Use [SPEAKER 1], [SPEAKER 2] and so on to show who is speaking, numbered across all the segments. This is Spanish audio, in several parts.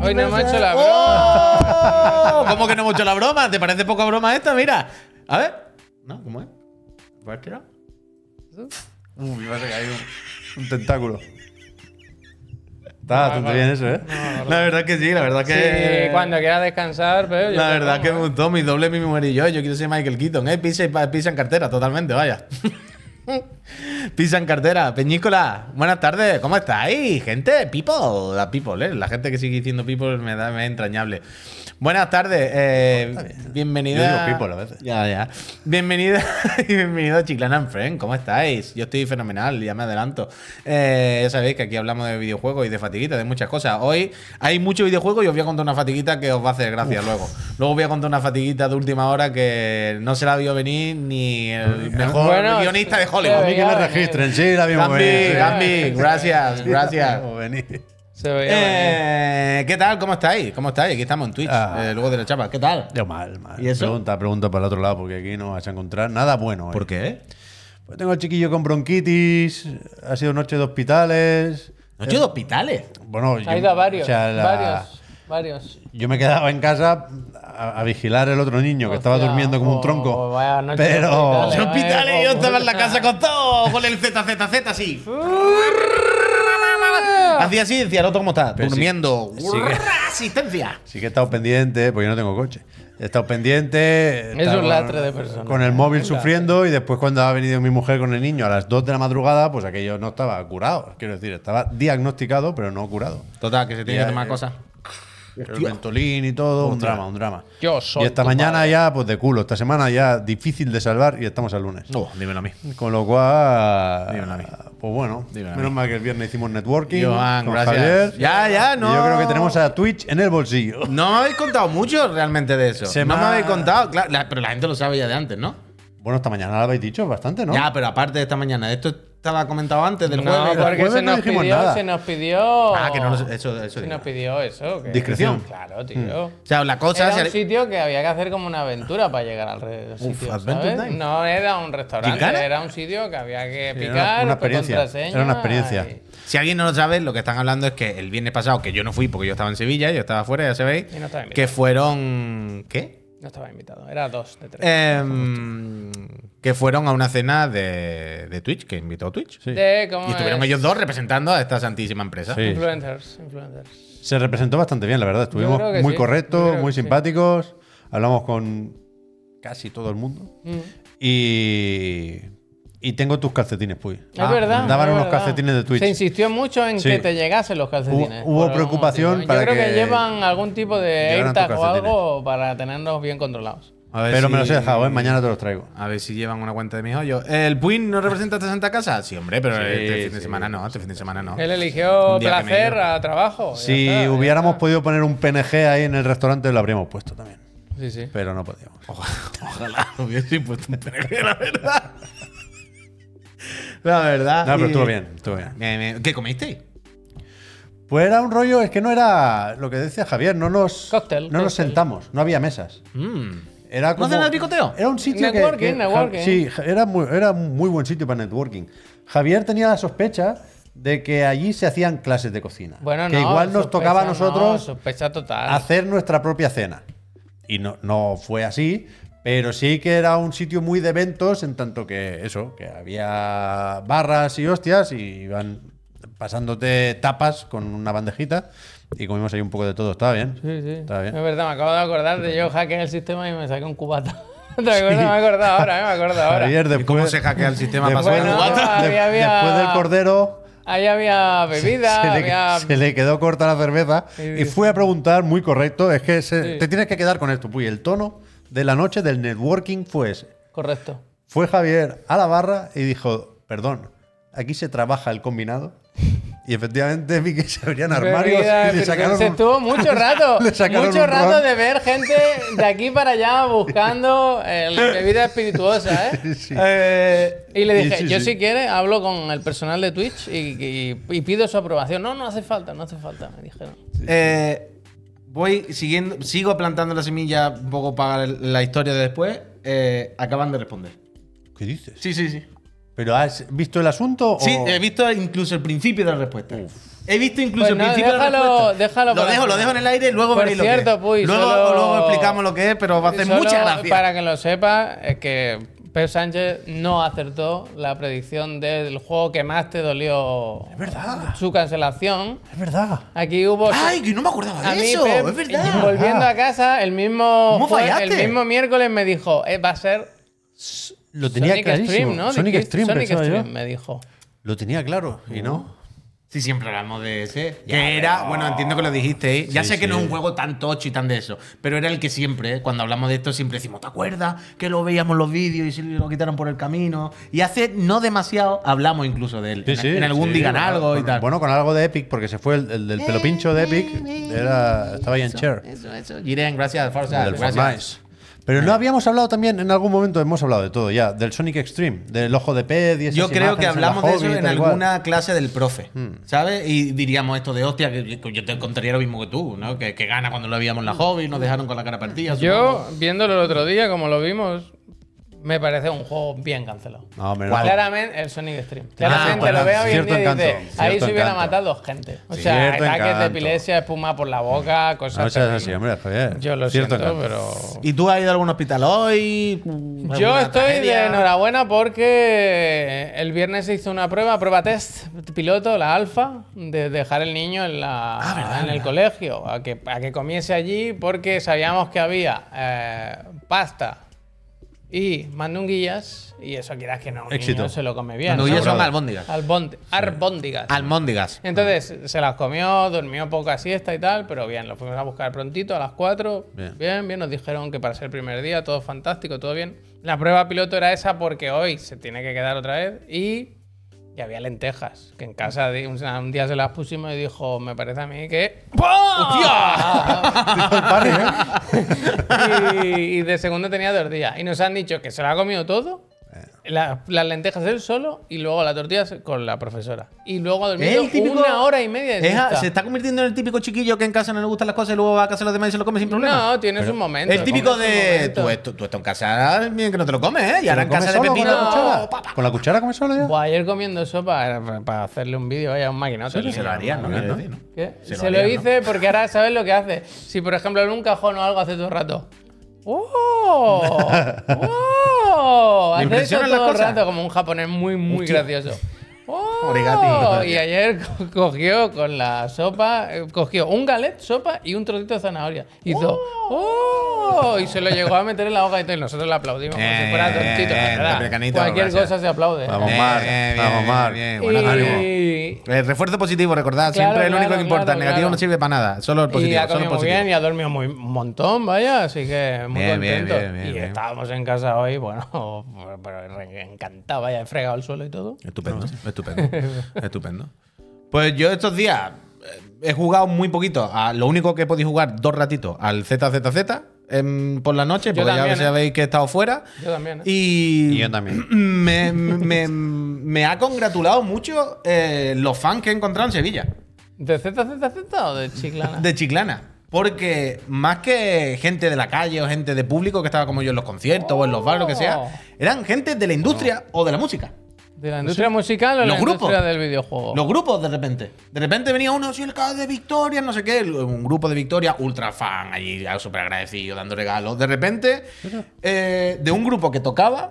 [SPEAKER 1] Hoy no hemos hecho la
[SPEAKER 2] ¡Oh!
[SPEAKER 3] broma. ¿Cómo que no hemos hecho la broma? ¿Te parece poca broma esta? Mira. A ver. No, ¿cómo es? ¿Puedes tirar? Uy, me parece que hay
[SPEAKER 2] Un tentáculo. Está bastante
[SPEAKER 1] vale.
[SPEAKER 2] bien eso, ¿eh? la verdad que sí, la verdad que.
[SPEAKER 1] Sí, Eh, cuando quieras descansar, pero yo
[SPEAKER 2] La
[SPEAKER 1] te
[SPEAKER 2] verdad
[SPEAKER 1] como,
[SPEAKER 2] que
[SPEAKER 1] ¿eh?
[SPEAKER 2] me gustó mi doble, mi mujer y yo. Yo quiero ser Michael Keaton, ¿eh? Pisa, y pa- pisa en cartera, totalmente, vaya. pisa en cartera. Peñícola, buenas tardes. ¿Cómo estáis, gente? People, la people, ¿eh? La gente que sigue diciendo people me da me es entrañable. Buenas tardes. eh, bienvenida.
[SPEAKER 3] Yo digo people a veces.
[SPEAKER 2] Ya, ya. Bienvenida y bienvenido a Chiclana and Friend. ¿Cómo estáis? Yo estoy fenomenal, ya me adelanto. Eh, ya sabéis que aquí hablamos de videojuegos y de fatiguitas, de muchas cosas. Hoy hay mucho videojuego y os voy a contar una fatiguita que os va a hacer gracia luego. Luego voy a contar una fatiguita de última hora que no se la vio venir ni el mejor
[SPEAKER 1] Bueno,
[SPEAKER 2] guionista de
[SPEAKER 1] se
[SPEAKER 2] Hollywood.
[SPEAKER 1] ve-
[SPEAKER 2] A mí que me
[SPEAKER 1] venía.
[SPEAKER 2] registren.
[SPEAKER 3] sí, la misma
[SPEAKER 2] Gambi, Gambi, gracias, gracias.
[SPEAKER 1] Se veía venir.
[SPEAKER 2] Eh, ¿Qué tal? ¿Cómo estáis? ¿Cómo estáis? Aquí estamos en Twitch,
[SPEAKER 3] Ah.
[SPEAKER 2] eh, luego de la chapa. ¿Qué tal?
[SPEAKER 3] Yo mal, mal.
[SPEAKER 2] ¿Y eso?
[SPEAKER 3] Pregunta, pregunta para el otro lado, porque aquí no vas a encontrar nada bueno. hoy.
[SPEAKER 2] ¿Por qué?
[SPEAKER 3] Pues tengo al chiquillo con bronquitis, ha sido noche de hospitales.
[SPEAKER 2] Noche de hospitales.
[SPEAKER 3] Bueno, yo,
[SPEAKER 1] Ha ido a varios.
[SPEAKER 3] o sea, la-
[SPEAKER 1] Varios. Varios.
[SPEAKER 3] yo me quedaba en casa a, a vigilar el otro niño que estaba
[SPEAKER 1] Hostia,
[SPEAKER 3] durmiendo como un
[SPEAKER 1] oh,
[SPEAKER 3] tronco.
[SPEAKER 1] vaya noche de
[SPEAKER 3] pero
[SPEAKER 1] hospitales.
[SPEAKER 2] hospitales y yo estaba en la casa acostado con el ZZZ así. Hacía así y decía, el otro cómo está,
[SPEAKER 3] Pero sí,
[SPEAKER 2] durmiendo.
[SPEAKER 3] sí que-
[SPEAKER 2] Guarra, Asistencia.
[SPEAKER 3] sí que he estado pendiente, porque yo no tengo coche. He estado pendiente.
[SPEAKER 1] Es
[SPEAKER 3] estaba
[SPEAKER 1] un lastre
[SPEAKER 3] con-
[SPEAKER 1] de persona.
[SPEAKER 3] Con el móvil
[SPEAKER 1] Un
[SPEAKER 3] sufriendo y después cuando ha venido mi mujer con el niño a las 2 de la madrugada, pues aquello no estaba curado. Quiero decir, estaba diagnosticado, pero no curado.
[SPEAKER 2] Total, que se tiene
[SPEAKER 3] Ya,
[SPEAKER 2] que tomar
[SPEAKER 3] eh,
[SPEAKER 2] cosas.
[SPEAKER 3] El Ventolín y todo, un drama, un drama.
[SPEAKER 1] Yo soy
[SPEAKER 3] y esta
[SPEAKER 1] tu
[SPEAKER 3] mañana
[SPEAKER 1] padre.
[SPEAKER 3] ya, pues de culo, esta semana ya difícil de salvar y estamos al lunes.
[SPEAKER 2] No, dímelo a mí.
[SPEAKER 3] Con lo cual,
[SPEAKER 2] Dímelo a mí.
[SPEAKER 3] pues bueno,
[SPEAKER 2] Dímelo a
[SPEAKER 3] menos
[SPEAKER 2] mí.
[SPEAKER 3] mal que el viernes hicimos networking
[SPEAKER 2] Joan,
[SPEAKER 3] con
[SPEAKER 2] gracias.
[SPEAKER 3] Javier.
[SPEAKER 2] Ya, ya,
[SPEAKER 3] Y
[SPEAKER 2] no.
[SPEAKER 3] Yo creo que tenemos a Twitch en el bolsillo.
[SPEAKER 2] No me habéis contado mucho realmente de eso.
[SPEAKER 3] Se
[SPEAKER 2] no
[SPEAKER 3] me
[SPEAKER 2] me
[SPEAKER 3] ha-
[SPEAKER 2] habéis contado, claro, la- pero la gente lo sabe ya de antes, ¿no?
[SPEAKER 3] Bueno, esta mañana lo habéis dicho bastante, ¿no?
[SPEAKER 2] Ya, pero aparte de esta mañana, esto estaba comentado antes del
[SPEAKER 1] No,
[SPEAKER 2] jueves.
[SPEAKER 1] porque
[SPEAKER 3] jueves
[SPEAKER 1] se
[SPEAKER 3] no
[SPEAKER 1] nos,
[SPEAKER 3] dijimos
[SPEAKER 1] pidió,
[SPEAKER 3] nada.
[SPEAKER 1] se nos pidió.
[SPEAKER 2] Ah, que no lo sé, eso- eso
[SPEAKER 1] Se
[SPEAKER 2] digo. Mm.
[SPEAKER 1] nos pidió eso. que-
[SPEAKER 3] Discreción.
[SPEAKER 1] Claro, tío.
[SPEAKER 2] O sea, la cosa
[SPEAKER 1] Era un
[SPEAKER 2] se-
[SPEAKER 1] sitio que había que hacer como una aventura para llegar al re- sitio,
[SPEAKER 2] Adventure
[SPEAKER 1] ¿sabes?
[SPEAKER 2] Time.
[SPEAKER 1] No era un restaurante,
[SPEAKER 2] ¿Gincana?
[SPEAKER 1] era un sitio que había que
[SPEAKER 3] Sí,
[SPEAKER 1] picar,
[SPEAKER 3] era una- una
[SPEAKER 1] tu
[SPEAKER 3] experiencia,
[SPEAKER 1] contraseña
[SPEAKER 3] era una experiencia.
[SPEAKER 2] Si alguien no lo sabe, lo que están hablando es que el viernes pasado, que yo no fui porque yo estaba en Sevilla, yo estaba afuera, ya sabéis,
[SPEAKER 1] Y no estaba invitado.
[SPEAKER 2] que fueron... ¿Qué?
[SPEAKER 1] y no estaba invitado, era dos de
[SPEAKER 2] Eh,
[SPEAKER 1] tres.
[SPEAKER 2] Em, que fueron a una cena de, de Twitch, que invitó Twitch.
[SPEAKER 3] Sí.
[SPEAKER 1] De, ¿cómo
[SPEAKER 2] Y estuvieron
[SPEAKER 1] es?
[SPEAKER 2] ellos dos representando a esta santísima empresa.
[SPEAKER 3] Sí.
[SPEAKER 1] Influencers, influencers.
[SPEAKER 3] Se representó bastante bien, la verdad. Estuvimos
[SPEAKER 1] creo que
[SPEAKER 3] muy
[SPEAKER 1] sí, yo
[SPEAKER 3] correctos,
[SPEAKER 1] creo
[SPEAKER 3] muy
[SPEAKER 1] que sí.
[SPEAKER 3] simpáticos. Hablamos con casi todo el mundo.
[SPEAKER 1] Mm.
[SPEAKER 3] Y, y tengo tus calcetines, Puy. Ah,
[SPEAKER 1] es Ah, verdad.
[SPEAKER 3] Daban
[SPEAKER 1] es
[SPEAKER 3] unos
[SPEAKER 1] verdad.
[SPEAKER 3] calcetines de Twitch.
[SPEAKER 1] Se insistió mucho en
[SPEAKER 3] Sí.
[SPEAKER 1] que te llegasen los calcetines.
[SPEAKER 3] Hubo- hubo
[SPEAKER 1] por algún
[SPEAKER 3] preocupación
[SPEAKER 1] motivo.
[SPEAKER 3] para
[SPEAKER 1] Yo creo que,
[SPEAKER 3] que
[SPEAKER 1] llevan algún tipo de
[SPEAKER 3] llegaran tus
[SPEAKER 1] AirTag o
[SPEAKER 3] calcetines.
[SPEAKER 1] algo para tenernos bien controlados.
[SPEAKER 2] A ver
[SPEAKER 3] Pero me los
[SPEAKER 2] si-
[SPEAKER 3] he dejado, ¿eh? Mañana te los traigo.
[SPEAKER 2] A ver si llevan una cuenta de mis hoyos. ¿El Puin no representa a esta santa casa? Sí, hombre, pero
[SPEAKER 3] Sí,
[SPEAKER 2] este fin de
[SPEAKER 3] sí.
[SPEAKER 2] semana no, este fin de semana
[SPEAKER 3] Ah.
[SPEAKER 2] no.
[SPEAKER 1] Él eligió
[SPEAKER 2] Un día que me
[SPEAKER 1] placer
[SPEAKER 2] diga.
[SPEAKER 1] a trabajo. ya
[SPEAKER 3] Si
[SPEAKER 1] está, ya
[SPEAKER 3] hubiéramos
[SPEAKER 1] está.
[SPEAKER 3] podido poner un PNG ahí en el restaurante, lo habríamos puesto también.
[SPEAKER 1] Sí, sí.
[SPEAKER 3] Pero no podíamos.
[SPEAKER 2] Ojalá hubiese puesto un PNG, la verdad. la
[SPEAKER 1] Ah,
[SPEAKER 2] verdad.
[SPEAKER 3] No, pero
[SPEAKER 2] Y-
[SPEAKER 3] estuvo bien, estuvo bien.
[SPEAKER 2] Eh, ¿Qué comisteis?
[SPEAKER 3] Pues era un rollo, es que no era lo que decía Javier, no nos,
[SPEAKER 1] Cóctel,
[SPEAKER 3] no nos
[SPEAKER 1] cóctel.
[SPEAKER 3] sentamos, no había mesas.
[SPEAKER 2] Mm.
[SPEAKER 3] Era como,
[SPEAKER 2] hacen el picoteo?
[SPEAKER 3] Era un sitio que-
[SPEAKER 1] Networking,
[SPEAKER 3] que,
[SPEAKER 1] networking.
[SPEAKER 3] Sí, ja- era muy, era un muy buen sitio para networking. Javier tenía la sospecha de que allí se hacían clases de cocina.
[SPEAKER 1] Bueno,
[SPEAKER 3] que
[SPEAKER 1] no,
[SPEAKER 3] igual nos
[SPEAKER 1] sospecha
[SPEAKER 3] tocaba a
[SPEAKER 1] no,
[SPEAKER 3] nosotros
[SPEAKER 1] sospecha total.
[SPEAKER 3] hacer nuestra propia cena. Y no, no fue así, pero sí que era un sitio muy de eventos, en tanto que eso, que había barras y hostias y iban pasándote tapas con una bandejita y comimos ahí un poco de todo. Estaba bien.
[SPEAKER 1] Sí, sí.
[SPEAKER 3] Estaba bien.
[SPEAKER 1] Es verdad, me acabo de acordar de yo hackeé el sistema y me saqué un cubata. ¿Te acuerdas? Me acuerdo ahora, eh, me acuerdo ahora.
[SPEAKER 3] Javier,
[SPEAKER 2] ¿Y cómo
[SPEAKER 3] después-
[SPEAKER 2] se hackea el sistema?
[SPEAKER 3] Después,
[SPEAKER 2] Pasó en
[SPEAKER 1] Bueno,
[SPEAKER 2] Guata.
[SPEAKER 1] había-
[SPEAKER 3] de-
[SPEAKER 1] había-
[SPEAKER 3] después del cordero
[SPEAKER 1] Ahí había bebida,
[SPEAKER 3] se, le,
[SPEAKER 1] había...
[SPEAKER 3] se le quedó corta la cerveza
[SPEAKER 1] Sí.
[SPEAKER 3] y fue a preguntar, muy correcto, es que se-
[SPEAKER 1] Sí.
[SPEAKER 3] te tienes que quedar con esto, Puy. El tono de la noche del networking fue ese.
[SPEAKER 1] Correcto.
[SPEAKER 3] Fue Javier a la barra y dijo, perdón, aquí se trabaja el combinado. Y efectivamente vi que se abrían armarios
[SPEAKER 1] Bebida,
[SPEAKER 3] y le
[SPEAKER 1] pero
[SPEAKER 3] sacaron
[SPEAKER 1] se
[SPEAKER 3] un-
[SPEAKER 1] estuvo mucho rato,
[SPEAKER 3] le sacaron
[SPEAKER 1] mucho
[SPEAKER 3] un
[SPEAKER 1] rato
[SPEAKER 3] ron.
[SPEAKER 1] de ver gente de aquí para allá buscando el bebida espirituosa, ¿eh?
[SPEAKER 3] Sí.
[SPEAKER 2] Eh,
[SPEAKER 1] Y le
[SPEAKER 3] Sí,
[SPEAKER 1] dije,
[SPEAKER 3] sí,
[SPEAKER 1] yo
[SPEAKER 3] sí.
[SPEAKER 1] si quiere hablo con el personal de Twitch y, y- y pido su aprobación. No, no hace falta, no hace falta, me dijeron.
[SPEAKER 2] eh, voy siguiendo, sigo plantando la semilla un poco para el- la historia de después. Eh, acaban de responder.
[SPEAKER 3] ¿Qué dices?
[SPEAKER 2] Sí, sí, sí.
[SPEAKER 3] ¿Pero has visto el asunto?
[SPEAKER 2] Sí,
[SPEAKER 3] o-
[SPEAKER 2] he visto incluso el principio de la respuesta. He visto incluso
[SPEAKER 1] Pues no,
[SPEAKER 2] el principio de la
[SPEAKER 1] déjalo-
[SPEAKER 2] respuesta.
[SPEAKER 1] déjalo
[SPEAKER 2] Lo
[SPEAKER 1] para-
[SPEAKER 2] dejo, lo dejo en el aire, luego
[SPEAKER 1] Por
[SPEAKER 2] veréis lo
[SPEAKER 1] cierto,
[SPEAKER 2] que es.
[SPEAKER 1] Puy,
[SPEAKER 2] luego,
[SPEAKER 1] solo-
[SPEAKER 2] luego explicamos lo que es, pero va a hacer
[SPEAKER 1] Solo
[SPEAKER 2] mucha gracia.
[SPEAKER 1] Para que lo sepa, es que Pep Sánchez no acertó la predicción del juego que más te dolió. Es
[SPEAKER 3] verdad.
[SPEAKER 1] Su cancelación.
[SPEAKER 3] Es verdad.
[SPEAKER 1] Aquí hubo.
[SPEAKER 2] Ay, que no me acordaba de
[SPEAKER 1] A mí,
[SPEAKER 2] eso.
[SPEAKER 1] Pep,
[SPEAKER 2] es verdad.
[SPEAKER 1] Volviendo a casa, el mismo,
[SPEAKER 2] ¿Cómo
[SPEAKER 1] jue-
[SPEAKER 2] fallaste?
[SPEAKER 1] el mismo miércoles me dijo, eh, va a ser
[SPEAKER 3] Lo tenía
[SPEAKER 1] Sonic
[SPEAKER 3] clarísimo.
[SPEAKER 1] Extreme, ¿no?
[SPEAKER 3] Sonic
[SPEAKER 1] Dijiste,
[SPEAKER 3] Extreme,
[SPEAKER 1] Sonic
[SPEAKER 3] pensaba yo.
[SPEAKER 1] Extreme, me dijo.
[SPEAKER 3] Lo tenía claro. Y no.
[SPEAKER 2] Sí, siempre hablamos de ese. que era, bueno, entiendo que lo dijisteis. Ya
[SPEAKER 3] Sí,
[SPEAKER 2] sé que
[SPEAKER 3] sí.
[SPEAKER 2] no es un juego tan tocho y tan de eso, pero era el que siempre, ¿eh? cuando hablamos de esto, siempre decimos, ¿te acuerdas? Que lo veíamos en los vídeos y se lo quitaron por el camino. Y hace no demasiado hablamos incluso de él.
[SPEAKER 3] Sí,
[SPEAKER 2] en,
[SPEAKER 3] sí,
[SPEAKER 2] en algún
[SPEAKER 3] sí.
[SPEAKER 2] digan
[SPEAKER 3] Con-
[SPEAKER 2] algo y
[SPEAKER 3] con-
[SPEAKER 2] tal.
[SPEAKER 3] Bueno, con algo de Epic, porque se fue el, el del pelo pincho de Epic. Era, estaba ahí en chair.
[SPEAKER 2] Eso, eso. Jiren, gracias, Forza.
[SPEAKER 3] Del
[SPEAKER 2] gracias.
[SPEAKER 3] Fortnite. Pero no habíamos hablado también, en algún momento hemos hablado de todo ya, del Sonic Extreme, del ojo de pez y esas
[SPEAKER 2] Yo creo que
[SPEAKER 3] imágenes en la
[SPEAKER 2] hablamos de eso
[SPEAKER 3] Hobbit,
[SPEAKER 2] en
[SPEAKER 3] tal cual.
[SPEAKER 2] alguna clase del profe,
[SPEAKER 3] Hmm.
[SPEAKER 2] ¿sabes? Y diríamos esto de hostia, que que yo te contaría lo mismo que tú, ¿no? Que, que gana cuando lo veíamos en la hobby, nos dejaron con la cara partida. supongo.
[SPEAKER 1] Yo, viéndolo el otro día, como lo vimos, me parece un juego bien cancelado.
[SPEAKER 3] No, hombre, no. Ah,
[SPEAKER 2] ¿Cuál?
[SPEAKER 1] Claramente, el Sonic Stream. Claramente
[SPEAKER 2] bueno,
[SPEAKER 1] lo veo hoy en
[SPEAKER 3] cierto
[SPEAKER 1] día y dice,
[SPEAKER 3] encanto,
[SPEAKER 1] ahí
[SPEAKER 3] cierto
[SPEAKER 1] se hubiera
[SPEAKER 3] encanto.
[SPEAKER 1] matado gente. O sea,
[SPEAKER 3] Cierto
[SPEAKER 1] ataques de
[SPEAKER 3] encanto.
[SPEAKER 1] epilepsia, espuma por la boca, cosas
[SPEAKER 3] No seas
[SPEAKER 1] terribles.
[SPEAKER 3] así, hombre, Javier.
[SPEAKER 1] Yo lo
[SPEAKER 3] Cierto
[SPEAKER 1] siento,
[SPEAKER 3] encanto.
[SPEAKER 1] pero...
[SPEAKER 2] ¿Y tú has ido a algún hospital hoy?
[SPEAKER 1] Yo
[SPEAKER 2] ¿Alguna
[SPEAKER 1] estoy de
[SPEAKER 2] Pues tragedia?
[SPEAKER 1] enhorabuena porque el viernes se hizo una prueba, prueba test piloto, la alfa, de dejar el niño en, la,
[SPEAKER 2] Ah,
[SPEAKER 1] en el colegio, a que, a que comiese allí porque sabíamos que había eh, pasta y mandunguillas y eso quieras que no, un
[SPEAKER 3] Éxito.
[SPEAKER 1] niño se lo come bien.
[SPEAKER 2] Cuando yo son
[SPEAKER 3] Sobrado.
[SPEAKER 2] albóndigas.
[SPEAKER 1] Albond- Arbóndigas.
[SPEAKER 2] Almóndigas.
[SPEAKER 1] Entonces se las comió, durmió poca siesta y tal, pero bien, lo fuimos a buscar prontito a las 4.
[SPEAKER 3] Bien.
[SPEAKER 1] Bien. bien, nos dijeron que para ser el primer día todo fantástico, todo bien. La prueba piloto era esa porque hoy se tiene que quedar otra vez y, y había lentejas, que en casa di- un, un día se las pusimos y dijo, me parece a mí que...
[SPEAKER 3] Dijo el Parry, ¿eh?
[SPEAKER 2] ¿eh?
[SPEAKER 1] y, y de segundo tenía dos días. Y nos han dicho que se lo ha comido todo.
[SPEAKER 2] Eh.
[SPEAKER 1] la- las lentejas él solo y luego la tortilla con la profesora. Y luego ha dormido una hora y media de
[SPEAKER 2] Es a-
[SPEAKER 1] siesta.
[SPEAKER 2] se está convirtiendo en el típico chiquillo que en casa no le gustan las cosas y luego va a casa de los demás y se lo come sin problema.
[SPEAKER 1] No, tienes un momento.
[SPEAKER 2] el típico
[SPEAKER 1] comes un
[SPEAKER 2] de.
[SPEAKER 1] momento.
[SPEAKER 2] Tú, esto- tú esto en casa, bien que no te lo comes, ¿eh? Y ahora
[SPEAKER 3] ¿Pero
[SPEAKER 2] en
[SPEAKER 3] come
[SPEAKER 2] casa de
[SPEAKER 3] solo con la
[SPEAKER 1] No.
[SPEAKER 2] Pepino.
[SPEAKER 3] cuchara? ¿Con la cuchara come solo ya?
[SPEAKER 1] Buah, ayer comiendo sopa era para hacerle un vídeo, vaya, un maquinote. el
[SPEAKER 2] Se
[SPEAKER 1] niño,
[SPEAKER 2] lo haría, ¿no?
[SPEAKER 1] madre.
[SPEAKER 3] ¿no?
[SPEAKER 2] Quiero decir, ¿no?
[SPEAKER 1] ¿Qué?
[SPEAKER 2] Se
[SPEAKER 1] Se,
[SPEAKER 2] lo
[SPEAKER 1] lo,
[SPEAKER 2] haría, ¿no?
[SPEAKER 1] hice porque ahora sabes lo que hace. Si, por ejemplo, en un cajón o algo hace todo el rato. ¡Oh! ¡Oh!
[SPEAKER 2] ¿Le
[SPEAKER 1] Hace eso
[SPEAKER 2] impresionan las
[SPEAKER 1] todo el
[SPEAKER 2] cosas?
[SPEAKER 1] rato como un japonés muy, muy gracioso. ¡Oh!
[SPEAKER 2] Origati.
[SPEAKER 1] Y ayer co- cogió con la sopa, eh, cogió un galet, sopa y un trocito de zanahoria. Hizo ¡Oh! Y se lo llegó a meter en la boca y todo, y nosotros le aplaudimos como si fuera
[SPEAKER 2] Bien,
[SPEAKER 1] tontito. la verdad.
[SPEAKER 2] hombre, Eh, Canito,
[SPEAKER 1] Cualquier
[SPEAKER 2] gracias.
[SPEAKER 1] cosa se aplaude.
[SPEAKER 3] Vamos,
[SPEAKER 2] Bien,
[SPEAKER 3] Mar.
[SPEAKER 2] bien,
[SPEAKER 3] Vamos, Mar.
[SPEAKER 2] bien,
[SPEAKER 1] Y-
[SPEAKER 2] buen ánimo.
[SPEAKER 1] y,
[SPEAKER 2] El Eh, refuerzo positivo, recordad,
[SPEAKER 1] Claro,
[SPEAKER 2] siempre es lo único
[SPEAKER 1] claro,
[SPEAKER 2] que importa.
[SPEAKER 1] claro,
[SPEAKER 2] el negativo
[SPEAKER 1] claro.
[SPEAKER 2] no sirve para nada, solo el
[SPEAKER 1] y
[SPEAKER 2] positivo.
[SPEAKER 1] ha
[SPEAKER 2] solo el
[SPEAKER 1] comido muy
[SPEAKER 2] positivo.
[SPEAKER 1] bien y ha dormido muy, un montón, vaya, así que muy
[SPEAKER 2] Bien, bien,
[SPEAKER 1] contento.
[SPEAKER 2] bien, bien,
[SPEAKER 1] y
[SPEAKER 2] bien.
[SPEAKER 1] estábamos en casa hoy, bueno, pero re- encantado, vaya, he fregado el suelo y todo.
[SPEAKER 2] Estupendo, estupendo, estupendo. Pues yo estos días eh, he jugado muy poquito. A, lo único que he podido jugar dos ratitos al ZZZ em, por la noche, porque
[SPEAKER 1] también,
[SPEAKER 2] ya
[SPEAKER 1] ¿eh?
[SPEAKER 2] sabéis que he estado fuera.
[SPEAKER 1] Yo también, ¿eh?
[SPEAKER 2] Y,
[SPEAKER 3] Y yo también.
[SPEAKER 2] Me, me- me ha congratulado mucho eh, los fans que he encontrado en Sevilla,
[SPEAKER 1] ¿De ZZZ o de Chiclana?
[SPEAKER 2] de Chiclana. Porque más que gente de la calle o gente de público que estaba como yo en los conciertos o en los bares, lo que
[SPEAKER 1] Oh.
[SPEAKER 2] sea, eran gente de la industria
[SPEAKER 3] Oh.
[SPEAKER 2] o de la música.
[SPEAKER 1] ¿De la industria musical o
[SPEAKER 2] Los
[SPEAKER 1] la
[SPEAKER 2] grupos.
[SPEAKER 1] industria del videojuego?
[SPEAKER 2] Los grupos de repente. De repente venía uno, sí, el caso de Victoria, no sé qué, el- un grupo de Victoria, ultra fan, allí ya súper agradecido, dando regalos. De repente, eh, de un grupo que tocaba,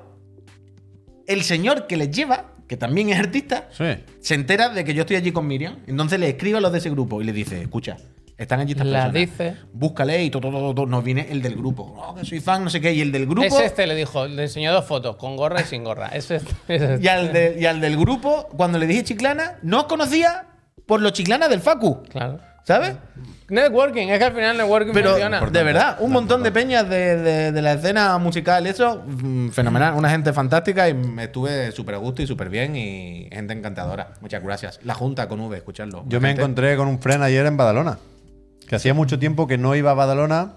[SPEAKER 2] el señor que les lleva, que también es artista,
[SPEAKER 3] Sí.
[SPEAKER 2] se entera de que yo estoy allí con Miriam. Entonces le escribe a los de ese grupo y le dice, escucha, están allí estas
[SPEAKER 1] La
[SPEAKER 2] personas.
[SPEAKER 1] dice.
[SPEAKER 2] Búscale y todo, todo, todo, Nos viene el del grupo. No, que soy fan, no sé qué. Y el del grupo.
[SPEAKER 1] Es este, le dijo, le enseñó dos fotos, con gorra y sin gorra. Es este, es este.
[SPEAKER 2] Y al, de- y al del grupo, cuando le dije chiclana, no os conocía por los chiclanas del Facu.
[SPEAKER 1] Claro.
[SPEAKER 2] ¿Sabes?
[SPEAKER 1] Networking, es que al final networking
[SPEAKER 2] Pero
[SPEAKER 1] funciona.
[SPEAKER 2] de verdad, un montón de peñas de, de- de la escena musical, eso, mm, fenomenal. Una gente fantástica y me estuve súper a gusto y súper bien y gente encantadora. Muchas gracias. La Junta con V, escucharlo.
[SPEAKER 3] Yo me
[SPEAKER 2] Gente-
[SPEAKER 3] encontré con un friend ayer en Badalona. Que hacía mucho tiempo que no iba a Badalona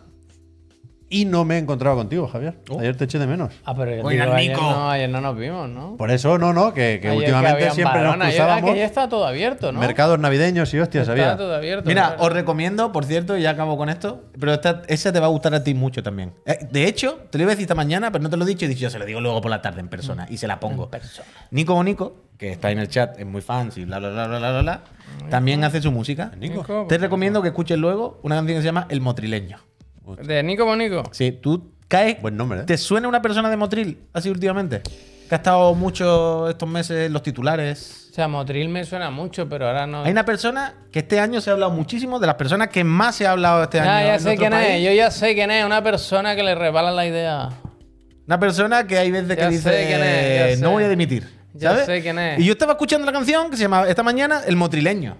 [SPEAKER 3] y no me he encontrado contigo, Javier.
[SPEAKER 2] Oh.
[SPEAKER 3] Ayer te eché de menos.
[SPEAKER 1] Ah, pero yo
[SPEAKER 2] Oiga,
[SPEAKER 1] digo, ayer,
[SPEAKER 2] Nico.
[SPEAKER 1] no, ayer no nos vimos, ¿no?
[SPEAKER 3] Por eso, no, no, que, que
[SPEAKER 1] Ayer
[SPEAKER 3] últimamente
[SPEAKER 1] había un
[SPEAKER 3] siempre nos
[SPEAKER 1] parón, ayer- ah,
[SPEAKER 3] cruzábamos.
[SPEAKER 1] que ya está todo abierto, ¿no?
[SPEAKER 3] Mercados navideños y hostias,
[SPEAKER 1] Está
[SPEAKER 3] había.
[SPEAKER 1] todo abierto.
[SPEAKER 2] Mira,
[SPEAKER 1] claro.
[SPEAKER 2] os recomiendo, por cierto, ya acabo con esto, pero esta, esa te va a gustar a ti mucho también. Eh, de hecho, te lo iba a decir esta mañana, pero no te lo he dicho y he dicho, yo se lo digo luego por la tarde en persona y se la pongo.
[SPEAKER 1] Mm, persona.
[SPEAKER 2] Nico Bonico, que está en el chat, es muy fancy, bla, bla, bla, bla, bla, bla, bla, también hace su música.
[SPEAKER 1] Nico, pues,
[SPEAKER 2] Te recomiendo que escuches luego una canción que se llama El Motrileño.
[SPEAKER 1] De Nico Bonico.
[SPEAKER 2] Si tú caes,
[SPEAKER 3] Buen nombre, ¿eh?
[SPEAKER 2] ¿te suena una persona de Motril así últimamente? Que ha estado mucho estos meses en los titulares.
[SPEAKER 1] O sea, Motril me suena mucho, pero ahora no.
[SPEAKER 2] Hay una persona que este año se ha hablado muchísimo, de las personas que más se ha hablado este
[SPEAKER 1] Ya,
[SPEAKER 2] año.
[SPEAKER 1] ya
[SPEAKER 2] en
[SPEAKER 1] sé
[SPEAKER 2] nuestro
[SPEAKER 1] quién
[SPEAKER 2] país.
[SPEAKER 1] es, yo ya sé quién es, una persona que le rebala la idea.
[SPEAKER 2] Una persona que hay veces
[SPEAKER 1] Ya
[SPEAKER 2] que
[SPEAKER 1] sé
[SPEAKER 2] dice,
[SPEAKER 1] quién es, ya
[SPEAKER 2] no
[SPEAKER 1] sé.
[SPEAKER 2] voy a dimitir.
[SPEAKER 1] Ya
[SPEAKER 2] ¿sabes?
[SPEAKER 1] sé quién es.
[SPEAKER 2] Y yo estaba escuchando la canción que se llama esta mañana El Motrileño.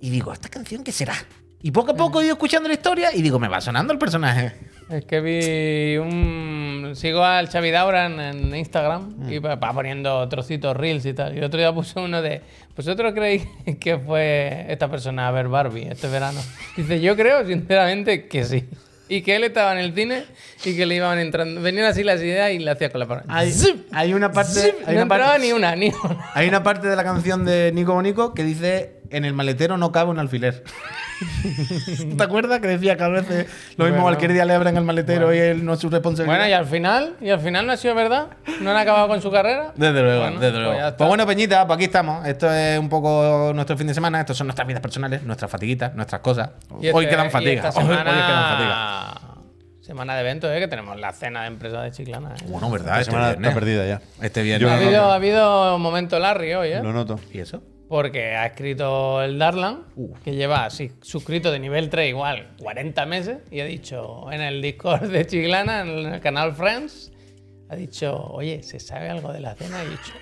[SPEAKER 2] Y digo, ¿esta canción qué será? Y poco a poco he ido escuchando la historia y digo, me va sonando el personaje.
[SPEAKER 1] Es que vi un. Sigo al Xavi Daura en, en Instagram
[SPEAKER 2] Mm.
[SPEAKER 1] y va va poniendo trocitos reels y tal. Y el otro día puso uno de. ¿Vosotros creéis que fue esta persona a ver Barbie este verano? Dice, yo creo, sinceramente, que sí. Y que él estaba en el cine y que le iban entrando. Venían así las ideas y le hacía con la palabra.
[SPEAKER 2] Hay, hay una parte. Hay
[SPEAKER 1] no
[SPEAKER 2] una
[SPEAKER 1] entraba
[SPEAKER 2] parte,
[SPEAKER 1] ni una, ni una.
[SPEAKER 2] hay una parte de la canción de Nico Bonico que dice: En el maletero no cabe un alfiler. ¿Te acuerdas que decía que a veces lo
[SPEAKER 1] Bueno.
[SPEAKER 2] mismo cualquier día le abran el maletero y él no es su responsabilidad?
[SPEAKER 1] Bueno, y al final, y al final no ha sido verdad. No han acabado con su carrera.
[SPEAKER 2] Desde luego,
[SPEAKER 1] Bueno,
[SPEAKER 2] desde
[SPEAKER 1] pues
[SPEAKER 2] luego.
[SPEAKER 1] ya
[SPEAKER 2] Pues,
[SPEAKER 1] está.
[SPEAKER 2] bueno, Peñita, pues aquí estamos. Esto es un poco nuestro fin de semana. Estos son nuestras vidas personales, nuestras fatiguitas, nuestras cosas.
[SPEAKER 1] Y
[SPEAKER 2] hoy
[SPEAKER 1] este-
[SPEAKER 2] quedan
[SPEAKER 1] y
[SPEAKER 2] fatigas.
[SPEAKER 1] esta
[SPEAKER 2] Hoy-
[SPEAKER 1] semana,
[SPEAKER 2] Hoy quedan fatigas.
[SPEAKER 1] Semana de eventos, ¿eh? que tenemos la cena de empresa de Chiclana. ¿eh?
[SPEAKER 2] Bueno, ¿verdad?
[SPEAKER 3] La
[SPEAKER 2] Este
[SPEAKER 3] semana
[SPEAKER 2] viernes.
[SPEAKER 3] está perdida ya.
[SPEAKER 2] Este
[SPEAKER 3] Yo
[SPEAKER 1] Ha
[SPEAKER 3] no
[SPEAKER 2] viernes.
[SPEAKER 3] lo
[SPEAKER 1] habido, ha habido un momento Larry hoy, ¿eh?
[SPEAKER 3] Lo noto.
[SPEAKER 2] ¿Y eso?
[SPEAKER 1] Porque ha escrito el Darlan,
[SPEAKER 2] Uh.
[SPEAKER 1] que lleva así, suscrito de nivel 3 igual 40 meses, y ha dicho en el Discord de Chiclana, en el canal Friends, ha dicho, oye, ¿se sabe algo de la cena? Y he dicho,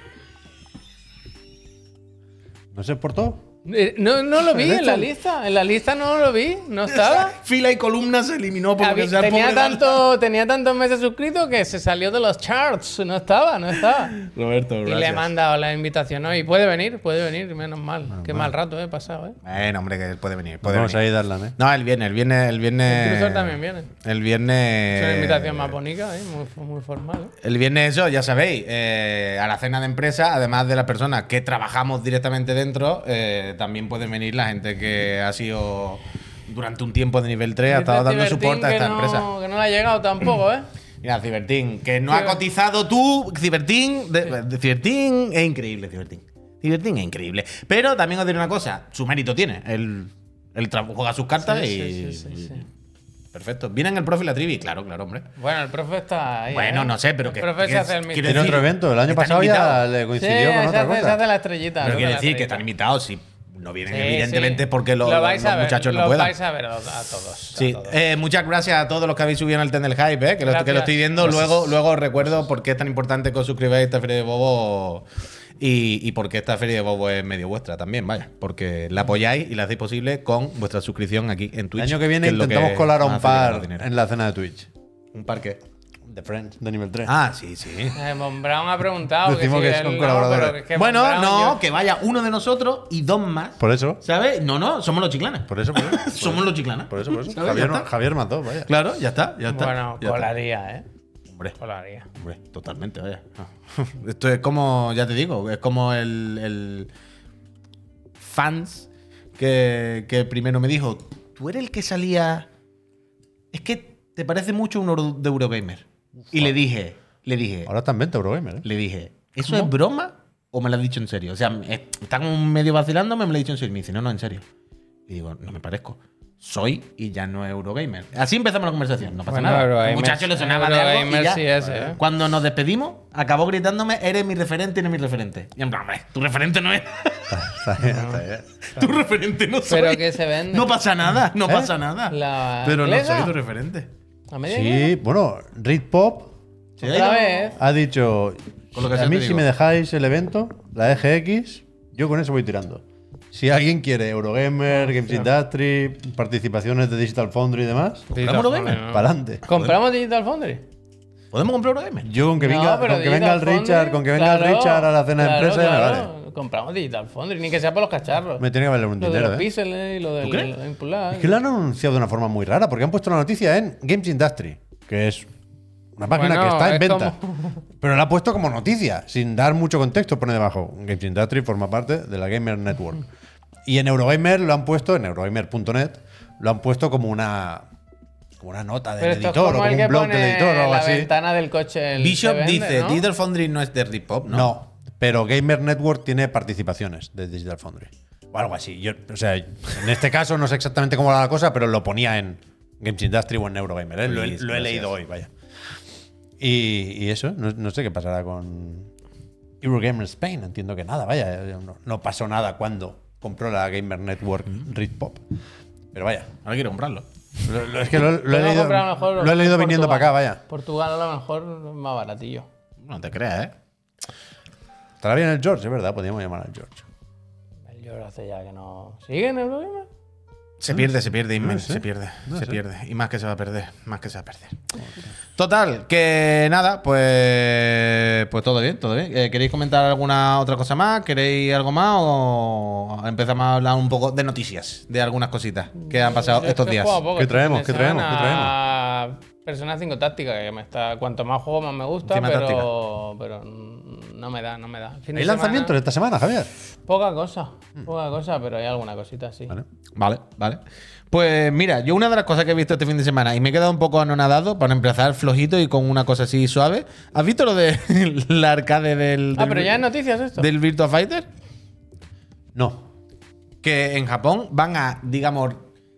[SPEAKER 3] ¿No se exportó?
[SPEAKER 1] "Eh, no, no lo vi en la lista, en la lista no lo vi, no estaba.
[SPEAKER 2] Fila y columna se eliminó por lo
[SPEAKER 1] Habí-
[SPEAKER 2] que sea el
[SPEAKER 1] tenía,
[SPEAKER 2] pobre Dan.
[SPEAKER 1] tanto, tenía tantos meses suscritos que se salió de los charts. No estaba, no estaba.
[SPEAKER 2] Roberto,
[SPEAKER 1] Y
[SPEAKER 2] gracias.
[SPEAKER 1] le he mandado la invitación hoy. Puede venir, puede venir, menos mal. Qué mal rato he pasado, ¿eh?
[SPEAKER 2] Bueno, hombre, que puede venir. Puede
[SPEAKER 3] Vamos a
[SPEAKER 2] venir.
[SPEAKER 3] ir a darla, ¿eh?
[SPEAKER 2] No, el viernes, el viernes, el viernes.
[SPEAKER 1] El Cruzor también viene.
[SPEAKER 2] El viernes.
[SPEAKER 1] Es una invitación más bonita, ¿eh? muy, muy formal. ¿eh?
[SPEAKER 2] El viernes eso, ya sabéis, eh, a la cena de empresa, además de las personas que trabajamos directamente dentro, eh, también pueden venir la gente que ha sido durante un tiempo de nivel 3, eh, ha estado
[SPEAKER 1] Dice
[SPEAKER 2] dando
[SPEAKER 1] Cibertín
[SPEAKER 2] soporte a
[SPEAKER 1] que
[SPEAKER 2] esta
[SPEAKER 1] no-
[SPEAKER 2] empresa.
[SPEAKER 1] Que no le ha llegado tampoco, ¿eh?
[SPEAKER 2] Mira, Cibertín, que no ha
[SPEAKER 1] Ciber-
[SPEAKER 2] cotizado tú, Cibertín, de- de- Cibertín es increíble, Cibertín. Cibertín es increíble. Pero también os diré una cosa, su mérito tiene, él, él tra- juega sus cartas
[SPEAKER 1] Sí,
[SPEAKER 2] y...
[SPEAKER 1] sí, sí, sí, sí.
[SPEAKER 2] Perfecto. Vienen el profe y la trivi, claro, claro, hombre.
[SPEAKER 1] Bueno, el profe está ahí.
[SPEAKER 2] Bueno,
[SPEAKER 1] ¿eh?
[SPEAKER 2] no sé, pero que-
[SPEAKER 1] El profe
[SPEAKER 2] que-
[SPEAKER 1] se hace el
[SPEAKER 2] quiero
[SPEAKER 1] misterio.
[SPEAKER 3] Tiene otro
[SPEAKER 2] decir,
[SPEAKER 3] evento. El año
[SPEAKER 2] están
[SPEAKER 3] pasado ya
[SPEAKER 2] invitados.
[SPEAKER 3] le
[SPEAKER 1] Sí,
[SPEAKER 3] coincidió con
[SPEAKER 1] se
[SPEAKER 3] otra
[SPEAKER 1] hace- se
[SPEAKER 3] cosa.
[SPEAKER 1] hace la estrellita.
[SPEAKER 2] Pero
[SPEAKER 1] luego
[SPEAKER 2] quiere
[SPEAKER 1] la
[SPEAKER 2] decir que están
[SPEAKER 1] estrellita.
[SPEAKER 2] invitados si no vienen,
[SPEAKER 1] Sí,
[SPEAKER 2] evidentemente,
[SPEAKER 1] sí.
[SPEAKER 2] porque los,
[SPEAKER 1] Lo vais
[SPEAKER 2] los
[SPEAKER 1] a ver,
[SPEAKER 2] muchachos no
[SPEAKER 1] lo
[SPEAKER 2] puedan.
[SPEAKER 1] vais a ver a, a todos. a
[SPEAKER 2] Sí,
[SPEAKER 1] todos.
[SPEAKER 2] eh, muchas gracias a todos los que habéis subido en el Ten del Hype, eh, que, lo, que lo
[SPEAKER 1] Gracias.
[SPEAKER 2] estoy viendo. Luego, luego os recuerdo por qué es tan importante que os suscribáis a esta Feria de Bobo y, y por qué esta Feria de Bobo es medio vuestra también, vaya. Porque la apoyáis y la hacéis posible con vuestra suscripción aquí en
[SPEAKER 3] El
[SPEAKER 2] Twitch.
[SPEAKER 3] año que viene
[SPEAKER 2] es lo
[SPEAKER 3] intentamos colar a
[SPEAKER 2] nos
[SPEAKER 3] un
[SPEAKER 2] hace ganar
[SPEAKER 3] par
[SPEAKER 2] dinero.
[SPEAKER 3] en la cena de Twitch.
[SPEAKER 2] ¿Un par qué?
[SPEAKER 3] The Friends, de nivel 3.
[SPEAKER 2] Ah, sí, sí.
[SPEAKER 1] Eh, Von Braun ha preguntado.
[SPEAKER 3] Decimos
[SPEAKER 1] si
[SPEAKER 3] que
[SPEAKER 1] él
[SPEAKER 3] son
[SPEAKER 1] no,
[SPEAKER 3] colaboradores.
[SPEAKER 1] pero que Von
[SPEAKER 2] Bueno,
[SPEAKER 1] Braun,
[SPEAKER 2] no,
[SPEAKER 1] yo-
[SPEAKER 2] que vaya uno de nosotros y dos más.
[SPEAKER 3] Por eso.
[SPEAKER 2] ¿Sabes? No, no, somos los chiclanes.
[SPEAKER 3] Por eso, por eso. por
[SPEAKER 2] somos
[SPEAKER 3] eso.
[SPEAKER 2] los chiclanes.
[SPEAKER 3] Por eso, por eso.
[SPEAKER 2] ¿Sabes?
[SPEAKER 3] Javier,
[SPEAKER 2] Ya está.
[SPEAKER 3] Javier mató, vaya.
[SPEAKER 2] Claro, ya está, ya está.
[SPEAKER 1] Bueno,
[SPEAKER 2] ya está.
[SPEAKER 1] colaría, ¿eh?
[SPEAKER 2] Hombre,
[SPEAKER 1] Colaría.
[SPEAKER 2] hombre, totalmente, vaya. Esto es como, ya te digo, es como el, el fans que, que primero me dijo, tú eres el que salía... Es que te parece mucho un oro- de Eurogamer. Y le dije, le dije,
[SPEAKER 3] Ahora está en venta Eurogamer, ¿eh?
[SPEAKER 2] le dije, ¿eso es broma o me lo has dicho en serio? O sea, me- está como medio vacilándome, me lo ha dicho en serio. Y me dice, no, no, en serio. Y digo, no me parezco. Soy y ya no Eurogamer. Así empezamos la conversación, no pasa
[SPEAKER 1] Bueno,
[SPEAKER 2] nada.
[SPEAKER 1] Eurogamer-
[SPEAKER 2] El muchacho le sonaba de algo y
[SPEAKER 1] Eurogamer
[SPEAKER 2] ya.
[SPEAKER 1] sí es, ¿eh?
[SPEAKER 2] Cuando nos despedimos, acabó gritándome, eres mi referente y no mi referente. Y en plan, hombre, tu referente no es.
[SPEAKER 3] Está bien, está bien.
[SPEAKER 2] tu referente no soy.
[SPEAKER 1] Pero que se ¿Eh? vende.
[SPEAKER 2] No pasa nada, no pasa nada.
[SPEAKER 1] La
[SPEAKER 2] Pero no
[SPEAKER 1] inglesa.
[SPEAKER 2] soy tu referente.
[SPEAKER 1] A media
[SPEAKER 3] Sí, bueno, Reed Pop
[SPEAKER 2] Sí,
[SPEAKER 1] Otra
[SPEAKER 2] ahí
[SPEAKER 1] vez.
[SPEAKER 3] ha dicho:
[SPEAKER 2] Con lo que
[SPEAKER 3] A
[SPEAKER 2] sea
[SPEAKER 3] mí,
[SPEAKER 2] te
[SPEAKER 3] si
[SPEAKER 2] digo".
[SPEAKER 3] me dejáis el evento, la EGX, yo con eso voy tirando. Si alguien quiere Eurogamer, Games Industry, participaciones de Digital Foundry y demás,
[SPEAKER 1] Digital
[SPEAKER 2] ¿Compramos Eurogamer?
[SPEAKER 1] Foundry, no.
[SPEAKER 3] para adelante.
[SPEAKER 1] ¿Compramos Digital Foundry?
[SPEAKER 2] ¿Podemos comprar Eurogamer?
[SPEAKER 3] Yo con que
[SPEAKER 1] No,
[SPEAKER 3] venga,
[SPEAKER 1] pero
[SPEAKER 3] con que
[SPEAKER 1] Digital
[SPEAKER 3] venga el
[SPEAKER 1] Foundry,
[SPEAKER 3] Richard, con que venga el
[SPEAKER 1] claro,
[SPEAKER 3] Richard a la cena
[SPEAKER 1] claro,
[SPEAKER 3] de empresa,
[SPEAKER 1] claro.
[SPEAKER 3] me vale.
[SPEAKER 1] Compramos Digital Foundry, ni que sea por los cacharros.
[SPEAKER 3] Me tiene que valer un
[SPEAKER 1] lo de
[SPEAKER 3] dinero,
[SPEAKER 1] los
[SPEAKER 3] ¿eh?
[SPEAKER 1] píxeles y lo del
[SPEAKER 2] crees?
[SPEAKER 1] lo de impular.
[SPEAKER 3] Es que lo han anunciado de una forma muy rara, porque han puesto la noticia en Games Industry. que es una página
[SPEAKER 1] Bueno,
[SPEAKER 3] que está en
[SPEAKER 1] es
[SPEAKER 3] venta.
[SPEAKER 1] como-
[SPEAKER 3] Pero la ha puesto como noticia, sin dar mucho contexto, pone debajo. Games Industry forma parte de la Gamer Network. Y en Eurogamer lo han puesto, en eurogamer.net, lo han puesto como una, como una nota del
[SPEAKER 1] Pero esto
[SPEAKER 3] editor
[SPEAKER 1] es
[SPEAKER 3] o
[SPEAKER 1] como
[SPEAKER 3] como
[SPEAKER 1] el que
[SPEAKER 3] un blog del
[SPEAKER 1] pone
[SPEAKER 3] editor o algo
[SPEAKER 1] la
[SPEAKER 3] así.
[SPEAKER 1] ventana del coche. El
[SPEAKER 2] Bishop
[SPEAKER 1] que vende,
[SPEAKER 2] dice,
[SPEAKER 1] ¿no?
[SPEAKER 2] Digital Foundry no es de Ripop, ¿no?
[SPEAKER 3] ¿no? pero Gamer Network tiene participaciones de Digital Foundry. O algo así. Yo, o sea, en este caso no sé exactamente cómo era la cosa, pero lo ponía en Games Industry o en Eurogamer. ¿eh? Lo, he-
[SPEAKER 2] Luis,
[SPEAKER 3] lo he
[SPEAKER 2] gracias.
[SPEAKER 3] leído hoy, vaya. Y, y eso, no, no sé qué pasará con Eurogamer Spain. Entiendo que nada, vaya. eh, No, no pasó nada cuando compró la Gamer Network
[SPEAKER 1] Mm.
[SPEAKER 3] Ritpop. Pero vaya,
[SPEAKER 2] Ahora quiero comprarlo.
[SPEAKER 3] lo- lo- es que lo, lo
[SPEAKER 1] Tengo
[SPEAKER 3] he
[SPEAKER 1] que
[SPEAKER 3] leído,
[SPEAKER 1] comprar a lo mejor
[SPEAKER 3] lo he leído viniendo para acá,
[SPEAKER 1] Portugal.
[SPEAKER 3] vaya.
[SPEAKER 1] Portugal a lo mejor es más baratillo.
[SPEAKER 2] No te creas, ¿eh?
[SPEAKER 3] Estará bien el George, es verdad, podríamos llamar al George.
[SPEAKER 1] Yo lo hace ya que no. ¿Siguen el problema?
[SPEAKER 2] Se pierde, se pierde, Inmen,
[SPEAKER 3] sé.
[SPEAKER 2] se pierde, se pierde. Y más que se va a perder, más que se va a perder. Total, que nada, pues pues todo bien, todo bien. Eh, ¿Queréis comentar alguna otra cosa más? ¿Queréis algo más? ¿O empezamos a hablar un poco de noticias, de algunas cositas que han pasado
[SPEAKER 1] Yo
[SPEAKER 2] estos
[SPEAKER 1] es que he
[SPEAKER 2] días?
[SPEAKER 1] jugado poco
[SPEAKER 3] ¿Qué
[SPEAKER 1] este
[SPEAKER 3] traemos?
[SPEAKER 1] fin de
[SPEAKER 3] ¿Qué traemos?
[SPEAKER 1] semana
[SPEAKER 3] ¿Qué traemos?
[SPEAKER 1] a Persona 5 táctica, que me está. Cuanto más juego, más me gusta,
[SPEAKER 2] Encima
[SPEAKER 1] pero. Pero no me da, no me da. Fin de
[SPEAKER 3] ¿Hay
[SPEAKER 1] semana,
[SPEAKER 3] lanzamientos esta semana, Javier?
[SPEAKER 1] Poca cosa, poca cosa, pero hay alguna cosita, sí.
[SPEAKER 3] Vale.
[SPEAKER 2] Vale, vale. Pues mira, yo una de las cosas que he visto este fin de semana y me he quedado un poco anonadado para empezar flojito y con una cosa así suave. ¿Has visto lo de la arcade del,
[SPEAKER 1] Ah,
[SPEAKER 2] del-
[SPEAKER 1] pero ya es noticias esto.
[SPEAKER 2] del Virtua Fighter?
[SPEAKER 3] No.
[SPEAKER 2] que en Japón van a, digamos,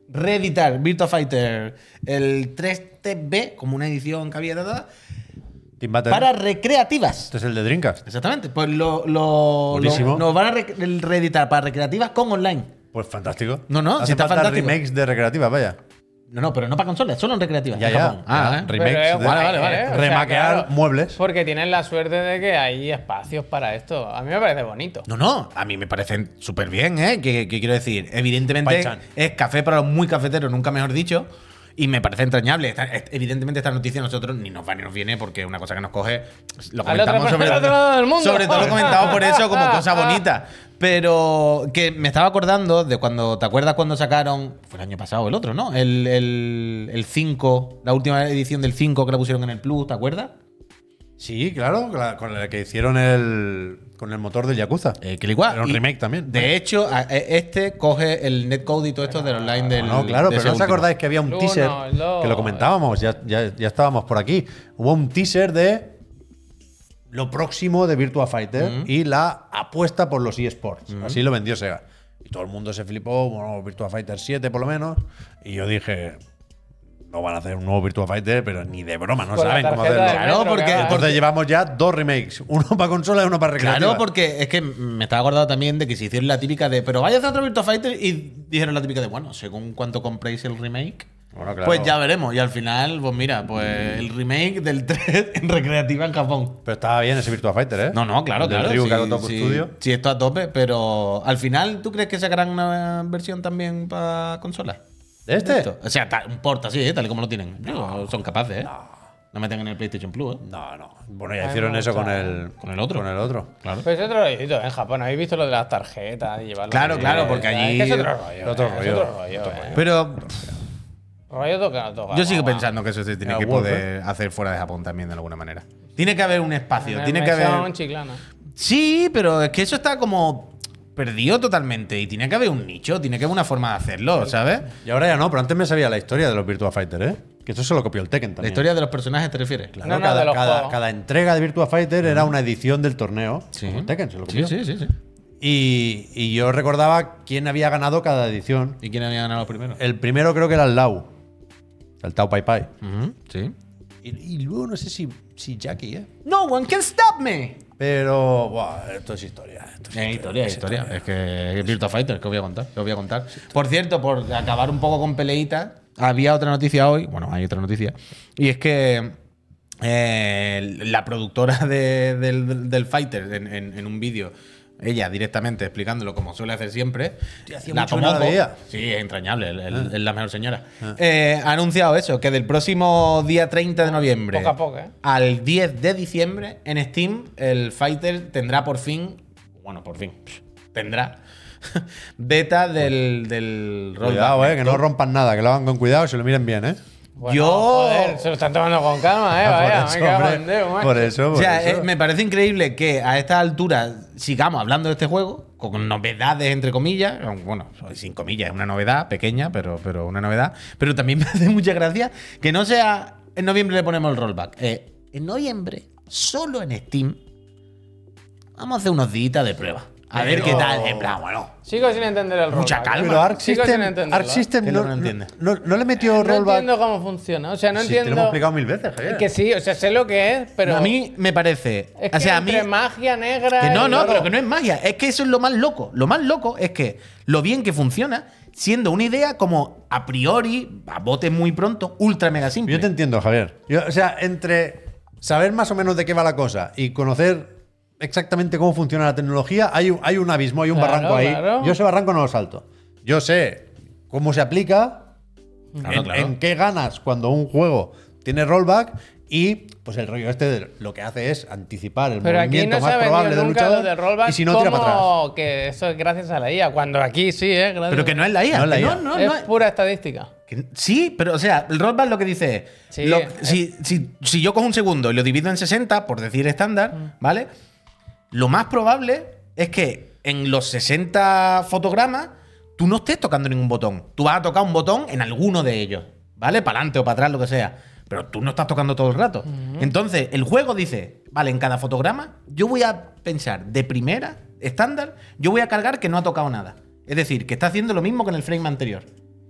[SPEAKER 2] reeditar Virtua Fighter el 3TB como una edición que había dada
[SPEAKER 3] Team Battle.
[SPEAKER 2] para recreativas.
[SPEAKER 3] Este es el de Dreamcast.
[SPEAKER 2] Exactamente, pues lo, lo,
[SPEAKER 3] Buenísimo.
[SPEAKER 2] lo- nos van a re- reeditar para recreativas con online.
[SPEAKER 3] Pues fantástico.
[SPEAKER 2] No, no,
[SPEAKER 3] Hace
[SPEAKER 2] sí está
[SPEAKER 3] falta
[SPEAKER 2] fantástico.
[SPEAKER 3] remakes de recreativas, vaya.
[SPEAKER 2] No, no, pero no para consolas, solo en recreativas.
[SPEAKER 3] Ya,
[SPEAKER 2] en
[SPEAKER 3] ya.
[SPEAKER 2] Japón. Ah,
[SPEAKER 3] Ya,
[SPEAKER 2] ¿eh?
[SPEAKER 3] remakes
[SPEAKER 1] Pero es
[SPEAKER 3] de-
[SPEAKER 1] guay,
[SPEAKER 2] Vale, vale,
[SPEAKER 1] ¿eh?
[SPEAKER 2] vale.
[SPEAKER 1] O sea,
[SPEAKER 3] Remaquear
[SPEAKER 1] claro,
[SPEAKER 3] muebles.
[SPEAKER 1] Porque tienen la suerte de que hay espacios para esto. A mí me parece bonito.
[SPEAKER 2] No, no, a mí me parecen súper bien, ¿eh? Que, que quiero decir, evidentemente
[SPEAKER 3] Paichan.
[SPEAKER 2] es café para los muy cafeteros, nunca mejor dicho, y me parece entrañable. Esta- est- evidentemente esta noticia a nosotros ni nos va ni nos viene porque es una cosa que nos coge, lo
[SPEAKER 1] Al otro-
[SPEAKER 2] comentamos sobre,
[SPEAKER 1] al otro lado del mundo.
[SPEAKER 2] sobre todo lo comentamos por eso como cosa bonita. Pero que me estaba acordando de cuando, ¿te acuerdas cuando sacaron, fue el año pasado el otro, ¿no? El, el, el 5, la última edición del 5 que la pusieron en el Plus, ¿te acuerdas?
[SPEAKER 3] Sí, claro, con la, con la que hicieron el con el motor del Yakuza.
[SPEAKER 2] Eh, que igual.
[SPEAKER 3] Era un
[SPEAKER 2] y-
[SPEAKER 3] remake también.
[SPEAKER 2] De
[SPEAKER 3] Vale.
[SPEAKER 2] hecho, a- e- este coge el netcode y todo esto del online del.
[SPEAKER 3] no, claro,
[SPEAKER 2] de
[SPEAKER 3] pero
[SPEAKER 2] ese
[SPEAKER 3] ¿no os
[SPEAKER 2] último.
[SPEAKER 3] acordáis que había un
[SPEAKER 1] El
[SPEAKER 3] teaser?
[SPEAKER 1] uno, el dos.
[SPEAKER 3] que lo comentábamos, ya, ya, ya estábamos por aquí. Hubo un teaser de lo próximo de Virtua Fighter
[SPEAKER 2] Mm.
[SPEAKER 3] y la apuesta por los eSports. Así lo vendió Sega. Y todo el mundo se flipó, bueno, Virtua Fighter 7 por lo menos. Y yo dije, no van a hacer un nuevo Virtua Fighter, pero ni de broma, no
[SPEAKER 1] Con la
[SPEAKER 3] saben cómo
[SPEAKER 1] tarjeta
[SPEAKER 3] hacerlo.
[SPEAKER 1] del
[SPEAKER 2] Claro,
[SPEAKER 1] metro
[SPEAKER 2] porque-
[SPEAKER 1] que hagan.
[SPEAKER 3] Entonces llevamos ya dos remakes, uno para consola y uno para recreativa.
[SPEAKER 2] Claro, porque es que me estaba acordado también de que se hicieron la típica de, pero vaya a hacer otro Virtua Fighter y dijeron la típica de, bueno, según cuánto compréis el remake,
[SPEAKER 3] Bueno, claro. Mm.
[SPEAKER 2] pues ya veremos. Y al final, pues mira, pues el remake del 3 en recreativa en Japón.
[SPEAKER 3] Pero estaba bien ese Virtua Fighter, ¿eh?
[SPEAKER 2] No, no, claro,
[SPEAKER 3] El del
[SPEAKER 2] claro.
[SPEAKER 3] Ryu
[SPEAKER 2] sí,
[SPEAKER 3] Karotoku
[SPEAKER 2] sí,
[SPEAKER 3] Studio.
[SPEAKER 2] sí, esto a tope, pero al final, ¿tú crees que sacarán una versión también para consolas?
[SPEAKER 3] ¿De este?
[SPEAKER 2] Esto. O sea, tal- un port así, ¿eh? tal y como lo tienen. Yo, son capaces, ¿eh? No. meten en el PlayStation Plus, ¿eh?
[SPEAKER 3] No, no. Bueno, ya
[SPEAKER 1] Ay,
[SPEAKER 3] hicieron
[SPEAKER 1] no,
[SPEAKER 3] eso con
[SPEAKER 1] chao.
[SPEAKER 3] el,
[SPEAKER 2] Con el otro.
[SPEAKER 3] Con el otro.
[SPEAKER 2] Claro.
[SPEAKER 1] Pero es otro rollito ¿eh? en Japón. ¿Habéis visto lo de las tarjetas? y llevarlo
[SPEAKER 2] Claro,
[SPEAKER 1] así?
[SPEAKER 2] claro, porque
[SPEAKER 1] Es que
[SPEAKER 2] allí-
[SPEAKER 1] Es otro rollo.
[SPEAKER 3] Otro
[SPEAKER 1] eh, es
[SPEAKER 3] rollo.
[SPEAKER 1] otro rollo. eh.
[SPEAKER 2] Pero
[SPEAKER 1] Rollo toca, toca.
[SPEAKER 2] yo sigo
[SPEAKER 1] guagua.
[SPEAKER 2] pensando que eso se tiene
[SPEAKER 3] Ah,
[SPEAKER 2] que
[SPEAKER 3] Wolf,
[SPEAKER 2] poder hacer fuera de Japón también de alguna manera. Tiene que haber un espacio,
[SPEAKER 1] En
[SPEAKER 2] tiene
[SPEAKER 1] el
[SPEAKER 2] que
[SPEAKER 1] mesón,
[SPEAKER 2] haber.
[SPEAKER 1] chiclana.
[SPEAKER 2] Sí, pero es que eso está como perdido totalmente. Y tiene que haber un nicho, tiene que haber una forma de hacerlo, ¿sabes?
[SPEAKER 3] Y ahora ya no, pero antes me sabía la historia de los Virtua Fighter, ¿eh? Que eso se lo copió el Tekken
[SPEAKER 2] La
[SPEAKER 3] también.
[SPEAKER 2] historia de los personajes te refieres. Claro.
[SPEAKER 1] No, no,
[SPEAKER 3] cada,
[SPEAKER 1] de los
[SPEAKER 3] cada,
[SPEAKER 1] juegos.
[SPEAKER 3] cada entrega de Virtua Fighter era una edición del torneo. Como el Tekken se lo
[SPEAKER 2] sí,
[SPEAKER 3] copió.
[SPEAKER 2] sí, sí, sí.
[SPEAKER 3] Y, y yo recordaba quién había ganado cada edición.
[SPEAKER 2] ¿Y quién había ganado primero?
[SPEAKER 3] El primero creo que era el Lau. El Tau Pai Pai.
[SPEAKER 2] Ujú, Sí.
[SPEAKER 3] Y, y luego no sé si, si Jackie, ¿eh?
[SPEAKER 2] No one can stop me.
[SPEAKER 3] Pero, buah, esto es historia. esto es
[SPEAKER 2] Es historia, es historia. Es que es Virtua Fighter, que os voy a contar, que os voy a contar. Por cierto, por acabar un poco con peleita, había otra noticia hoy, bueno, hay otra noticia, y es que eh, la productora de- del, del Fighter en, en- en un vídeo, ella directamente explicándolo como suele hacer siempre,
[SPEAKER 3] hacía mucho que no la veía.
[SPEAKER 2] Sí, es entrañable, el- el- es la mejor señora. Eh, ha anunciado eso, que del próximo día 30 de noviembre
[SPEAKER 1] Poco a poco, ¿eh?
[SPEAKER 2] al 10 de diciembre en Steam, el Fighter tendrá por fin, bueno, por fin, pff, tendrá beta del, del
[SPEAKER 3] Cuidado,
[SPEAKER 2] rollback. eh,
[SPEAKER 3] eh, que no rompan nada, que lo hagan con cuidado y se lo miren bien, eh.
[SPEAKER 1] Bueno,
[SPEAKER 2] Yo-
[SPEAKER 1] joder, se lo están tomando con calma, eh.
[SPEAKER 3] Ah,
[SPEAKER 1] Vaya, me
[SPEAKER 3] por, eso,
[SPEAKER 1] cago en
[SPEAKER 3] hombre.
[SPEAKER 1] Dios, macho.
[SPEAKER 3] por eso,
[SPEAKER 2] O
[SPEAKER 3] por
[SPEAKER 2] sea,
[SPEAKER 3] eso.
[SPEAKER 2] eh, me parece increíble que a esta altura sigamos hablando de este juego, con novedades entre comillas, bueno, sin comillas, es una novedad pequeña, pero, pero una novedad, pero también me hace mucha gracia que no sea, en noviembre le ponemos el rollback, Eh, en noviembre, solo en Steam, vamos a hacer unos días de prueba, a ver qué
[SPEAKER 3] Pero-
[SPEAKER 2] tal, en plan, bueno,
[SPEAKER 1] Sigo sin entender el rol.
[SPEAKER 2] Mucha calma.
[SPEAKER 3] Pero Arc
[SPEAKER 1] Sigo sin
[SPEAKER 3] System,
[SPEAKER 1] entenderlo,
[SPEAKER 3] Arc
[SPEAKER 1] ¿eh?
[SPEAKER 3] System
[SPEAKER 2] Que
[SPEAKER 3] no,
[SPEAKER 2] no lo entiende.
[SPEAKER 3] no- no le metió
[SPEAKER 1] No
[SPEAKER 3] rollback.
[SPEAKER 1] entiendo cómo funciona. O sea, no
[SPEAKER 3] Sí, te lo hemos
[SPEAKER 1] entiendo.
[SPEAKER 3] explicado mil veces, Javier.
[SPEAKER 1] que sí, o sea, sé lo que es, pero.
[SPEAKER 2] a mí me parece,
[SPEAKER 1] Es que
[SPEAKER 2] o sea, a mí...
[SPEAKER 1] entre magia negra.
[SPEAKER 2] Que no,
[SPEAKER 1] y
[SPEAKER 2] no,
[SPEAKER 1] oro.
[SPEAKER 2] pero que no es magia. Es que eso es lo más loco. Lo más loco es que lo bien que funciona, siendo una idea como a priori, a bote muy pronto, ultra mega simple.
[SPEAKER 3] Yo te entiendo, Javier. Yo, o sea, entre saber más o menos de qué va la cosa y conocer exactamente cómo funciona la tecnología, hay, un- hay un abismo, hay un
[SPEAKER 1] Claro,
[SPEAKER 3] barranco ahí.
[SPEAKER 1] claro.
[SPEAKER 3] Yo ese barranco no lo salto. Yo sé cómo se aplica,
[SPEAKER 2] Claro,
[SPEAKER 3] en,
[SPEAKER 2] claro.
[SPEAKER 3] en qué ganas cuando un juego tiene rollback y pues el rollo este de lo que hace es anticipar el
[SPEAKER 1] Pero aquí
[SPEAKER 3] movimiento
[SPEAKER 1] no se
[SPEAKER 3] más
[SPEAKER 1] ha
[SPEAKER 3] probable
[SPEAKER 1] vendido
[SPEAKER 3] del
[SPEAKER 1] nunca
[SPEAKER 3] luchador
[SPEAKER 1] lo del rollback.
[SPEAKER 3] y si no tira para atrás.
[SPEAKER 1] como que eso es gracias a la IA. Cuando aquí sí, ¿eh? Gracias.
[SPEAKER 2] pero que no es la IA.
[SPEAKER 3] No
[SPEAKER 2] que
[SPEAKER 3] es la
[SPEAKER 2] No,
[SPEAKER 3] IA.
[SPEAKER 2] no,
[SPEAKER 1] es
[SPEAKER 2] no es-
[SPEAKER 1] pura estadística.
[SPEAKER 2] que- sí, pero o sea, el rollback lo que dice es,
[SPEAKER 1] Sí.
[SPEAKER 2] lo- si, si- si yo cojo un segundo y lo divido en 60, por decir
[SPEAKER 1] Mm.
[SPEAKER 2] estándar, ¿vale? Lo más probable es que en los 60 fotogramas tú no estés tocando ningún botón. Tú vas a tocar un botón en alguno de ellos, ¿vale? Para adelante o para atrás, lo que sea. Pero tú no estás tocando todo el rato. Entonces, el juego dice, vale, en cada fotograma yo voy a pensar de primera, estándar, yo voy a cargar que no ha tocado nada. Es decir, que está haciendo lo mismo que en el frame anterior.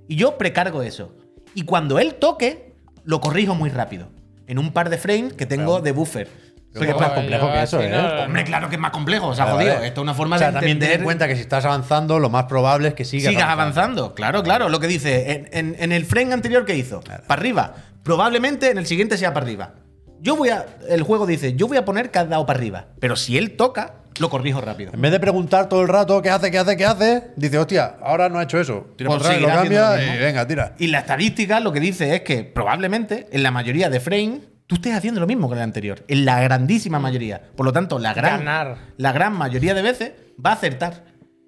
[SPEAKER 2] Y yo precargo eso. Y cuando él toque, lo corrijo muy rápido. En un par de frames que tengo de buffer.
[SPEAKER 3] Creo que es más
[SPEAKER 1] Joder,
[SPEAKER 3] complejo que
[SPEAKER 1] yo
[SPEAKER 3] eso,
[SPEAKER 1] así no-
[SPEAKER 3] ¿eh?
[SPEAKER 2] Hombre, claro que es más complejo, o sea,
[SPEAKER 3] Vale,
[SPEAKER 2] jodido.
[SPEAKER 3] vale.
[SPEAKER 2] Esto es una forma
[SPEAKER 3] O sea,
[SPEAKER 2] de
[SPEAKER 3] también ten
[SPEAKER 2] entender
[SPEAKER 3] en cuenta que si estás avanzando, lo más probable es que sigas,
[SPEAKER 2] sigas avanzando. Claro, claro. Lo que dice, en, en- en el frame anterior que hizo, para arriba. Probablemente en el siguiente sea para arriba. Yo voy a. El juego dice, yo voy a poner cada o para arriba. Pero si él toca, lo corrijo rápido.
[SPEAKER 3] En vez de preguntar todo el rato qué hace, qué hace, qué hace, dice, hostia, ahora no ha hecho eso. Tira
[SPEAKER 2] Pues
[SPEAKER 3] para atrás, lo
[SPEAKER 2] seguirá haciendo
[SPEAKER 3] cambia
[SPEAKER 2] lo mismo.
[SPEAKER 3] y venga, tira.
[SPEAKER 2] Y la estadística lo que dice es que probablemente en la mayoría de frames tú estés haciendo lo mismo que en el anterior. En la grandísima mayoría. Por lo tanto, la gran,
[SPEAKER 1] Ganar.
[SPEAKER 2] la gran mayoría de veces va a acertar.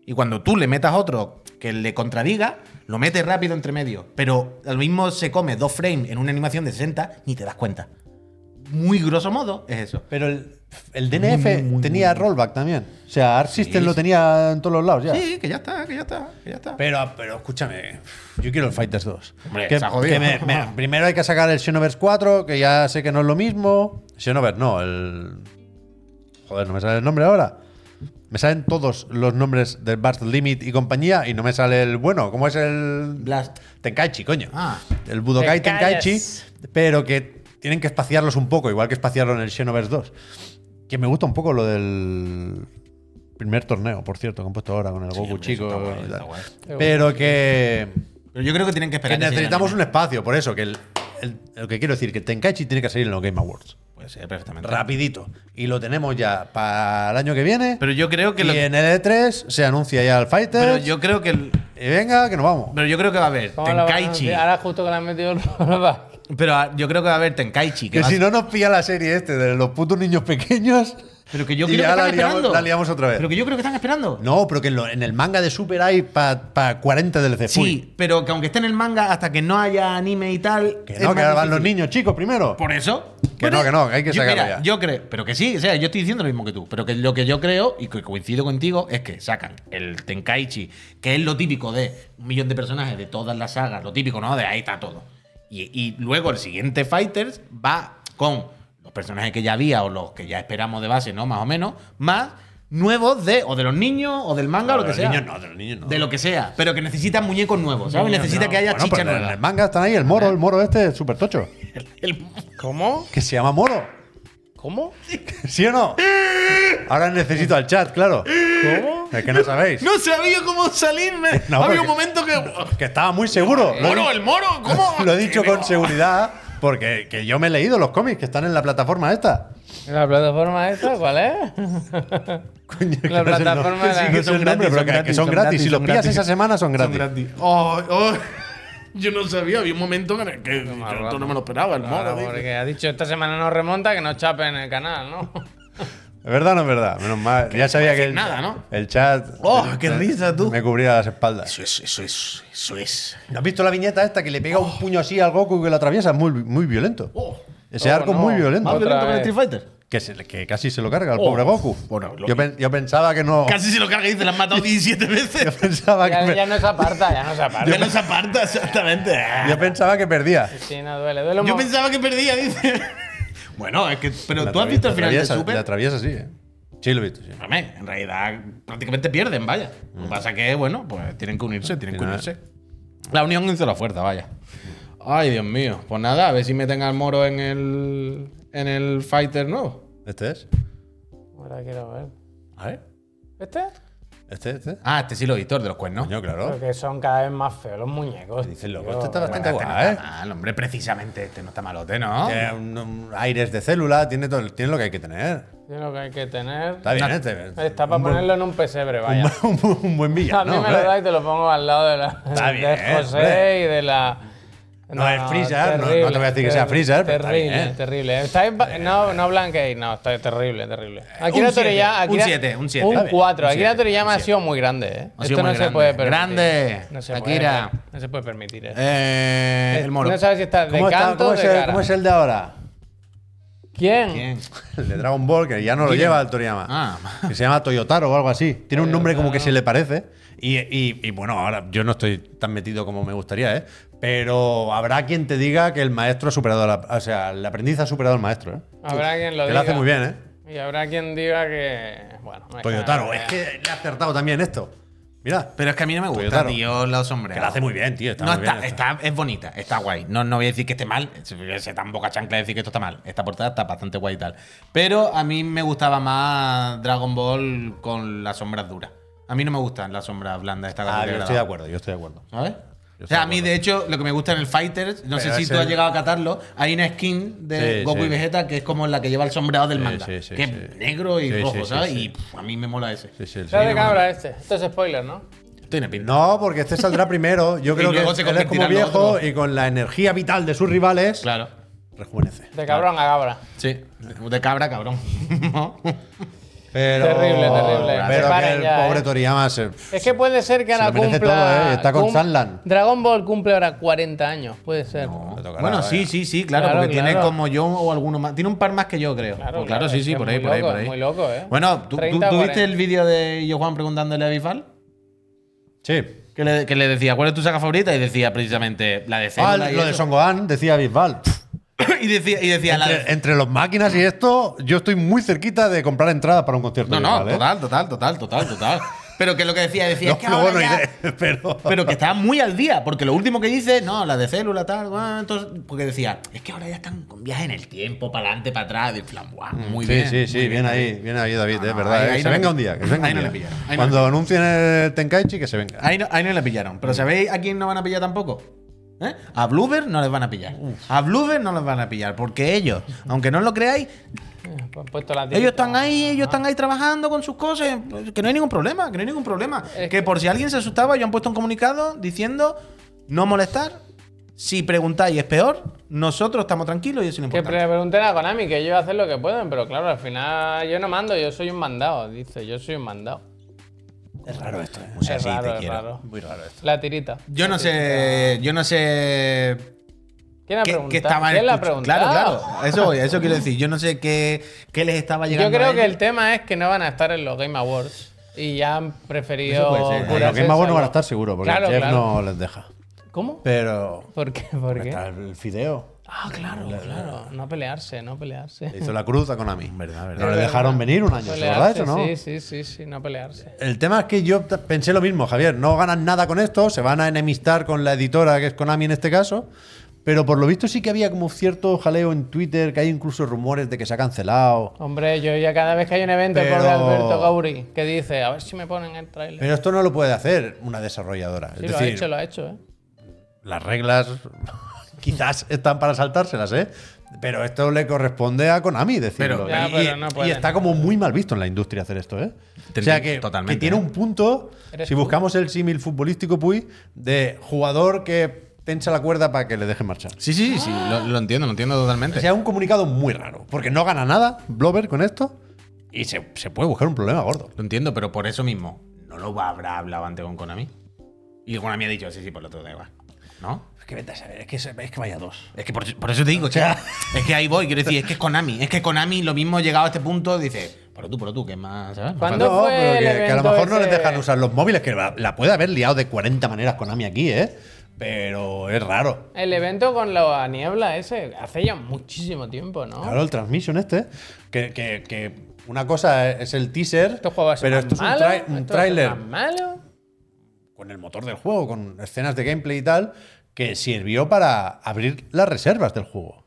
[SPEAKER 2] Y cuando tú le metas otro que le contradiga, lo metes rápido entre medio. Pero al mismo se come dos frames en una animación de 60, ni te das cuenta. Muy grosso modo es eso.
[SPEAKER 3] Pero el, el DNF tenía rollback también. O sea, Arc System lo tenía en todos los lados ya.
[SPEAKER 2] Sí, que ya está, que ya está, que ya está.
[SPEAKER 3] Pero, pero escúchame, yo quiero el Fighters 2.
[SPEAKER 2] Hombre,
[SPEAKER 3] que,
[SPEAKER 2] se ha jodido.
[SPEAKER 3] que me- me- primero hay que sacar el Xenoverse 4, que ya sé que no es lo mismo. Xenoverse no, el. Joder, no me sale el nombre ahora. Me salen todos los nombres del Burst Limit y compañía y no me sale el bueno. ¿Cómo es el.
[SPEAKER 2] Blast.
[SPEAKER 3] Tenkaichi, coño.
[SPEAKER 2] Ah.
[SPEAKER 3] El Budokai Tenkaichi,
[SPEAKER 1] Tenkaiches.
[SPEAKER 3] pero que tienen que espaciarlos un poco, igual que espaciaron el Xenoverse 2. Que me gusta un poco lo del primer torneo, por cierto, que han puesto ahora con el Goku
[SPEAKER 2] hombre,
[SPEAKER 3] chico.
[SPEAKER 2] eso está guay,
[SPEAKER 3] y tal.
[SPEAKER 2] está guay.
[SPEAKER 3] Pero que,
[SPEAKER 2] Pero yo creo que tienen que
[SPEAKER 3] que
[SPEAKER 2] esperar. que se
[SPEAKER 3] necesitamos un
[SPEAKER 2] llegue al
[SPEAKER 3] espacio, por eso, que el- el- lo que quiero decir, que Tenkaichi tiene que salir en los Game Awards.
[SPEAKER 2] anime. Puede ser perfectamente.
[SPEAKER 3] Rapidito. Y lo tenemos ya para el año que viene.
[SPEAKER 2] Pero yo creo que
[SPEAKER 3] y
[SPEAKER 2] lo-
[SPEAKER 3] en el E3 se anuncia ya el Fighter.
[SPEAKER 2] Pero yo creo que el-
[SPEAKER 3] Y venga, que nos vamos.
[SPEAKER 2] Pero yo creo que va a haber
[SPEAKER 1] ¿Cómo lo van a
[SPEAKER 2] Tenkaichi.
[SPEAKER 1] anunciar? Ahora justo que le han metido el rollback.
[SPEAKER 2] Pero ah, yo creo que va a haber Tenkaichi. que
[SPEAKER 3] Que
[SPEAKER 2] va a-
[SPEAKER 3] si no nos pilla la serie este de los putos niños pequeños.
[SPEAKER 2] Pero que yo
[SPEAKER 3] y
[SPEAKER 2] creo que
[SPEAKER 3] ya
[SPEAKER 2] están
[SPEAKER 3] la,
[SPEAKER 2] esperando.
[SPEAKER 3] liamos, la liamos otra vez.
[SPEAKER 2] Pero que yo creo que están esperando.
[SPEAKER 3] No, pero que en, lo- en el manga de Super hay para 40 DLC.
[SPEAKER 2] sí,
[SPEAKER 3] Full.
[SPEAKER 2] pero que aunque esté en el manga, hasta que no haya anime y tal.
[SPEAKER 3] Que
[SPEAKER 2] es
[SPEAKER 3] no,
[SPEAKER 2] más
[SPEAKER 3] que ahora van
[SPEAKER 2] difícil.
[SPEAKER 3] los niños, chicos, primero.
[SPEAKER 2] Por eso.
[SPEAKER 3] Que no, que no, que hay que
[SPEAKER 2] yo,
[SPEAKER 3] sacarlo
[SPEAKER 2] mira,
[SPEAKER 3] ya.
[SPEAKER 2] Yo creo, pero que sí, o sea, yo estoy diciendo lo mismo que tú, pero que lo que yo creo y que coincido contigo es que sacan el Tenkaichi, que es lo típico de un millón de personajes de todas las sagas, lo típico, ¿no? De ahí está todo. Y, y luego el siguiente Fighters va con los personajes que ya había o los que ya esperamos de base, ¿no? Más o menos, más nuevos de o de los niños o del manga o lo
[SPEAKER 3] de
[SPEAKER 2] que
[SPEAKER 3] los
[SPEAKER 2] sea.
[SPEAKER 3] niños no, de los niños no.
[SPEAKER 2] De lo que sea, pero que necesitan muñecos nuevos, ¿sabes?
[SPEAKER 1] Niños
[SPEAKER 2] Necesita
[SPEAKER 1] no.
[SPEAKER 2] que haya
[SPEAKER 3] Bueno, pues
[SPEAKER 2] chicha
[SPEAKER 3] pero en el
[SPEAKER 2] nueva.
[SPEAKER 3] manga están ahí el moro, el moro este, super tocho.
[SPEAKER 2] El-
[SPEAKER 1] ¿Cómo?
[SPEAKER 3] Que se llama moro.
[SPEAKER 1] ¿Cómo?
[SPEAKER 3] ¿Sí o no? Ahora necesito al chat, claro.
[SPEAKER 1] ¿Cómo?
[SPEAKER 3] Es que no sabéis.
[SPEAKER 2] No sabía cómo salirme.
[SPEAKER 3] No,
[SPEAKER 2] Había un
[SPEAKER 3] porque-
[SPEAKER 2] momento que.
[SPEAKER 3] Que estaba muy seguro. Lo he
[SPEAKER 2] ¡Moro, el moro! ¿Cómo?
[SPEAKER 3] Lo he dicho
[SPEAKER 2] Que no.
[SPEAKER 3] con seguridad porque que yo me he leído los cómics que están en la plataforma esta.
[SPEAKER 1] ¿La plataforma esta cuál es?
[SPEAKER 3] Coño, que
[SPEAKER 1] La
[SPEAKER 3] no sé el
[SPEAKER 1] plataforma
[SPEAKER 3] nombre.
[SPEAKER 1] de la-
[SPEAKER 3] Sí, que
[SPEAKER 1] Son
[SPEAKER 3] son gratis, pero que- que son gratis. Si los
[SPEAKER 2] son
[SPEAKER 3] pillas
[SPEAKER 2] gratis.
[SPEAKER 3] esa semana, son gratis.
[SPEAKER 2] Oh, oh, Yo no sabía, había un momento en el que yo esto no me lo esperaba, el moro.
[SPEAKER 1] Claro,
[SPEAKER 2] dice.
[SPEAKER 1] porque ha dicho esta semana no remonta que no chapen el canal, ¿no?
[SPEAKER 3] ¿Es verdad o no es verdad? Menos mal. ya sabía que
[SPEAKER 2] decir
[SPEAKER 3] el,
[SPEAKER 2] nada, ¿no?
[SPEAKER 3] el chat.
[SPEAKER 2] ¡Oh,
[SPEAKER 3] el
[SPEAKER 2] qué
[SPEAKER 3] chat
[SPEAKER 2] risa, tú!
[SPEAKER 3] Me cubría las espaldas.
[SPEAKER 2] Eso es, eso es, eso es.
[SPEAKER 3] ¿No ¿Has visto la viñeta esta que le pega un puño así al Goku que lo atraviesa? Es Muy, muy violento. Ese
[SPEAKER 1] Oh,
[SPEAKER 3] arco es
[SPEAKER 1] no.
[SPEAKER 3] muy violento.
[SPEAKER 1] Otra
[SPEAKER 2] violento que el
[SPEAKER 1] vez.
[SPEAKER 2] Street Fighter?
[SPEAKER 3] Que, se- que casi se lo carga al
[SPEAKER 2] Oh,
[SPEAKER 3] pobre Goku.
[SPEAKER 2] bueno, lo-
[SPEAKER 3] yo, pen- yo pensaba que no.
[SPEAKER 2] Casi se lo carga y dice, la han matado 17
[SPEAKER 3] Yo
[SPEAKER 2] veces.
[SPEAKER 3] pensaba que,
[SPEAKER 1] Ya,
[SPEAKER 3] pe-
[SPEAKER 1] ya no se aparta, ya no se
[SPEAKER 2] Ya
[SPEAKER 1] aparta.
[SPEAKER 2] no se aparta, exactamente.
[SPEAKER 3] yo pensaba que perdía.
[SPEAKER 1] Sí, no duele, duele un
[SPEAKER 2] Yo
[SPEAKER 1] mo-
[SPEAKER 2] pensaba que perdía, dice. Bueno, es que. Pero
[SPEAKER 3] La
[SPEAKER 2] tú has
[SPEAKER 3] atravie-
[SPEAKER 2] visto
[SPEAKER 3] la
[SPEAKER 2] el final de
[SPEAKER 3] atraviesa- La
[SPEAKER 2] Super.
[SPEAKER 3] atraviesa, sí. ¿eh? Sí, lo he visto, sí.
[SPEAKER 2] Hombre, en realidad prácticamente pierden, vaya. Lo que pasa que, bueno, pues tienen que unirse, tienen que
[SPEAKER 3] Mm. Al
[SPEAKER 2] unirse.
[SPEAKER 3] final-
[SPEAKER 2] La unión hizo la fuerza, vaya. Ay, Dios mío. Pues nada, a ver si meten al moro en el. en el fighter nuevo.
[SPEAKER 3] ¿Este es?
[SPEAKER 1] Ahora quiero ver.
[SPEAKER 3] A ver.
[SPEAKER 1] ¿Este?
[SPEAKER 3] ¿Este, este?
[SPEAKER 2] Ah, este sí lo he visto, el de los cuernos.
[SPEAKER 3] Coño, claro.
[SPEAKER 1] Porque son cada vez más feos los muñecos.
[SPEAKER 3] Dices, loco,
[SPEAKER 1] tío.
[SPEAKER 3] este está bastante
[SPEAKER 2] Bueno, este no
[SPEAKER 3] guay, ¿eh?
[SPEAKER 2] está mal, hombre, precisamente este no está malote, ¿no?
[SPEAKER 3] Tiene un- un aires de célula, tiene, todo, tiene lo que hay que tener.
[SPEAKER 1] Tiene lo que hay que tener.
[SPEAKER 3] Está bien,
[SPEAKER 2] Una-
[SPEAKER 3] este.
[SPEAKER 1] Está para
[SPEAKER 3] un buen-
[SPEAKER 1] ponerlo en un pesebre,
[SPEAKER 3] un,
[SPEAKER 1] vaya.
[SPEAKER 3] buen- un buen
[SPEAKER 1] A mí
[SPEAKER 3] villano.
[SPEAKER 1] me lo
[SPEAKER 3] hombre.
[SPEAKER 1] da y te lo pongo al lado de, la,
[SPEAKER 3] Está
[SPEAKER 1] de
[SPEAKER 3] bien,
[SPEAKER 1] José
[SPEAKER 3] hombre.
[SPEAKER 1] y de la.
[SPEAKER 3] No, es Freezer, no- no te voy a decir que sea
[SPEAKER 1] terrible,
[SPEAKER 3] Freezer, pero está
[SPEAKER 1] Terrible,
[SPEAKER 3] bien.
[SPEAKER 1] terrible. Está en pa- no, no blanqueéis, no, está terrible, terrible.
[SPEAKER 3] Eh,
[SPEAKER 2] un
[SPEAKER 1] Akira
[SPEAKER 2] siete,
[SPEAKER 1] Toriyama.
[SPEAKER 2] un
[SPEAKER 1] Akira-
[SPEAKER 2] siete, un siete, está
[SPEAKER 1] Un
[SPEAKER 2] bien,
[SPEAKER 1] 4.
[SPEAKER 2] un
[SPEAKER 1] Akira
[SPEAKER 2] siete,
[SPEAKER 1] Toriyama
[SPEAKER 2] un
[SPEAKER 1] ha sido muy grande, ¿eh?
[SPEAKER 2] Ha sido
[SPEAKER 1] Esto no
[SPEAKER 2] muy
[SPEAKER 1] se
[SPEAKER 2] grande.
[SPEAKER 1] puede permitir.
[SPEAKER 2] Grande,
[SPEAKER 1] No se
[SPEAKER 2] Akira.
[SPEAKER 1] Puede, no se puede permitir. ¿eh?
[SPEAKER 2] Eh, el moro.
[SPEAKER 1] No sabes si estás de
[SPEAKER 3] ¿Cómo, está-
[SPEAKER 1] canto
[SPEAKER 3] cómo
[SPEAKER 1] o
[SPEAKER 3] es
[SPEAKER 1] de
[SPEAKER 3] el,
[SPEAKER 1] cara.
[SPEAKER 3] cómo es el de ahora?
[SPEAKER 1] ¿Quién?
[SPEAKER 2] Bien.
[SPEAKER 3] El de Dragon Ball, que ya no lo lleva el Toriyama.
[SPEAKER 2] Ah.
[SPEAKER 3] Que se llama Toyotaro o algo así. Tiene un nombre como que se le parece. Y, y- y, bueno, ahora yo no estoy tan metido como me gustaría, ¿eh? Pero habrá quien te diga que el maestro ha superado, a la- o sea, el aprendiz ha superado al maestro, ¿eh?
[SPEAKER 1] Habrá quien lo
[SPEAKER 3] Que
[SPEAKER 1] diga.
[SPEAKER 3] lo hace muy bien, ¿eh?
[SPEAKER 1] Y habrá quien diga que. Bueno, no hay nada.
[SPEAKER 3] Toyotaro, Pues es que le ha acertado también esto. Mira,
[SPEAKER 2] Pero es que a mí no me gusta,
[SPEAKER 3] Toyotaro.
[SPEAKER 2] tío, los sombreros.
[SPEAKER 3] que lo hace muy bien, tío. Está
[SPEAKER 2] no
[SPEAKER 3] muy
[SPEAKER 2] está,
[SPEAKER 3] bien,
[SPEAKER 2] está, es bonita, está guay. No, no voy a decir que esté mal, se tan boca chancla decir que esto está mal. Esta portada está bastante guay y tal. Pero a mí me gustaba más Dragon Ball con las sombras duras. A mí no me gustan las sombras blandas esta
[SPEAKER 3] Ah,
[SPEAKER 2] bastante
[SPEAKER 3] yo estoy de
[SPEAKER 2] agradable.
[SPEAKER 3] acuerdo, yo estoy de acuerdo.
[SPEAKER 2] ¿Sabes?
[SPEAKER 3] Yo
[SPEAKER 2] O sea,
[SPEAKER 3] estoy
[SPEAKER 2] a mí,
[SPEAKER 3] de
[SPEAKER 2] de hecho, lo que me gusta en el Fighters, no
[SPEAKER 3] Pero
[SPEAKER 2] sé si
[SPEAKER 3] es
[SPEAKER 2] tú has
[SPEAKER 3] el-
[SPEAKER 2] llegado a catarlo, hay una skin de
[SPEAKER 3] Sí,
[SPEAKER 2] Goku
[SPEAKER 3] sí.
[SPEAKER 2] y Vegeta que es como la que lleva el sombreado del
[SPEAKER 3] Sí,
[SPEAKER 2] manga,
[SPEAKER 3] sí, sí,
[SPEAKER 2] que
[SPEAKER 3] sí.
[SPEAKER 2] es negro y
[SPEAKER 3] Sí,
[SPEAKER 2] rojo,
[SPEAKER 3] sí, sí,
[SPEAKER 2] ¿sabes?
[SPEAKER 3] sí.
[SPEAKER 2] Y pff, a mí me mola ese.
[SPEAKER 3] Sí, sí, el
[SPEAKER 1] ¿Sabes de
[SPEAKER 3] señor-
[SPEAKER 1] qué habla este? Esto es spoiler, ¿no?
[SPEAKER 2] Tiene pinta.
[SPEAKER 3] No, porque este saldrá primero. Yo
[SPEAKER 2] Y
[SPEAKER 3] creo que
[SPEAKER 2] luego se
[SPEAKER 3] él es como
[SPEAKER 2] convertirá en lo
[SPEAKER 3] viejo
[SPEAKER 2] otro.
[SPEAKER 3] y con la energía vital de sus rivales
[SPEAKER 2] Claro.
[SPEAKER 3] rejuvenece.
[SPEAKER 1] De cabrón a cabra.
[SPEAKER 2] Sí, de cabra, cabrón.
[SPEAKER 3] Pero,
[SPEAKER 1] Terrible, terrible. Se
[SPEAKER 3] Pero que
[SPEAKER 1] paren
[SPEAKER 3] el
[SPEAKER 1] ya,
[SPEAKER 3] pobre
[SPEAKER 1] eh.
[SPEAKER 3] Toriyama se.
[SPEAKER 1] Es que puede ser que
[SPEAKER 3] Se
[SPEAKER 1] ahora
[SPEAKER 3] lo merece
[SPEAKER 1] cumpla.
[SPEAKER 3] todo, ¿eh? Está con
[SPEAKER 1] cum-
[SPEAKER 3] Sandland.
[SPEAKER 1] Dragon Ball cumple ahora 40 años, puede ser.
[SPEAKER 3] le tocará,
[SPEAKER 2] bueno,
[SPEAKER 3] vaya.
[SPEAKER 2] sí, sí, sí, claro,
[SPEAKER 1] Claro,
[SPEAKER 2] porque tiene
[SPEAKER 1] claro.
[SPEAKER 2] como yo o alguno más. Tiene un par más que yo, creo. Pues Claro,
[SPEAKER 1] Claro, claro,
[SPEAKER 2] sí,
[SPEAKER 1] es
[SPEAKER 2] sí,
[SPEAKER 1] que
[SPEAKER 2] por
[SPEAKER 1] es
[SPEAKER 2] ahí,
[SPEAKER 1] muy
[SPEAKER 2] por ahí,
[SPEAKER 1] loco,
[SPEAKER 2] por ahí.
[SPEAKER 1] es muy loco, ¿eh?
[SPEAKER 2] Bueno, ¿tú, tú-
[SPEAKER 1] 30,
[SPEAKER 2] tú viste
[SPEAKER 1] 40.
[SPEAKER 2] el vídeo de Yo Juan preguntándole a Bifal?
[SPEAKER 3] Sí.
[SPEAKER 2] Que le, que le decía, ¿cuál es tu saga favorita? Y decía precisamente la de
[SPEAKER 3] Ah,
[SPEAKER 2] Zelda. y
[SPEAKER 3] lo de
[SPEAKER 2] eso.
[SPEAKER 3] Son Gohan, decía Bisbal.
[SPEAKER 2] y decía, y decía la
[SPEAKER 3] Entre,
[SPEAKER 2] de.
[SPEAKER 3] entre los máquinas y esto, yo estoy muy cerquita de comprar entradas para un concierto.
[SPEAKER 2] No,
[SPEAKER 3] de
[SPEAKER 2] no,
[SPEAKER 3] Bisbal, ¿eh?
[SPEAKER 2] total, total, total, total, total. Pero que lo que decía, decía, es que
[SPEAKER 3] luego
[SPEAKER 2] ahora
[SPEAKER 3] no
[SPEAKER 2] ya-
[SPEAKER 3] iré, pero.
[SPEAKER 2] Pero que estaba muy al día, porque lo último que dice, no, la de célula, tal, guau, entonces, porque decía, es que ahora ya están con viaje en el tiempo, para adelante, para atrás, del plan, guau, muy
[SPEAKER 3] Mm, sí,
[SPEAKER 2] bien.
[SPEAKER 3] sí, sí,
[SPEAKER 2] muy
[SPEAKER 3] bien, ahí, bien ahí, David,
[SPEAKER 2] No,
[SPEAKER 3] es
[SPEAKER 2] no,
[SPEAKER 3] verdad.
[SPEAKER 2] ahí- ahí
[SPEAKER 3] eh,
[SPEAKER 2] no
[SPEAKER 3] que se
[SPEAKER 2] le
[SPEAKER 3] venga
[SPEAKER 2] pi-
[SPEAKER 3] un día, que se venga
[SPEAKER 2] ahí
[SPEAKER 3] un
[SPEAKER 2] no le
[SPEAKER 3] día.
[SPEAKER 2] pillaron, ahí no
[SPEAKER 3] Cuando anuncien el Tenkaichi, que se venga.
[SPEAKER 2] Ahí no, ahí no la pillaron, pero ¿sabéis a quién no van a pillar tampoco? ¿Eh? A Bluebird no les van a pillar. A Bluebird no les van a pillar, porque ellos, aunque no lo creáis,
[SPEAKER 1] Pues Han puesto la
[SPEAKER 2] ellos
[SPEAKER 1] tirita.
[SPEAKER 2] están ahí, ellos están ahí trabajando con sus cosas, pues, que no hay ningún problema, que no hay ningún problema.
[SPEAKER 1] Es
[SPEAKER 2] Que
[SPEAKER 1] que-
[SPEAKER 2] por si alguien se asustaba, ellos han puesto un comunicado diciendo no molestar. Si preguntáis es peor, nosotros estamos tranquilos y eso no
[SPEAKER 1] Que
[SPEAKER 2] importa.
[SPEAKER 1] pre- pregunten a Konami, que ellos hacen lo que pueden, pero claro, al final yo no mando, yo soy un mandado, dice, yo soy un mandado.
[SPEAKER 3] Es raro esto, ¿eh?
[SPEAKER 1] es raro, es raro.
[SPEAKER 3] Muy raro esto.
[SPEAKER 1] La tirita.
[SPEAKER 2] Yo no sé, yo no sé
[SPEAKER 1] ¿Quién ha
[SPEAKER 2] qué,
[SPEAKER 1] preguntado?
[SPEAKER 2] qué estaban
[SPEAKER 1] ¿Quién la ha
[SPEAKER 2] escuchando.
[SPEAKER 1] preguntado?
[SPEAKER 2] Claro, claro. Eso voy, eso quiero decir. Yo no sé qué, qué les estaba
[SPEAKER 1] Yo
[SPEAKER 2] llegando. a
[SPEAKER 1] creo que
[SPEAKER 2] ellos.
[SPEAKER 1] el tema es que no van a estar en los Game Awards y ya han preferido.
[SPEAKER 2] Eso puede ser.
[SPEAKER 3] Los
[SPEAKER 1] curarse
[SPEAKER 3] Game Awards
[SPEAKER 1] el
[SPEAKER 3] no van a
[SPEAKER 1] salvo.
[SPEAKER 3] estar seguro, porque
[SPEAKER 1] Claro,
[SPEAKER 3] Jeff
[SPEAKER 1] claro.
[SPEAKER 3] no les deja.
[SPEAKER 1] ¿Cómo?
[SPEAKER 3] Pero.
[SPEAKER 1] ¿Por qué? ¿Por qué?
[SPEAKER 3] Está el fideo.
[SPEAKER 1] Ah, claro, claro. No pelearse, no pelearse.
[SPEAKER 3] Le hizo la cruz a Konami. Verdad,
[SPEAKER 1] Es
[SPEAKER 3] No le
[SPEAKER 1] verdad.
[SPEAKER 3] dejaron venir un año, ¿se ¿verdad?
[SPEAKER 1] Pelearse,
[SPEAKER 3] Eso, ¿no?
[SPEAKER 1] Sí, sí, sí, sí, no pelearse.
[SPEAKER 3] El tema es que yo t- pensé lo mismo, Javier. No ganan nada con esto, se van a enemistar con la editora, que es Konami en este caso. Pero por lo visto sí que había como cierto jaleo en Twitter, que hay incluso rumores de que se ha cancelado.
[SPEAKER 1] Hombre, yo ya cada vez que hay un evento por
[SPEAKER 3] Pero-
[SPEAKER 1] de Alberto Gauri que dice, a ver si me ponen el trailer.
[SPEAKER 3] Pero esto no lo puede hacer una desarrolladora.
[SPEAKER 1] sí,
[SPEAKER 3] es
[SPEAKER 1] lo
[SPEAKER 3] decir,
[SPEAKER 1] ha hecho, lo ha hecho, ¿eh?
[SPEAKER 3] las reglas quizás están para saltárselas, ¿eh? Pero esto le corresponde a Konami decirlo.
[SPEAKER 2] Pero-
[SPEAKER 1] Ya,
[SPEAKER 3] y,
[SPEAKER 1] pero no
[SPEAKER 3] y
[SPEAKER 1] pueden.
[SPEAKER 3] está como muy mal visto en la industria hacer esto, ¿eh?
[SPEAKER 2] Ten-
[SPEAKER 3] o sea que,
[SPEAKER 2] totalmente,
[SPEAKER 3] que tiene
[SPEAKER 2] ¿eh?
[SPEAKER 3] un punto,
[SPEAKER 1] ¿Eres
[SPEAKER 3] si
[SPEAKER 1] tú?
[SPEAKER 3] buscamos el símil futbolístico, Puy, de jugador que tensa la cuerda para que le dejen marchar.
[SPEAKER 2] Sí, sí, sí, sí, lo, lo entiendo, lo entiendo
[SPEAKER 3] O
[SPEAKER 2] totalmente.
[SPEAKER 3] sea, un comunicado muy raro, porque no gana nada Blover con esto. Y se, se puede buscar un problema gordo.
[SPEAKER 2] Lo entiendo, pero por eso mismo. No lo habrá hablado antes con Konami. Y Konami ha dicho, sí, sí, por lo otro da igual. ¿No?
[SPEAKER 3] Es que vete a saber, es que, es que vaya dos.
[SPEAKER 2] Es que por, por eso te digo, que- es que ahí voy, quiero decir, es que es Konami. Es que Konami lo mismo llegado a este punto, dice, pero tú, pero tú, que es más, ¿sabes? Más
[SPEAKER 1] ¿Cuándo?
[SPEAKER 2] fácil.
[SPEAKER 3] No,
[SPEAKER 1] fue el
[SPEAKER 3] pero que, que a lo
[SPEAKER 1] evento
[SPEAKER 3] mejor no les
[SPEAKER 1] ese?
[SPEAKER 3] dejan usar los móviles, que la, la puede haber liado de 40 maneras Konami aquí, ¿eh? Pero es raro.
[SPEAKER 1] El evento con la niebla ese, hace ya muchísimo tiempo, ¿no?
[SPEAKER 3] Claro, el transmission este. Que, que- que una cosa es el teaser,
[SPEAKER 1] Este juego va a ser
[SPEAKER 3] pero
[SPEAKER 1] más
[SPEAKER 3] esto es un,
[SPEAKER 1] malo,
[SPEAKER 3] trai-
[SPEAKER 1] esto va
[SPEAKER 3] un
[SPEAKER 1] a ser
[SPEAKER 3] tráiler
[SPEAKER 1] más malo.
[SPEAKER 3] con el motor del juego, con escenas de gameplay y tal, que sirvió para abrir las reservas del juego.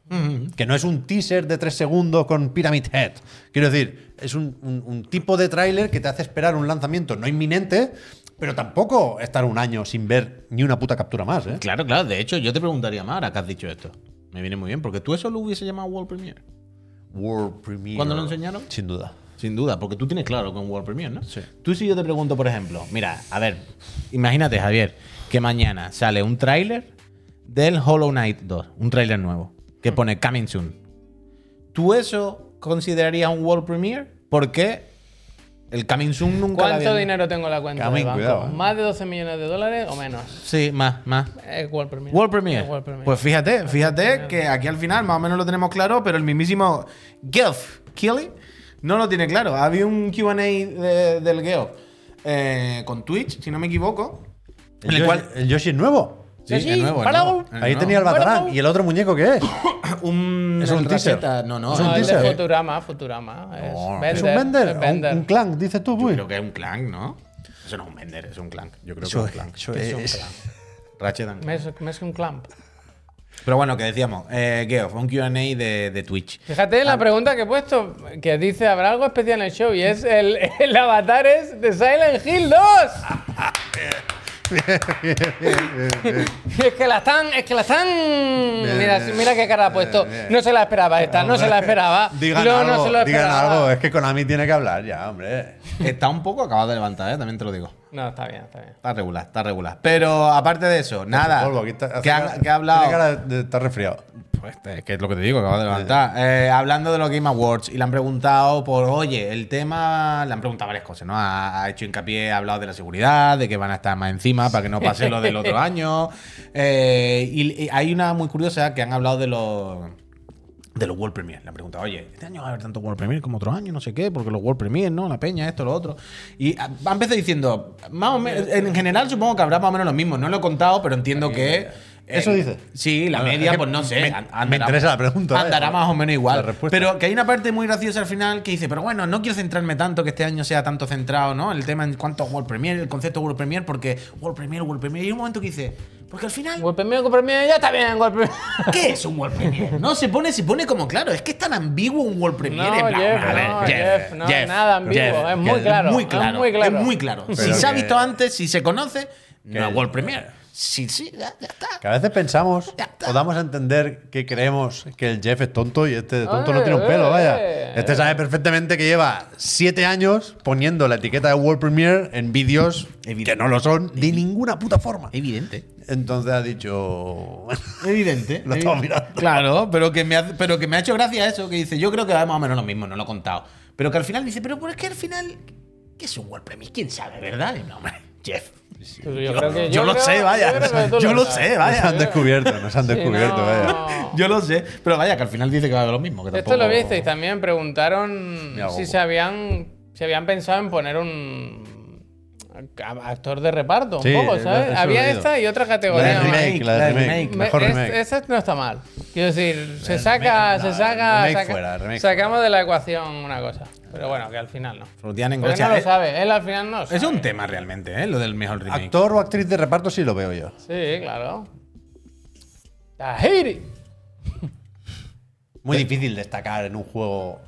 [SPEAKER 3] Que no es un teaser de tres segundos con Pyramid Head. Quiero decir, es un, un- un tipo de tráiler que te hace esperar un lanzamiento no inminente, pero tampoco estar un año sin ver ni una puta captura más, ¿eh?
[SPEAKER 2] Claro, claro. De hecho, yo te preguntaría más ahora que has dicho esto. Me viene muy bien, porque tú eso lo hubiese llamado World Premiere.
[SPEAKER 3] World Premiere.
[SPEAKER 2] ¿Cuándo lo enseñaron?
[SPEAKER 3] Sin duda.
[SPEAKER 2] Sin duda, porque tú tienes claro con World Premiere, ¿no? Sí. Tú si yo te pregunto, por ejemplo, mira, a ver, imagínate, Javier, que mañana sale un tráiler del Hollow Knight 2, un tráiler nuevo,
[SPEAKER 1] Mm.
[SPEAKER 2] que pone Coming Soon. ¿Tú eso considerarías un World Premiere? ¿Por qué? El Coming Soon nunca lo
[SPEAKER 1] ¿Cuánto
[SPEAKER 2] habían-
[SPEAKER 1] dinero tengo en la cuenta
[SPEAKER 3] Camin,
[SPEAKER 1] del banco?
[SPEAKER 3] cuidado, eh.
[SPEAKER 1] ¿Más de 12 millones de dólares o menos?
[SPEAKER 2] Sí, más, más.
[SPEAKER 1] Eh, World Premiere.
[SPEAKER 2] World Premiere.
[SPEAKER 1] Eh, World Premiere.
[SPEAKER 2] Pues fíjate, fíjate que aquí al final más o menos lo tenemos claro, pero el mismísimo Geoff Keighley no lo tiene claro. Había un QA de- del Geoff eh, con Twitch, si no me equivoco. En el Eh,
[SPEAKER 3] Yoshi-
[SPEAKER 2] cual.
[SPEAKER 3] el Yoshi es nuevo.
[SPEAKER 2] Sí,
[SPEAKER 1] Yoshi,
[SPEAKER 2] el nuevo, el
[SPEAKER 1] para
[SPEAKER 2] nuevo,
[SPEAKER 1] un-
[SPEAKER 2] el
[SPEAKER 3] Ahí
[SPEAKER 2] nuevo.
[SPEAKER 3] tenía el Batarán.
[SPEAKER 1] Bueno.
[SPEAKER 3] ¿Y el otro muñeco qué es?
[SPEAKER 2] Un,
[SPEAKER 3] Es un
[SPEAKER 2] el
[SPEAKER 3] teaser.
[SPEAKER 2] Ratchet- No, no,
[SPEAKER 3] Es un
[SPEAKER 1] No,
[SPEAKER 2] el-
[SPEAKER 1] el de
[SPEAKER 3] teaser.
[SPEAKER 1] Futurama, Futurama. Es,
[SPEAKER 2] No,
[SPEAKER 3] ¿Es un vender?
[SPEAKER 1] es
[SPEAKER 3] ¿O un,
[SPEAKER 1] Bender.
[SPEAKER 3] un clan, dices tú, Puy?
[SPEAKER 2] Creo que es un clank, ¿no? Eso no es un vender, es un clank. Yo creo
[SPEAKER 3] Eso
[SPEAKER 2] que es un
[SPEAKER 3] es,
[SPEAKER 2] clank.
[SPEAKER 3] eso
[SPEAKER 2] Es un
[SPEAKER 3] es.
[SPEAKER 2] clank. Ratchet and Clank.
[SPEAKER 1] Más- Más que un clamp.
[SPEAKER 2] Pero bueno, que decíamos, eh, Geoff, un QA de, de Twitch.
[SPEAKER 1] Fíjate en
[SPEAKER 3] Ah.
[SPEAKER 1] la pregunta que he puesto, que dice, habrá algo especial en el show, y es el, el avatar es de Silent Hill 2. Y es que la están, es que la están. Mira,
[SPEAKER 3] bien,
[SPEAKER 1] mira qué cara ha puesto.
[SPEAKER 3] bien, bien.
[SPEAKER 1] No se la esperaba esta, no se la esperaba.
[SPEAKER 3] Digan
[SPEAKER 1] No, no
[SPEAKER 3] algo,
[SPEAKER 1] se lo
[SPEAKER 3] digan
[SPEAKER 1] esperaba.
[SPEAKER 3] algo. eh. Es que Konami tiene que hablar ya, hombre.
[SPEAKER 2] Está un poco acabado de levantar, ¿eh? también te lo digo.
[SPEAKER 1] No, está bien, está bien.
[SPEAKER 2] Está regular, está regular. Pero aparte de eso, nada.
[SPEAKER 3] Polvo, aquí está-
[SPEAKER 2] que, ha,
[SPEAKER 3] hace-
[SPEAKER 2] que ha hablado.
[SPEAKER 3] Tiene cara de, de estar resfriado.
[SPEAKER 2] Pues, es que es lo que te digo, acabo de levantar. Eh, hablando de los Game Awards, y le han preguntado por, oye, el tema. Le han preguntado varias cosas, ¿no? Ha, ha hecho hincapié, ha hablado de la seguridad, de que van a estar más encima para que no pase lo del otro año. Eh, y, y hay una muy curiosa que han hablado de los. De los World Premiere. Le han preguntado, oye, este año va a haber tanto World Premiere como otro año, no sé qué, porque los World Premiere, ¿no? La peña, esto, lo otro. Y ah, han empezado diciendo, más o menos, en general supongo que habrá más o menos lo mismo. No lo he contado, pero entiendo que.
[SPEAKER 3] Eso
[SPEAKER 2] eh,
[SPEAKER 3] dice.
[SPEAKER 2] Sí, la
[SPEAKER 3] Bueno,
[SPEAKER 2] media,
[SPEAKER 3] es que
[SPEAKER 2] pues no sé.
[SPEAKER 3] me-
[SPEAKER 2] an-
[SPEAKER 3] me interesa la pregunta, vaya.
[SPEAKER 2] Andará más o menos
[SPEAKER 3] La
[SPEAKER 2] igual.
[SPEAKER 3] respuesta.
[SPEAKER 2] Pero que hay una parte muy graciosa al final que dice, pero bueno, no quiero centrarme tanto que este año sea tanto centrado, ¿no? El tema en cuanto a World Premiere, el concepto de World Premiere, porque World Premiere, World Premiere. Y hay un momento que dice, porque al final
[SPEAKER 1] Golpe mío, golpe mío, ya está bien, golpe mío.
[SPEAKER 2] ¿Qué es un World Premiere? No, se pone, se pone como claro. Es que es tan ambiguo un World Premiere. en
[SPEAKER 1] No,
[SPEAKER 2] plan,
[SPEAKER 1] Jeff,
[SPEAKER 2] a ver,
[SPEAKER 1] no, Jeff, no, nada ambiguo, es muy
[SPEAKER 2] que
[SPEAKER 1] claro,
[SPEAKER 2] Muy
[SPEAKER 1] es
[SPEAKER 2] claro.
[SPEAKER 1] muy claro.
[SPEAKER 2] es muy claro.
[SPEAKER 3] Pero
[SPEAKER 2] si se ha
[SPEAKER 3] que-
[SPEAKER 2] visto antes, si se conoce, no
[SPEAKER 3] que-
[SPEAKER 2] es World Premiere. Sí, sí, ya, ya está.
[SPEAKER 3] Que a veces pensamos
[SPEAKER 2] Ya está.
[SPEAKER 3] o damos a entender que creemos que el Jeff es tonto y este de tonto no
[SPEAKER 1] Eh,
[SPEAKER 3] tiene un pelo,
[SPEAKER 1] eh,
[SPEAKER 3] vaya. Este
[SPEAKER 1] eh.
[SPEAKER 3] sabe perfectamente que lleva siete años poniendo la etiqueta de World Premiere en vídeos que no lo son de ninguna puta forma.
[SPEAKER 2] Evidente.
[SPEAKER 3] Entonces ha dicho.
[SPEAKER 2] Evidente.
[SPEAKER 3] Lo estaba mirando.
[SPEAKER 2] Claro, pero que, me ha, pero que me ha hecho gracia eso, que dice, yo creo que va más o menos lo mismo, no lo he contado. Pero que al final dice, pero ¿por qué al final qué es un World Premiere? ¿Quién sabe, verdad? Y no, hombre, Jeff.
[SPEAKER 1] Yo, creo que-
[SPEAKER 2] yo lo
[SPEAKER 1] creo-
[SPEAKER 2] sé, vaya.
[SPEAKER 1] yo creo que tú
[SPEAKER 2] Yo lo
[SPEAKER 1] sabes.
[SPEAKER 2] sé,
[SPEAKER 3] Nos
[SPEAKER 2] vaya.
[SPEAKER 3] han descubierto, nos han
[SPEAKER 1] ¿eh? Sí,
[SPEAKER 3] descubierto,
[SPEAKER 1] no.
[SPEAKER 3] vaya.
[SPEAKER 2] Yo lo sé, pero vaya, que al final dice que va a haber lo mismo. Que
[SPEAKER 1] Esto lo
[SPEAKER 2] tampoco-
[SPEAKER 1] visteis también. Preguntaron
[SPEAKER 3] Mira,
[SPEAKER 1] si
[SPEAKER 3] Goku.
[SPEAKER 1] se habían, si habían pensado en poner un a- actor de reparto, un
[SPEAKER 3] Sí,
[SPEAKER 1] poco,
[SPEAKER 3] eh,
[SPEAKER 1] ¿sabes?
[SPEAKER 3] eso lo
[SPEAKER 1] Había
[SPEAKER 3] he
[SPEAKER 1] esta y otra
[SPEAKER 3] La
[SPEAKER 1] categoría.
[SPEAKER 3] del
[SPEAKER 2] Bueno,
[SPEAKER 1] más.
[SPEAKER 3] remake, la del
[SPEAKER 2] remake,
[SPEAKER 3] remake.
[SPEAKER 1] Me-
[SPEAKER 3] Mejor
[SPEAKER 1] es-
[SPEAKER 3] remake.
[SPEAKER 1] esa no está mal. Quiero decir, se saca,
[SPEAKER 3] remake,
[SPEAKER 1] se
[SPEAKER 3] no,
[SPEAKER 1] saca,
[SPEAKER 3] remake
[SPEAKER 1] saca-
[SPEAKER 3] fuera, remake
[SPEAKER 1] sacamos de la ecuación una cosa. Pero bueno, que al final no.
[SPEAKER 2] Frutiana en
[SPEAKER 1] Porque
[SPEAKER 2] Grecia.
[SPEAKER 1] no lo
[SPEAKER 2] Eh,
[SPEAKER 1] sabe, él al final no. lo
[SPEAKER 2] Es
[SPEAKER 1] sabe.
[SPEAKER 2] un tema realmente, ¿eh? Lo del mejor remake.
[SPEAKER 3] Actor o actriz de reparto sí lo veo yo.
[SPEAKER 1] Sí, claro. Tahiri.
[SPEAKER 3] Muy difícil destacar en un juego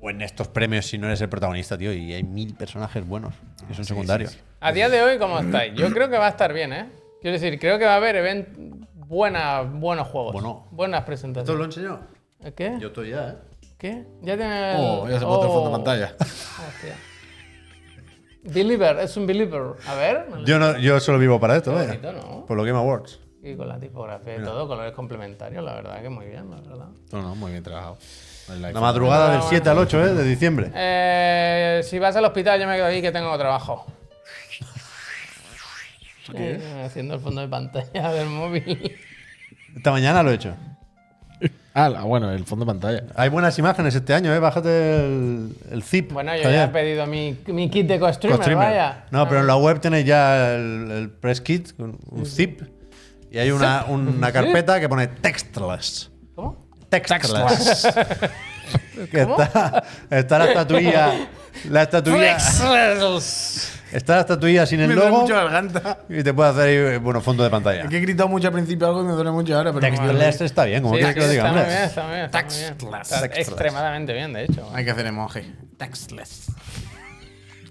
[SPEAKER 3] o en estos premios si no eres el protagonista, tío. Y hay mil personajes buenos que son secundarios.
[SPEAKER 1] A día de hoy, ¿cómo estáis? Yo creo que va a estar bien, ¿eh? Quiero decir, creo que va a haber event- buenas, buenos juegos.
[SPEAKER 3] Bueno.
[SPEAKER 1] Buenas presentaciones.
[SPEAKER 3] enseñó?
[SPEAKER 1] ¿Qué?
[SPEAKER 3] estoy ya, ¿eh?
[SPEAKER 1] ¿Qué? Ya tiene. el-
[SPEAKER 2] Oh, ya se puso el fondo de pantalla.
[SPEAKER 1] Hostia. Believer, es un believer. A ver, me lo-
[SPEAKER 3] Yo, no, yo solo vivo para esto,
[SPEAKER 1] Qué
[SPEAKER 3] vaya.
[SPEAKER 1] bonito, Ah, ¿no?
[SPEAKER 3] Por los Game Awards.
[SPEAKER 1] Y con la tipografía y todo, colores complementarios, la verdad que muy bien, la verdad.
[SPEAKER 2] No, no, muy bien trabajado. El
[SPEAKER 3] La
[SPEAKER 2] iPhone.
[SPEAKER 3] madrugada del 7 al 8 ¿eh? de diciembre.
[SPEAKER 1] Eh, si vas al hospital, yo me quedo aquí que tengo trabajo. Eh, haciendo el fondo de pantalla del móvil.
[SPEAKER 3] Esta mañana lo he hecho.
[SPEAKER 2] Ah, la- bueno, el fondo de pantalla.
[SPEAKER 3] Hay buenas imágenes este año, ¿eh? Bájate el, el zip.
[SPEAKER 1] Bueno, yo ya he
[SPEAKER 3] Javier.
[SPEAKER 1] pedido mi, mi kit de co-streamer,
[SPEAKER 3] Costreamer.
[SPEAKER 1] vaya.
[SPEAKER 3] No, pero en la web tenéis ya el, el press kit, un, un zip, y hay una, una carpeta que pone textless.
[SPEAKER 1] ¿Cómo?
[SPEAKER 3] Textless. que está, está la estatuilla. La estatuilla.
[SPEAKER 1] Flexless.
[SPEAKER 3] Está la estatuilla sin el
[SPEAKER 2] duele
[SPEAKER 3] logo.
[SPEAKER 2] mucho la garganta.
[SPEAKER 3] Y te puede hacer ahí, eh, bueno, fondo de pantalla.
[SPEAKER 2] Es que he gritado mucho al principio algo y me duele mucho ahora, pero. no me duele.
[SPEAKER 3] Textless está bien, como
[SPEAKER 1] Sí,
[SPEAKER 3] quieres
[SPEAKER 1] sí,
[SPEAKER 3] que lo diga,
[SPEAKER 1] está muy bien,
[SPEAKER 3] hombre.
[SPEAKER 1] está muy bien. Está, muy bien.
[SPEAKER 2] Textless,
[SPEAKER 1] Está
[SPEAKER 3] textless.
[SPEAKER 1] extremadamente bien, de hecho.
[SPEAKER 2] Hay que hacer emoji. Textless.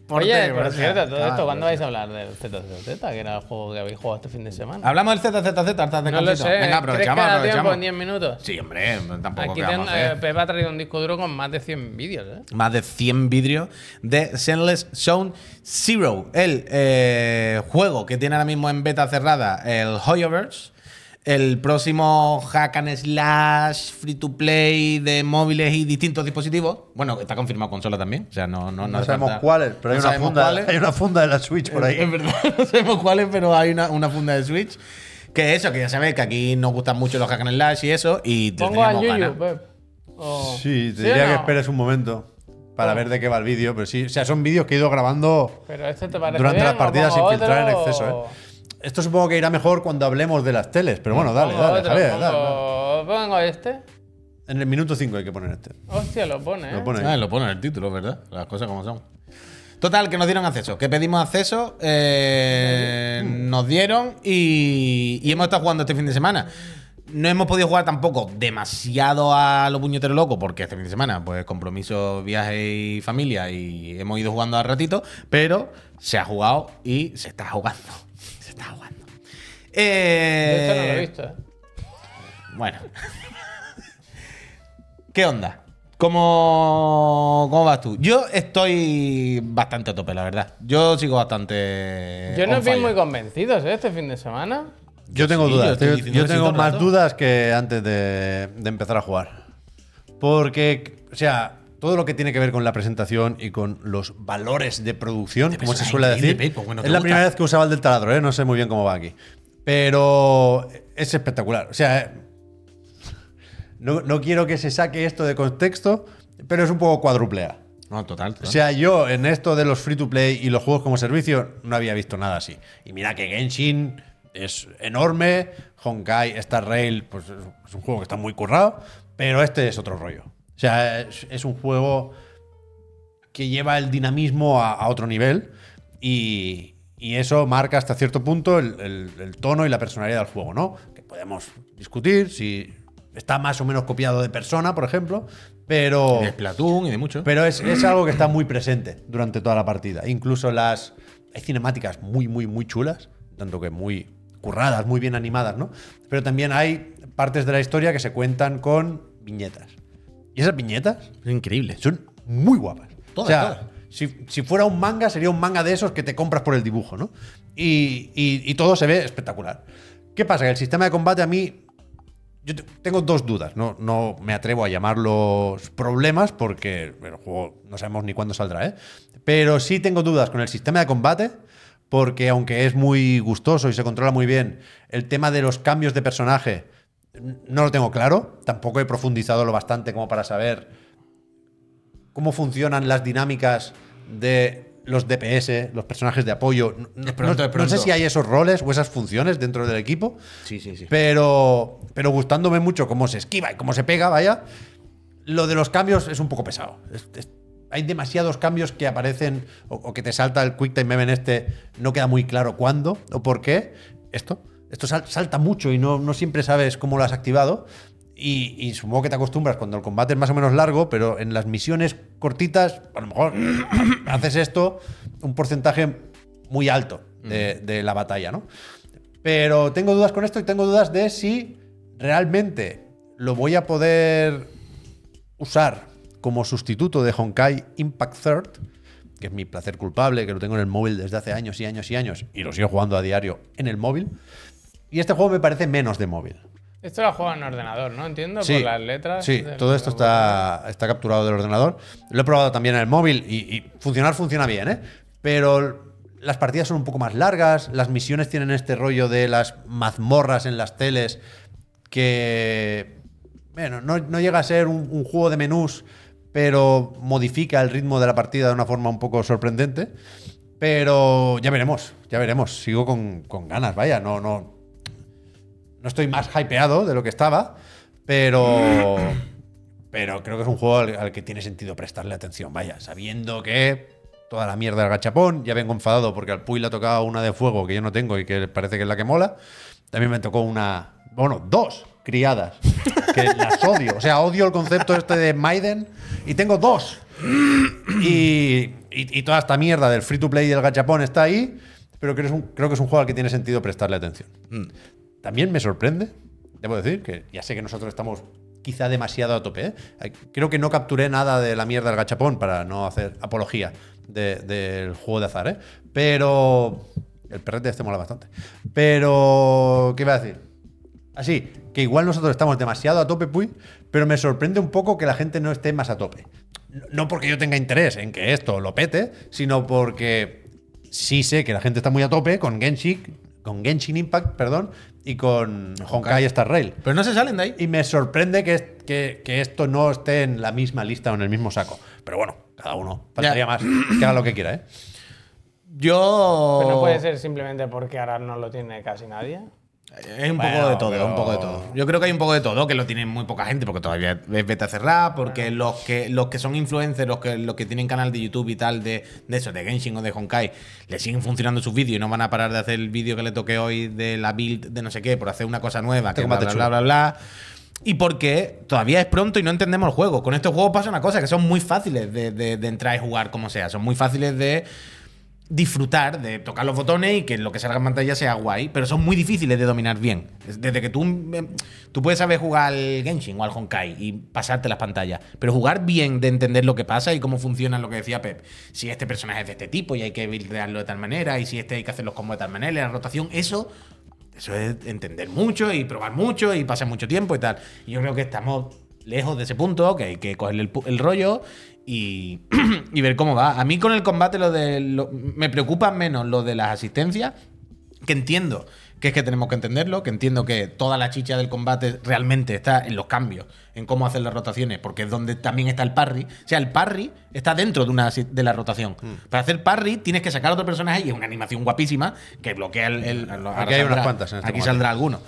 [SPEAKER 1] Oye,
[SPEAKER 2] Porte,
[SPEAKER 1] por
[SPEAKER 2] o sea,
[SPEAKER 1] cierto, todo
[SPEAKER 2] claro.
[SPEAKER 1] esto, ¿cuándo vais a hablar del ZZZ? Que era el juego que habéis jugado este fin de semana.
[SPEAKER 2] Hablamos del ZZZ, hartas de
[SPEAKER 1] No lo
[SPEAKER 2] calcito.
[SPEAKER 1] sé.
[SPEAKER 2] Ah, Venga,
[SPEAKER 1] ¿Crees que
[SPEAKER 2] aprovechamos,
[SPEAKER 1] da tiempo en
[SPEAKER 2] aprovechamos.
[SPEAKER 1] 10 minutos?
[SPEAKER 2] Sí, hombre, tampoco
[SPEAKER 1] Aquí
[SPEAKER 2] ¿qué vamos
[SPEAKER 1] tengo,
[SPEAKER 2] a hacer?
[SPEAKER 1] eh, Pepe ha traído un disco duro con más de 100 vídeos, ¿eh?
[SPEAKER 2] más de 100 vidrios de Senless Zone Zero, el eh, juego que tiene ahora mismo en beta cerrada el Hoyoverse, el próximo hack and slash free to play de móviles y distintos dispositivos. Bueno, está confirmado consola también, o sea, no, no, no
[SPEAKER 3] No
[SPEAKER 2] hace
[SPEAKER 3] sabemos
[SPEAKER 2] falta-
[SPEAKER 3] cuáles, pero hay,
[SPEAKER 2] no
[SPEAKER 3] una
[SPEAKER 2] sabemos
[SPEAKER 3] funda,
[SPEAKER 2] cuáles.
[SPEAKER 3] hay una funda de la Switch por ahí.
[SPEAKER 2] Es verdad, no sabemos cuáles, pero hay una, una funda de Switch. Que eso, que ya sabéis que aquí nos gustan mucho los hack and slash y eso, y le
[SPEAKER 1] Pongo a
[SPEAKER 2] teníamos ganas.
[SPEAKER 1] Yuyu, Pep. O-
[SPEAKER 3] Sí, te
[SPEAKER 1] o
[SPEAKER 3] diría que
[SPEAKER 1] no?
[SPEAKER 3] esperes un momento para ver de qué va el vídeo, pero sí, o sea, son vídeos que he ido grabando
[SPEAKER 1] Pero este te parece
[SPEAKER 3] durante
[SPEAKER 1] bien,
[SPEAKER 3] las
[SPEAKER 1] ¿o
[SPEAKER 3] partidas sin
[SPEAKER 1] pongo
[SPEAKER 3] filtrar en
[SPEAKER 1] otro?
[SPEAKER 3] exceso. ¿eh? Esto supongo que irá mejor cuando hablemos de las teles, pero bueno, dale,
[SPEAKER 1] Pongo
[SPEAKER 3] dale,
[SPEAKER 1] otro,
[SPEAKER 3] Javier,
[SPEAKER 1] pongo-
[SPEAKER 3] dale, dale.
[SPEAKER 1] Pongo este.
[SPEAKER 3] En el minuto 5 hay que poner este.
[SPEAKER 1] Hostia, lo pone, ¿eh?
[SPEAKER 3] Lo pone.
[SPEAKER 2] Ah,
[SPEAKER 3] ahí.
[SPEAKER 2] lo pone en el título, ¿verdad? Las cosas como son. Total, que nos dieron acceso, que pedimos acceso, eh,
[SPEAKER 3] Mm.
[SPEAKER 2] nos dieron y, y hemos estado jugando este fin de semana. No hemos podido jugar tampoco demasiado a lo puñetero loco, porque este fin de semana, pues compromiso, viaje y familia, y hemos ido jugando a ratito, pero se ha jugado y se está jugando. Se está jugando.
[SPEAKER 1] Yo
[SPEAKER 2] Eh,
[SPEAKER 1] esto no lo he visto, ¿eh?
[SPEAKER 2] bueno. ¿Qué onda? ¿Cómo, ¿Cómo vas tú? Yo estoy bastante a tope, la verdad. Yo sigo bastante.
[SPEAKER 3] eh,
[SPEAKER 1] Yo no
[SPEAKER 2] on
[SPEAKER 1] os vi
[SPEAKER 2] fire.
[SPEAKER 1] muy convencidos, ¿eh? Este fin de semana.
[SPEAKER 3] Yo tengo
[SPEAKER 2] Sí, yo
[SPEAKER 3] dudas,
[SPEAKER 2] estoy
[SPEAKER 3] yo,
[SPEAKER 2] diciendo
[SPEAKER 3] yo
[SPEAKER 2] que sí
[SPEAKER 3] tengo
[SPEAKER 2] todo el
[SPEAKER 3] más
[SPEAKER 2] rato.
[SPEAKER 3] dudas que antes de, de empezar a jugar. Porque, o sea, todo lo que tiene que ver con la presentación y con los valores de producción,
[SPEAKER 2] De
[SPEAKER 3] como se
[SPEAKER 2] persona
[SPEAKER 3] suele decir,
[SPEAKER 2] increíble, Pepo, bueno, te
[SPEAKER 3] es la
[SPEAKER 2] gusta.
[SPEAKER 3] primera vez que usaba el del taladro, ¿eh? no sé muy bien cómo va aquí. Pero es espectacular. O sea, eh, no, no quiero que se saque esto de contexto, pero es un poco cuadruplea.
[SPEAKER 2] No, total. total.
[SPEAKER 3] O sea, yo en esto de los free to play y los juegos como servicio no había visto nada así. Y mira que Genshin es enorme, Honkai, Star Rail, pues es es un juego que está muy currado, pero este es otro rollo. O sea, es, es un juego que lleva el dinamismo a, a otro nivel y, y eso marca hasta cierto punto el, el- el tono y la personalidad del juego, ¿no? Que podemos discutir si está más o menos copiado de persona, por ejemplo, pero...
[SPEAKER 2] de Splatoon y de mucho.
[SPEAKER 3] Pero es, es algo que está muy presente durante toda la partida. Incluso las. Hay cinemáticas muy, muy, muy chulas, tanto que muy curradas, muy bien animadas, ¿no? Pero también hay partes de la historia que se cuentan con viñetas. Y esas viñetas
[SPEAKER 2] Es increíble.
[SPEAKER 3] son muy guapas.
[SPEAKER 2] Todas,
[SPEAKER 3] o sea,
[SPEAKER 2] todas.
[SPEAKER 3] Si, si fuera un manga, sería un manga de esos que te compras por el dibujo, ¿no? Y, y- y todo se ve espectacular. ¿Qué pasa? Que el sistema de combate a mí. Yo te- tengo dos dudas. No, no me atrevo a llamarlos problemas porque el juego no sabemos ni cuándo saldrá, ¿eh? Pero sí tengo dudas con el sistema de combate. Porque aunque es muy gustoso y se controla muy bien, el tema de los cambios de personaje n- no lo tengo claro. Tampoco he profundizado lo bastante como para saber cómo funcionan las dinámicas de los DPS, los personajes de apoyo. No, no-
[SPEAKER 2] pronto, es
[SPEAKER 3] no
[SPEAKER 2] pronto.
[SPEAKER 3] sé si hay esos roles o esas funciones dentro del equipo,
[SPEAKER 2] Sí, sí, sí.
[SPEAKER 3] pero, pero gustándome mucho cómo se esquiva y cómo se pega, vaya, lo de los cambios es un poco pesado. Es- es- hay demasiados cambios que aparecen o, o que te salta el Quick Time Event este, no queda muy claro cuándo o por qué. Esto, esto sal- salta mucho y no, no siempre sabes cómo lo has activado. Y, y supongo que te acostumbras cuando el combate es más o menos largo, pero en las misiones cortitas, a lo mejor haces esto un porcentaje muy alto de,
[SPEAKER 2] Mm.
[SPEAKER 3] de la batalla, ¿no? Pero tengo dudas con esto y tengo dudas de si realmente lo voy a poder usar como sustituto de Honkai Impact Third, que es mi placer culpable, que lo tengo en el móvil desde hace años y años y años, y lo sigo jugando a diario en el móvil. Y este juego me parece menos de móvil.
[SPEAKER 1] Esto lo juega en ordenador, ¿no? Entiendo, por las letras.
[SPEAKER 3] Sí,
[SPEAKER 1] del-
[SPEAKER 3] todo esto está, está capturado del ordenador. Lo he probado también en el móvil y, y funcionar funciona bien, ¿eh? Pero l- las partidas son un poco más largas, las misiones tienen este rollo de las mazmorras en las teles que, bueno, no, no llega a ser un, un juego de menús, pero modifica el ritmo de la partida de una forma un poco sorprendente. Pero ya veremos, ya veremos. Sigo con, con ganas, vaya, no, no, no estoy más hypeado de lo que estaba, pero. Pero creo que es un juego al, al que tiene sentido prestarle atención. Vaya, sabiendo que toda la mierda del gachapón. Ya vengo enfadado porque al Puy le ha tocado una de fuego que yo no tengo y que parece que es la que mola. También me tocó una. Bueno, dos criadas. Que las odio. O sea, odio el concepto este de Maiden. Y tengo dos. Y, y- y toda esta mierda del free to play y del gachapón está ahí. Pero creo que es un- creo que es un juego al que tiene sentido prestarle atención. También me sorprende, debo decir, que ya sé que nosotros estamos quizá demasiado a tope. ¿eh? Creo que no capturé nada de la mierda del gachapón para no hacer apología de- del juego de azar, ¿eh? Pero. El perrete este mola bastante. Pero. ¿Qué iba a decir? Así, que igual nosotros estamos demasiado a tope, Puy, pero me sorprende un poco que la gente no esté más a tope. No porque yo tenga interés en que esto lo pete, sino porque sí sé que la gente está muy a tope con Genshin, con Genshin Impact, perdón, y con Honkai Star Rail.
[SPEAKER 2] Pero no se salen de ahí.
[SPEAKER 3] Y me sorprende que, es- que- que esto no esté en la misma lista o en el mismo saco. Pero bueno, cada uno. Faltaría
[SPEAKER 2] Ya.
[SPEAKER 3] más. Que haga lo que quiera, ¿eh?
[SPEAKER 2] Yo.
[SPEAKER 1] Pero no
[SPEAKER 3] Oh.
[SPEAKER 1] puede ser simplemente porque ahora no lo tiene casi nadie.
[SPEAKER 2] Es un
[SPEAKER 3] Bueno,
[SPEAKER 2] poco de todo,
[SPEAKER 3] pero-
[SPEAKER 2] un poco de todo. Yo creo que hay un poco de todo, que lo tienen muy poca gente, porque todavía es beta cerrada, porque los que los que son influencers, los que los que tienen canal de YouTube y tal de, de eso, de Genshin o de Honkai, le siguen funcionando sus vídeos y no van a parar de hacer el vídeo que le toqué hoy de la build de no sé qué, por hacer una cosa nueva,
[SPEAKER 3] Este
[SPEAKER 2] que bla,
[SPEAKER 3] combate
[SPEAKER 2] bla,
[SPEAKER 3] chulo.
[SPEAKER 2] bla, bla, bla. Y porque todavía es pronto y no entendemos el juego. Con estos juegos pasa una cosa, que son muy fáciles de, de- de entrar y jugar como sea. Son muy fáciles de disfrutar de tocar los botones y que lo que salga en pantalla sea guay, pero son muy difíciles de dominar bien. Es- Desde que tú, eh, tú puedes saber jugar al Genshin o al Honkai y pasarte las pantallas, pero jugar bien de entender lo que pasa y cómo funciona lo que decía Pep. Si este personaje es de este tipo y hay que buildearlo de tal manera, y si este hay que hacer los combos de tal manera, y la rotación, eso eso es entender mucho y probar mucho y pasar mucho tiempo y tal. Y Yo creo que estamos lejos de ese punto, que hay que cogerle el, pu- el rollo y, y ver cómo va. A mí con el combate lo de lo- me preocupa menos lo de las asistencias, que entiendo que es que tenemos que entenderlo, que entiendo que toda la chicha del combate realmente está en los cambios, en cómo hacer las rotaciones, porque es donde también está el parry. O sea, el parry está dentro de, una, asi- de la rotación.
[SPEAKER 3] Mm.
[SPEAKER 2] Para hacer parry tienes que sacar a otro personaje y es una animación guapísima que bloquea el... el-
[SPEAKER 3] Aquí hay unas cuantas en este
[SPEAKER 2] Aquí
[SPEAKER 3] combate.
[SPEAKER 2] saldrá alguno.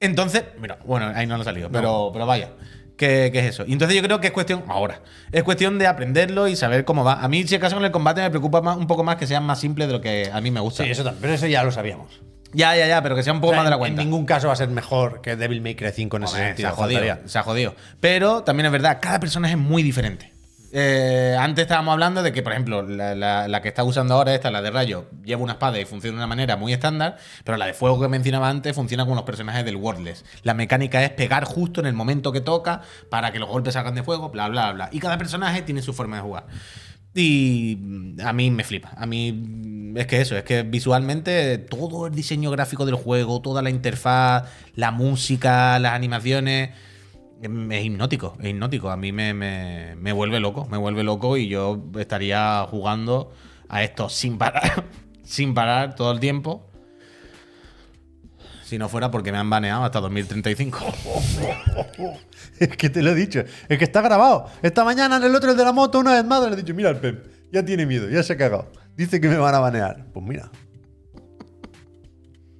[SPEAKER 2] Entonces, mira, bueno, ahí no lo ha salido, pero, pero vaya. ¿Qué, qué es eso? Y entonces yo creo que es cuestión, ahora, es cuestión de aprenderlo y saber cómo va. A mí, si acaso, con el combate me preocupa más- un poco más que sean más simples de lo que a mí me gusta.
[SPEAKER 3] Sí, eso también. Pero eso ya lo sabíamos.
[SPEAKER 2] Ya, ya, ya, pero que sea un poco
[SPEAKER 3] O sea,
[SPEAKER 2] más de la
[SPEAKER 3] en-
[SPEAKER 2] cuenta.
[SPEAKER 3] En ningún caso va a ser mejor que Devil May Cry 5 en ese
[SPEAKER 2] Hombre,
[SPEAKER 3] sentido.
[SPEAKER 2] se ha jodido,
[SPEAKER 3] faltaría.
[SPEAKER 2] se ha jodido. Pero también es verdad, cada personaje es muy diferente. Eh, antes estábamos hablando de que, por ejemplo, la, la- la que está usando ahora esta, la de rayo, lleva una espada y funciona de una manera muy estándar, pero la de fuego que mencionaba antes funciona con los personajes del Wordless. La mecánica es pegar justo en el momento que toca para que los golpes salgan de fuego, bla, bla, bla. Y cada personaje tiene su forma de jugar. Y mm, a mí me flipa. A mí mm, es que eso, es que visualmente todo el diseño gráfico del juego, toda la interfaz, la música, las animaciones, em, es hipnótico, es hipnótico. A mí me, me- me vuelve loco, me vuelve loco y yo estaría jugando a esto sin parar, sin parar todo el tiempo. Si no fuera porque me han baneado hasta 2035.
[SPEAKER 3] Es que te lo he dicho, es que está grabado. Esta mañana en el otro, el de la moto, una vez más le he dicho, mira el Pep, ya tiene miedo, ya se ha cagado. Dice que me van a banear. Pues mira.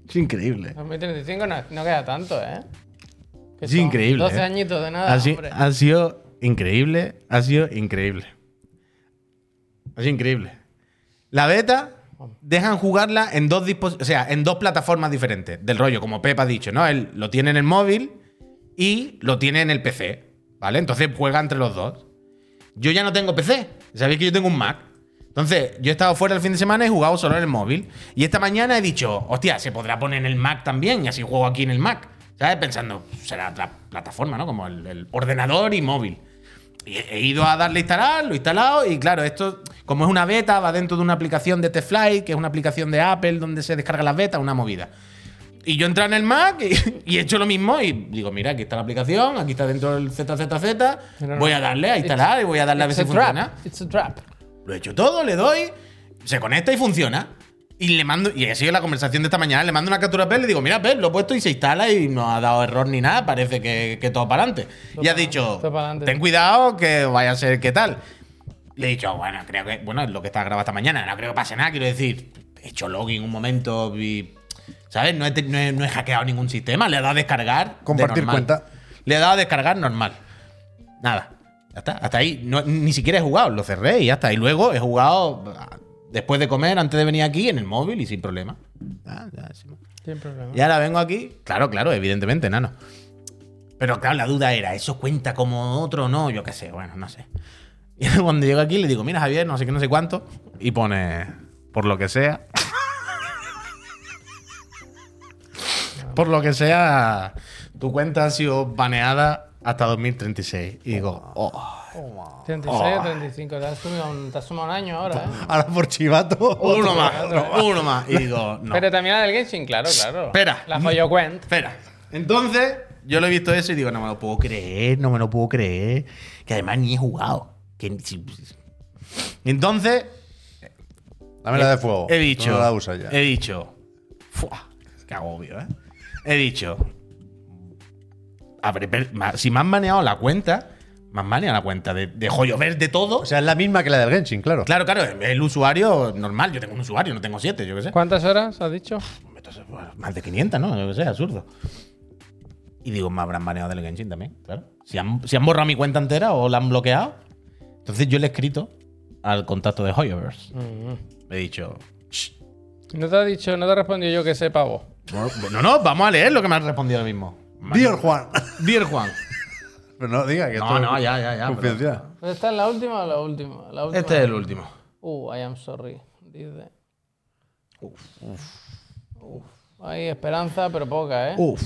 [SPEAKER 2] Es increíble.
[SPEAKER 1] 2035 no, no queda tanto, ¿eh? Que
[SPEAKER 2] Es
[SPEAKER 1] son
[SPEAKER 2] increíble,
[SPEAKER 1] 12
[SPEAKER 2] ¿eh?
[SPEAKER 1] añitos de nada.
[SPEAKER 2] Ha, si-
[SPEAKER 1] hombre.
[SPEAKER 2] ha sido increíble, ha sido increíble. Ha sido increíble. La beta dejan jugarla en dos dispos- o sea, en dos plataformas diferentes del rollo, como Pep ha dicho, ¿no? Él lo tiene en el móvil y lo tiene en el PC, ¿vale? Entonces juega entre los dos. Yo ya no tengo PC. Sabéis que yo tengo un Mac. Entonces, yo he estado fuera el fin de semana y he jugado solo en el móvil. Y esta mañana he dicho, hostia, se podrá poner en el Mac también. Y así juego aquí en el Mac. ¿Sabes? Pensando, será otra plataforma, ¿no? Como el, el ordenador y móvil. Y he he ido a darle a instalar, lo he instalado. Y claro, esto, como es una beta, va dentro de una aplicación de Tefly, que es una aplicación de Apple donde se descarga las betas, una movida. Y yo entro en el Mac y, y he hecho lo mismo y digo, mira, aquí está la aplicación, aquí está dentro el
[SPEAKER 1] Pero
[SPEAKER 2] ZZZ,
[SPEAKER 1] no.
[SPEAKER 2] voy a darle a instalar y voy a darle a ver
[SPEAKER 1] It's
[SPEAKER 2] si
[SPEAKER 1] a
[SPEAKER 2] funciona.
[SPEAKER 1] trap. It's a trap.
[SPEAKER 2] Lo he hecho todo, le doy, se conecta y funciona. Y le mando, y así es la conversación de esta mañana, le mando una captura a Pep, le digo, mira, Pep, lo he puesto y se instala y no ha dado error ni nada, parece que, que todo para adelante. Y ha
[SPEAKER 1] pa'lante,
[SPEAKER 2] dicho,
[SPEAKER 1] todo pa'lante.
[SPEAKER 2] ten cuidado que vaya a ser que tal. Le he dicho, bueno, creo que, bueno, es lo que está grabado esta mañana, no creo que pase nada, quiero decir, he hecho login un momento y, ¿sabes? No he, te- no he- no he hackeado ningún sistema, le he dado a descargar. de
[SPEAKER 3] Compartir
[SPEAKER 2] normal.
[SPEAKER 3] cuenta.
[SPEAKER 2] Le he dado a descargar normal. Nada. Ya está. Hasta ahí. No- ni siquiera he jugado. Lo cerré y ya está. Y luego he jugado ah, después de comer, antes de venir aquí, en el móvil y sin problema. Ah, ya, sin más.
[SPEAKER 1] Sin problema.
[SPEAKER 2] Y ahora vengo aquí. Claro, claro, evidentemente, nano. Pero claro, la duda era, ¿eso cuenta como otro o no? Yo qué sé, bueno, no sé. Y cuando llego aquí le digo, mira Javier, no sé qué, no sé cuánto. Y pone, por lo que sea. por lo que sea, tu cuenta ha sido baneada hasta 2036. Y digo, oh.
[SPEAKER 1] 36, 35. Te has sumado un, te has sumado un año ahora, ¿eh?
[SPEAKER 3] Ahora por chivato.
[SPEAKER 2] Uno
[SPEAKER 3] otro.
[SPEAKER 2] más, uno más. Y digo, no.
[SPEAKER 1] Pero también la del Genshin, claro, claro.
[SPEAKER 2] Espera.
[SPEAKER 1] La Joyo Quent.
[SPEAKER 2] Espera. Entonces, yo lo he visto eso y digo, no me lo puedo creer, no me lo puedo creer. Que además ni he jugado. Que ni- si- Entonces,
[SPEAKER 3] Dame la de fuego.
[SPEAKER 2] he dicho.
[SPEAKER 3] No la usas ya.
[SPEAKER 2] He dicho. Fua, qué agobio, ¿eh? He dicho. abre- ver- ma- si me han baneado la cuenta, me han baneado la cuenta de, de joyo ver de todo.
[SPEAKER 3] O sea, es la misma que la del Genshin, claro.
[SPEAKER 2] claro, claro, el usuario normal. Yo tengo un usuario, no tengo siete, yo qué sé.
[SPEAKER 1] ¿Cuántas horas has dicho?
[SPEAKER 2] Entonces, bueno, más de 500, ¿no? Yo que sé, absurdo. Y digo, me habrán baneado del Genshin también, claro. Si han, si han borrado mi cuenta entera o la han bloqueado. Entonces yo le he escrito al contacto de Hoyoverse.
[SPEAKER 1] Mm.
[SPEAKER 2] Le he dicho, "Shh,
[SPEAKER 1] No te ha dicho, no te ha respondido yo que sé, pavo.
[SPEAKER 2] no, no, no, vamos a leer lo que me han respondido ahora mismo.
[SPEAKER 3] Dear Juan.
[SPEAKER 2] Dear Juan.
[SPEAKER 3] Pero no diga que
[SPEAKER 2] No,
[SPEAKER 3] esto
[SPEAKER 2] no,
[SPEAKER 3] es
[SPEAKER 2] ya, ya, ya. pero-
[SPEAKER 3] Confidencial.
[SPEAKER 1] ¿Esta es la última o la última? La última.
[SPEAKER 2] Este es el último.
[SPEAKER 1] Uh, I am sorry. Dice. Uf. Hay esperanza, pero poca, ¿eh?
[SPEAKER 2] Uf.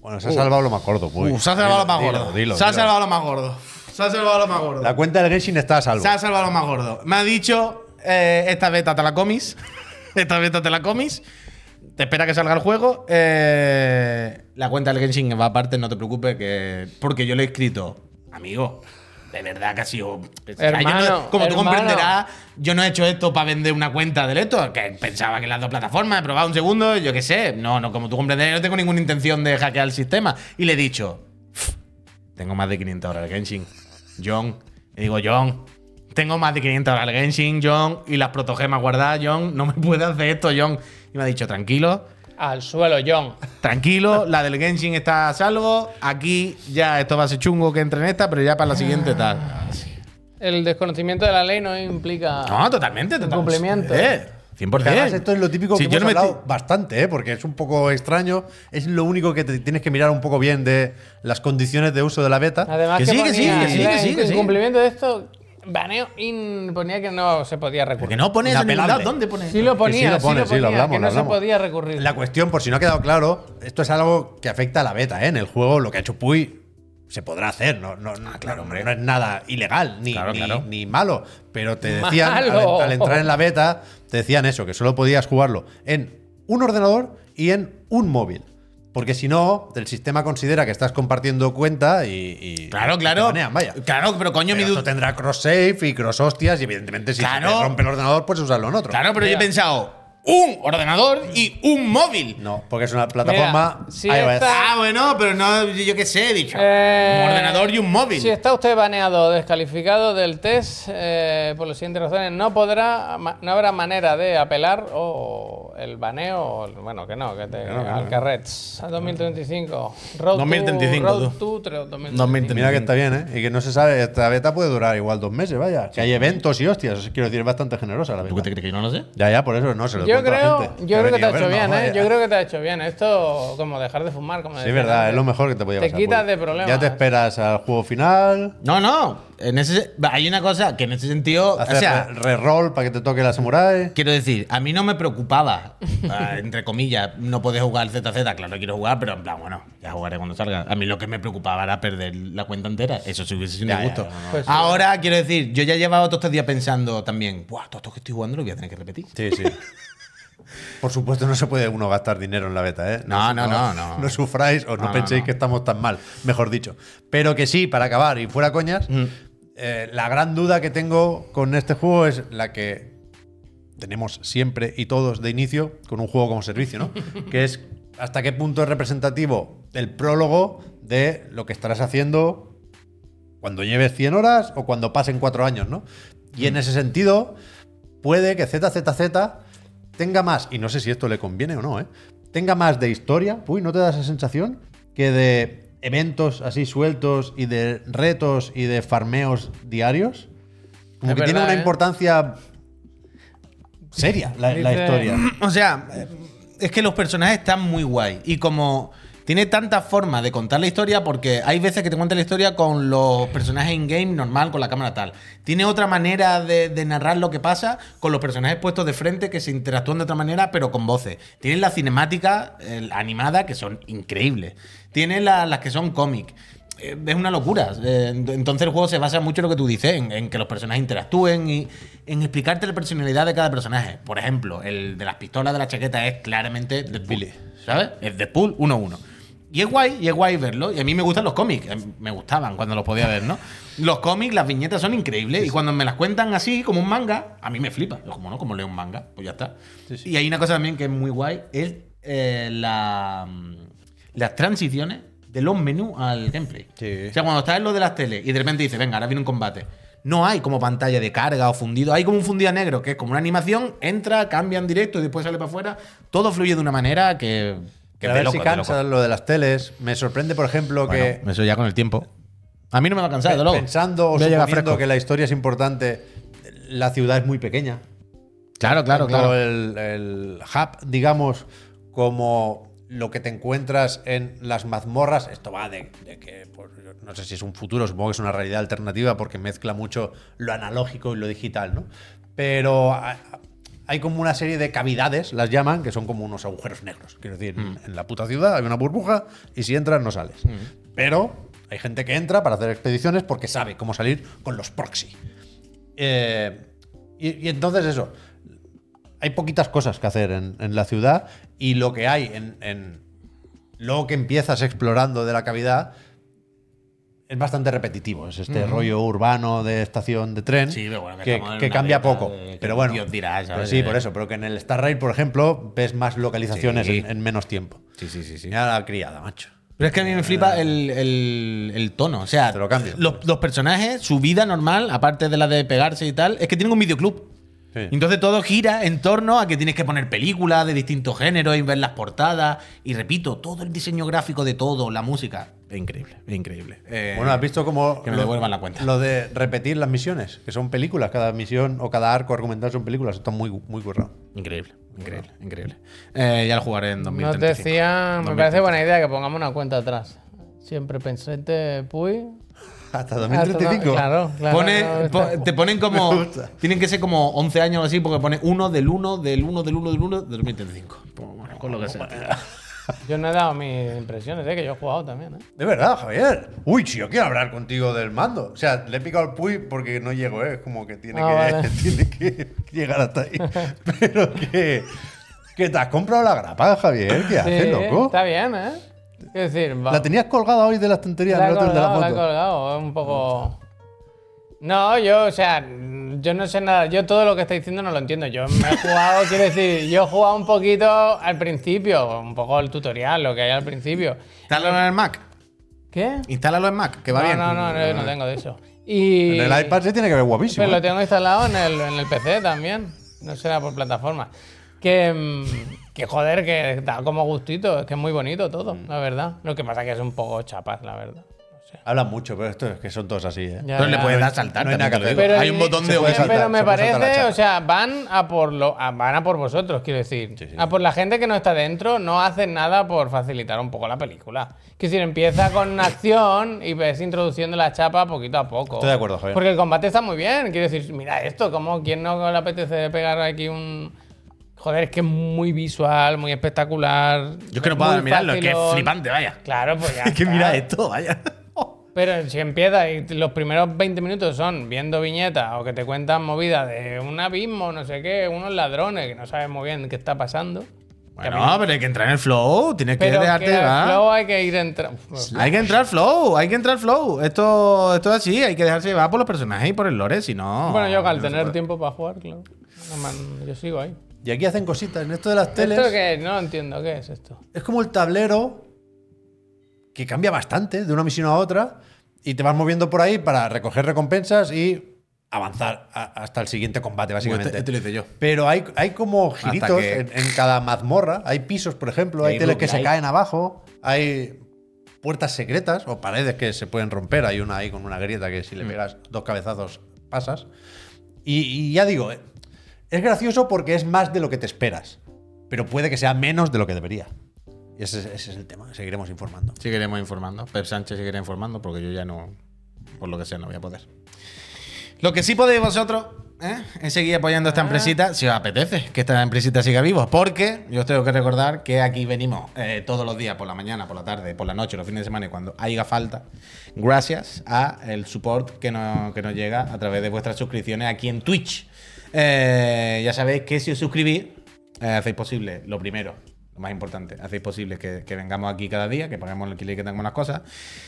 [SPEAKER 3] Bueno, se ha salvado lo más gordo, pues.
[SPEAKER 2] Uf, Uh, se ha salvado lo más
[SPEAKER 3] Dilo,
[SPEAKER 2] gordo.
[SPEAKER 3] dilo,
[SPEAKER 2] se ha
[SPEAKER 3] dilo.
[SPEAKER 2] salvado lo más gordo. Se ha salvado lo más gordo.
[SPEAKER 3] La cuenta del Genshin está a salvo.
[SPEAKER 2] Se ha salvado lo más gordo. Me ha dicho, eh, esta beta te la comis. esta beta te la comis. Te espera que salga el juego. Eh, la cuenta del Genshin va aparte, no te preocupes, que porque yo le he escrito, amigo. De verdad que ha sido.
[SPEAKER 1] Hermano,
[SPEAKER 2] Yo no- como tú
[SPEAKER 1] hermano.
[SPEAKER 2] comprenderás, yo no he hecho esto para vender una cuenta de esto. Que pensaba que las dos plataformas, he probado un segundo, yo qué sé. No, no, como tú comprenderás, yo no tengo ninguna intención de hackear el sistema. Y le he dicho, tengo más de 500 horas al Genshin. John. Y digo, John, tengo más de 500 horas al Genshin, John. Y las protogemas guardadas, John. No me puedes hacer esto, John. Y me ha dicho, tranquilo,
[SPEAKER 1] Al suelo, John.
[SPEAKER 2] tranquilo. La del Genshin está a salvo. Aquí ya esto va a ser chungo que entre en esta, pero ya para la siguiente tal.
[SPEAKER 1] El desconocimiento de la ley no implica.
[SPEAKER 2] No, totalmente, totalmente.
[SPEAKER 1] Cumplimiento.
[SPEAKER 2] Eh,
[SPEAKER 3] Porque además
[SPEAKER 2] 100%.
[SPEAKER 3] esto es lo típico
[SPEAKER 2] Si
[SPEAKER 3] que
[SPEAKER 2] yo
[SPEAKER 3] hemos
[SPEAKER 2] no me
[SPEAKER 3] hablado
[SPEAKER 2] estoy-
[SPEAKER 3] bastante, ¿eh? porque es un poco extraño. Es lo único que te tienes que mirar un poco bien de las condiciones de uso de la beta.
[SPEAKER 1] Además,
[SPEAKER 2] Que
[SPEAKER 1] que,
[SPEAKER 2] sí, que sí,
[SPEAKER 1] ponía
[SPEAKER 2] que sí, que sí, que sí.
[SPEAKER 1] En cumplimiento de esto, baneo y ponía que no se podía recurrir.
[SPEAKER 2] Que no pones eso en ningún lado.
[SPEAKER 3] Inapelable.
[SPEAKER 2] ¿Dónde pones?
[SPEAKER 1] Sí lo
[SPEAKER 3] Que sí
[SPEAKER 1] ponía,
[SPEAKER 3] lo
[SPEAKER 1] sí
[SPEAKER 3] pone,
[SPEAKER 1] lo
[SPEAKER 3] sí, lo
[SPEAKER 1] ponía,
[SPEAKER 3] hablamos,
[SPEAKER 1] que
[SPEAKER 3] lo
[SPEAKER 1] no se
[SPEAKER 3] hablamos.
[SPEAKER 1] podía recurrir.
[SPEAKER 3] La cuestión, por si no ha quedado claro, esto es algo que afecta a la beta, ¿eh? En el juego, lo que ha hecho Puy se podrá hacer, no, no, no- no- no es nada ilegal ni,
[SPEAKER 2] Ah, Claro,
[SPEAKER 3] ni-
[SPEAKER 2] claro.
[SPEAKER 3] ni malo, pero te decían, al,
[SPEAKER 1] ¡Malo!
[SPEAKER 3] al entrar en la beta, te decían eso, que solo podías jugarlo en un ordenador y en un móvil. Porque si no, el sistema considera que estás compartiendo cuenta y. y- y
[SPEAKER 2] Claro,
[SPEAKER 3] te
[SPEAKER 2] claro.
[SPEAKER 3] banean, vaya.
[SPEAKER 2] Claro, pero coño,
[SPEAKER 3] Pero
[SPEAKER 2] mi
[SPEAKER 3] esto
[SPEAKER 2] duda.
[SPEAKER 3] tendrá cross-save y cross-hostias, y evidentemente, si
[SPEAKER 2] Claro.
[SPEAKER 3] se te rompe el ordenador, pues usarlo en otro.
[SPEAKER 2] Claro, pero yo he pensado, un ordenador y un móvil.
[SPEAKER 3] No, porque es una plataforma
[SPEAKER 1] Mira, si
[SPEAKER 3] iOS.
[SPEAKER 1] esta-
[SPEAKER 2] Ah, bueno, pero no, yo qué sé, he dicho.
[SPEAKER 1] Eh,
[SPEAKER 2] un ordenador y un móvil.
[SPEAKER 1] Si está usted baneado o descalificado del test, eh, por las siguientes razones, no podrá, ma- no habrá manera de apelar o el baneo, o el- bueno, que no, que te
[SPEAKER 3] no, que no.
[SPEAKER 1] al Ah, carrets. A 2035. Road to-
[SPEAKER 2] 2035,
[SPEAKER 1] Road
[SPEAKER 2] tú.
[SPEAKER 1] to tre-
[SPEAKER 2] 2035.
[SPEAKER 1] 2035.
[SPEAKER 3] Mira que está bien, ¿eh? Y que no se sabe, esta beta puede durar igual dos meses, vaya. Que hay eventos y hostias, quiero decir, es bastante generosa Pues la
[SPEAKER 2] ¿Tú qué
[SPEAKER 3] beta.
[SPEAKER 2] te crees que yo no lo sé?
[SPEAKER 3] Ya, ya, por eso no se lo
[SPEAKER 1] Yo
[SPEAKER 3] cuento a la
[SPEAKER 1] creo, yo
[SPEAKER 3] gente.
[SPEAKER 1] creo que te ha
[SPEAKER 3] venía a
[SPEAKER 1] hecho
[SPEAKER 3] vernos,
[SPEAKER 1] bien, ¿eh?
[SPEAKER 3] vaya.
[SPEAKER 1] Yo creo que te ha hecho bien. Esto, como dejar de fumar, como
[SPEAKER 3] Sí, es
[SPEAKER 1] decía
[SPEAKER 3] verdad,
[SPEAKER 1] antes.
[SPEAKER 3] es lo mejor que te podía
[SPEAKER 1] Te
[SPEAKER 3] pasar.
[SPEAKER 1] quitas
[SPEAKER 3] Puri.
[SPEAKER 1] de problemas.
[SPEAKER 3] Ya te esperas al juego final,
[SPEAKER 2] No, no. En ese, hay una cosa que en ese sentido. O
[SPEAKER 3] hacer
[SPEAKER 2] sea,
[SPEAKER 3] re- reroll para que te toque la samurai.
[SPEAKER 2] quiero decir, a mí no me preocupaba, ah, entre comillas, no poder jugar al ZZ. Claro, quiero jugar, pero en plan, bueno, ya jugaré cuando salga. A mí lo que me preocupaba era perder la cuenta entera. Eso sí hubiese sido
[SPEAKER 3] Ya,
[SPEAKER 2] un
[SPEAKER 3] ya,
[SPEAKER 2] gusto.
[SPEAKER 3] no,
[SPEAKER 1] Pues sí.
[SPEAKER 2] Ahora, quiero decir, yo ya llevaba todos estos días pensando también, Buah, todo esto que estoy jugando lo voy a tener que repetir.
[SPEAKER 3] Sí, sí. Por supuesto, no se puede uno gastar dinero en la beta, ¿eh?
[SPEAKER 2] No, no, no, no.
[SPEAKER 3] No sufráis o no,
[SPEAKER 2] no,
[SPEAKER 3] penséis
[SPEAKER 2] no.
[SPEAKER 3] que estamos tan mal, mejor dicho. Pero que sí, para acabar y fuera coñas,
[SPEAKER 2] Mm.
[SPEAKER 3] eh, la gran duda que tengo con este juego es la que tenemos siempre y todos de inicio con un juego como servicio, ¿no? que es hasta qué punto es representativo el prólogo de lo que estarás haciendo cuando lleves 100 horas o cuando pasen 4 años, ¿no? Y
[SPEAKER 2] Mm.
[SPEAKER 3] en ese sentido, puede que ZZZ tenga más, y no sé si esto le conviene o no, ¿eh? tenga más de historia, uy, ¿no te da esa sensación? Que de eventos así sueltos y de retos y de farmeos diarios. Como
[SPEAKER 1] Es
[SPEAKER 3] que tiene
[SPEAKER 1] verdad,
[SPEAKER 3] una
[SPEAKER 1] ¿eh?
[SPEAKER 3] importancia seria la, la
[SPEAKER 1] Dice-
[SPEAKER 3] historia.
[SPEAKER 2] O sea, eh, es que los personajes están muy guay. Y como tiene tantas formas de contar la historia, porque hay veces que te cuenta la historia con los personajes in-game normal, con la cámara tal. Tiene otra manera de, de narrar lo que pasa con los personajes puestos de frente que se interactúan de otra manera, pero con voces. Tiene la cinemática eh, la animada, que son increíbles. Tiene la- las que son cómic. Eh, Es una locura. Eh, ent- Entonces el juego se basa mucho en lo que tú dices, en, en que los personajes interactúen y en explicarte la personalidad de cada personaje. Por ejemplo, el de las pistolas de la chaqueta es claramente Deadpool, ¿sabes? Es Deadpool 1-1. Y es guay, y es guay verlo. Y a mí me gustan los cómics. Eh, Me gustaban cuando los podía ver, ¿no? Los cómics, las viñetas son increíbles. Y cuando me las cuentan así, como un manga, a mí me flipa. Yo como no, como leo un manga, pues ya está. Y hay una cosa también que es muy guay, es eh, la, las transiciones de los menús al gameplay.
[SPEAKER 3] Sí.
[SPEAKER 2] O sea, cuando estás en lo de las teles y de repente dices, venga, ahora viene un combate. No hay como pantalla de carga o fundido, hay como un fundido a negro, que es como una animación, entra, cambia en directo y después sale para afuera. Todo fluye de una manera que... que
[SPEAKER 3] Pero a
[SPEAKER 2] de
[SPEAKER 3] ver
[SPEAKER 2] loco,
[SPEAKER 3] si
[SPEAKER 2] de loco.
[SPEAKER 3] cansa lo de las teles. Me sorprende, por ejemplo, que
[SPEAKER 2] Bueno, eso ya con el tiempo. A mí no me va a cansar, de luego.
[SPEAKER 3] pensando o
[SPEAKER 2] Voy a llegar
[SPEAKER 3] suponiendo
[SPEAKER 2] fresco.
[SPEAKER 3] que la historia es importante, la ciudad es muy pequeña.
[SPEAKER 2] Claro, claro,
[SPEAKER 3] tanto
[SPEAKER 2] claro.
[SPEAKER 3] El, el hub, digamos, como lo que te encuentras en las mazmorras. Esto va de, de que, pues, no sé si es un futuro, supongo que es una realidad alternativa porque mezcla mucho lo analógico y lo digital, ¿no? Pero a- hay como una serie de cavidades, las llaman, que son como unos agujeros negros. Quiero decir,
[SPEAKER 2] Mm.
[SPEAKER 3] en la puta ciudad hay una burbuja y si entras no sales.
[SPEAKER 2] Mm.
[SPEAKER 3] Pero hay gente que entra para hacer expediciones porque sabe cómo salir con los proxy. Eh, y, y entonces eso, hay poquitas cosas que hacer en, en la ciudad y lo que hay en, en lo que empiezas explorando de la cavidad es bastante repetitivo. Es este rollo urbano de estación de tren
[SPEAKER 2] Sí, pero bueno, que
[SPEAKER 3] que,
[SPEAKER 2] estamos en
[SPEAKER 3] que
[SPEAKER 2] una
[SPEAKER 3] cambia
[SPEAKER 2] beta
[SPEAKER 3] poco.
[SPEAKER 2] de- que
[SPEAKER 3] pero bueno,
[SPEAKER 2] Dios dirá, ¿sabes?
[SPEAKER 3] pero sí, por eso. Pero que en el Star Rail, por ejemplo, ves más localizaciones
[SPEAKER 2] Sí.
[SPEAKER 3] en, en menos tiempo.
[SPEAKER 2] Sí, sí, sí, sí.
[SPEAKER 3] Mira la criada, macho.
[SPEAKER 2] Pero es que a mí me flipa el, el- el tono. O sea,
[SPEAKER 3] Eh. Te lo cambio. pues.
[SPEAKER 2] Los, los personajes, su vida normal, aparte de la de pegarse y tal, es que tienen un videoclub.
[SPEAKER 3] Sí.
[SPEAKER 2] Entonces todo gira en torno a que tienes que poner películas de distintos géneros y ver las portadas. Y repito, todo el diseño gráfico de todo, la música. Es increíble, es increíble. Eh,
[SPEAKER 3] Bueno, has visto cómo.
[SPEAKER 2] que me
[SPEAKER 3] lo-
[SPEAKER 2] devuelvan la cuenta.
[SPEAKER 3] Lo de repetir las misiones, que son películas. Cada misión o cada arco argumental son películas. Está muy, muy currado.
[SPEAKER 2] Increíble, increíble, increíble. Eh, ya lo jugaré en
[SPEAKER 1] Nos
[SPEAKER 2] 2035.
[SPEAKER 1] decían, me parece buena idea que pongamos una cuenta atrás. Siempre pensante, Puy.
[SPEAKER 3] Hasta
[SPEAKER 1] Ah, to-
[SPEAKER 3] 2035.
[SPEAKER 1] Claro, claro.
[SPEAKER 2] Pone-
[SPEAKER 1] claro, está-
[SPEAKER 2] po- te ponen
[SPEAKER 3] Me
[SPEAKER 2] como.
[SPEAKER 3] gusta.
[SPEAKER 2] Tienen que ser como 11 años o así, porque pone 1 del 1 del 1 del 1 del 1 del 2035. Pues bueno, con lo que sea.
[SPEAKER 1] Yo no he dado mis impresiones, eh, que yo he jugado también. eh.
[SPEAKER 3] De verdad, Javier. Uy, si yo quiero hablar contigo del mando. O sea, le he picado al puy porque no llego, ¿eh? Es como que tiene,
[SPEAKER 1] Ah,
[SPEAKER 3] que,
[SPEAKER 1] vale.
[SPEAKER 3] tiene que llegar hasta ahí. Pero que, que te has comprado la grapa, Javier. ¿Qué haces,
[SPEAKER 1] Sí,
[SPEAKER 3] loco?
[SPEAKER 1] Está bien, ¿eh? Es decir, va-
[SPEAKER 3] La tenías colgada hoy de la estantería,
[SPEAKER 1] La
[SPEAKER 3] en
[SPEAKER 1] he
[SPEAKER 3] el hotel de
[SPEAKER 1] colgado, la
[SPEAKER 3] la
[SPEAKER 1] he
[SPEAKER 3] foto.
[SPEAKER 1] colgado, es un poco... No, yo, o sea, yo no sé nada, yo todo lo que está diciendo no lo entiendo. Yo me he jugado, quiero decir, yo he jugado un poquito al principio, un poco el tutorial, lo que hay al principio.
[SPEAKER 2] Instálalo en el Mac.
[SPEAKER 1] ¿Qué?
[SPEAKER 2] Instálalo en Mac, que va
[SPEAKER 1] no,
[SPEAKER 2] bien.
[SPEAKER 1] no, no, no, yo no tengo de eso. Y...
[SPEAKER 3] En el iPad se tiene que ver guapísimo.
[SPEAKER 1] Pero lo
[SPEAKER 3] ¿eh?
[SPEAKER 1] tengo instalado en el, en el PC también. No será por plataforma. Que, mm, que joder, que da como gustito. Es que es muy bonito todo, la verdad. Lo que pasa es que es un poco chapaz, la verdad. No sé.
[SPEAKER 3] Hablan mucho, pero esto es que son todos así, ¿eh?
[SPEAKER 1] Ya,
[SPEAKER 2] Pero le
[SPEAKER 1] ya.
[SPEAKER 2] puedes dar saltar.
[SPEAKER 3] No hay nada
[SPEAKER 2] también
[SPEAKER 3] que
[SPEAKER 2] te lo
[SPEAKER 1] Pero
[SPEAKER 2] digo.
[SPEAKER 3] hacer.
[SPEAKER 2] Hay un
[SPEAKER 1] ni-
[SPEAKER 2] botón
[SPEAKER 3] se
[SPEAKER 2] de
[SPEAKER 3] puede
[SPEAKER 1] Pero
[SPEAKER 3] saltar,
[SPEAKER 1] me
[SPEAKER 3] se puede saltar la
[SPEAKER 1] parece,
[SPEAKER 3] chapa.
[SPEAKER 1] o sea, van a por lo, a- van a por vosotros, quiero decir.
[SPEAKER 3] sí.
[SPEAKER 1] A por la gente que no está dentro, no hacen nada por facilitar un poco la película. Quiero decir, empieza con una acción y ves introduciendo la chapa poquito a poco.
[SPEAKER 3] Estoy de acuerdo, Javier.
[SPEAKER 1] Porque el combate está muy bien. Quiero decir, mira esto, como quien no le apetece pegar aquí un. Joder, es que es muy visual, muy espectacular.
[SPEAKER 2] Yo es que no puedo
[SPEAKER 1] muy
[SPEAKER 2] mirarlo, es que es
[SPEAKER 1] facilón.
[SPEAKER 2] flipante, vaya.
[SPEAKER 1] Claro, pues ya.
[SPEAKER 2] Es que
[SPEAKER 1] está.
[SPEAKER 2] mira esto, vaya.
[SPEAKER 1] Pero si empiezas y los primeros 20 minutos son viendo viñetas o que te cuentan movidas de un abismo, no sé qué, unos ladrones que no sabes muy bien qué está pasando. Que a mí-
[SPEAKER 2] Bueno, pero hay que entrar en el flow, tienes que
[SPEAKER 1] pero
[SPEAKER 2] dejarte
[SPEAKER 1] que
[SPEAKER 2] va.
[SPEAKER 1] luego hay que ir entrando.
[SPEAKER 2] Hay que entrar flow, hay que entrar flow. Esto, esto es así, hay que dejarse llevar por los personajes y por el lore, si no.
[SPEAKER 1] Bueno, yo que al
[SPEAKER 2] no se
[SPEAKER 1] tener
[SPEAKER 2] puede.
[SPEAKER 1] tiempo para jugar, claro. No, man, yo sigo ahí.
[SPEAKER 3] Y aquí hacen cositas. En esto de las teles.
[SPEAKER 1] ¿Esto qué es? No lo entiendo. ¿Qué es esto?
[SPEAKER 3] Es como el tablero que cambia bastante de una misión a otra y te vas moviendo por ahí para recoger recompensas y avanzar a- hasta el siguiente combate,
[SPEAKER 2] Uy,
[SPEAKER 3] básicamente.
[SPEAKER 2] este- este lo hice yo.
[SPEAKER 3] Pero hay, hay como
[SPEAKER 2] Hasta
[SPEAKER 3] giritos
[SPEAKER 2] que-
[SPEAKER 3] en, en cada mazmorra. Hay pisos, por ejemplo,
[SPEAKER 2] Y
[SPEAKER 3] hay
[SPEAKER 2] hay
[SPEAKER 3] teles que se
[SPEAKER 2] roguelike.
[SPEAKER 3] caen abajo, hay puertas secretas o paredes que se pueden romper. Hay una ahí con una grieta que si
[SPEAKER 2] Mm.
[SPEAKER 3] le pegas dos cabezazos pasas. Y, y ya digo, eh, es gracioso porque es más de lo que te esperas, pero puede que sea menos de lo que debería. Y ese, es- ese es el tema, seguiremos informando.
[SPEAKER 2] Seguiremos informando. Pep Sánchez seguirá informando porque yo ya no, por lo que sea, no voy a poder. Lo que sí podéis vosotros ¿eh? es seguir apoyando a esta empresita si os apetece que esta empresita siga viva. Porque yo os tengo que recordar que aquí venimos eh, todos los días, por la mañana, por la tarde, por la noche, los fines de semana y cuando haya falta. Gracias a el support que nos, que nos llega a través de vuestras suscripciones aquí en Twitch. Eh, ya sabéis que si os suscribís, eh, hacéis posible, lo primero, lo más importante, hacéis posible que, que vengamos aquí cada día, que paguemos el alquiler y que tengamos las cosas.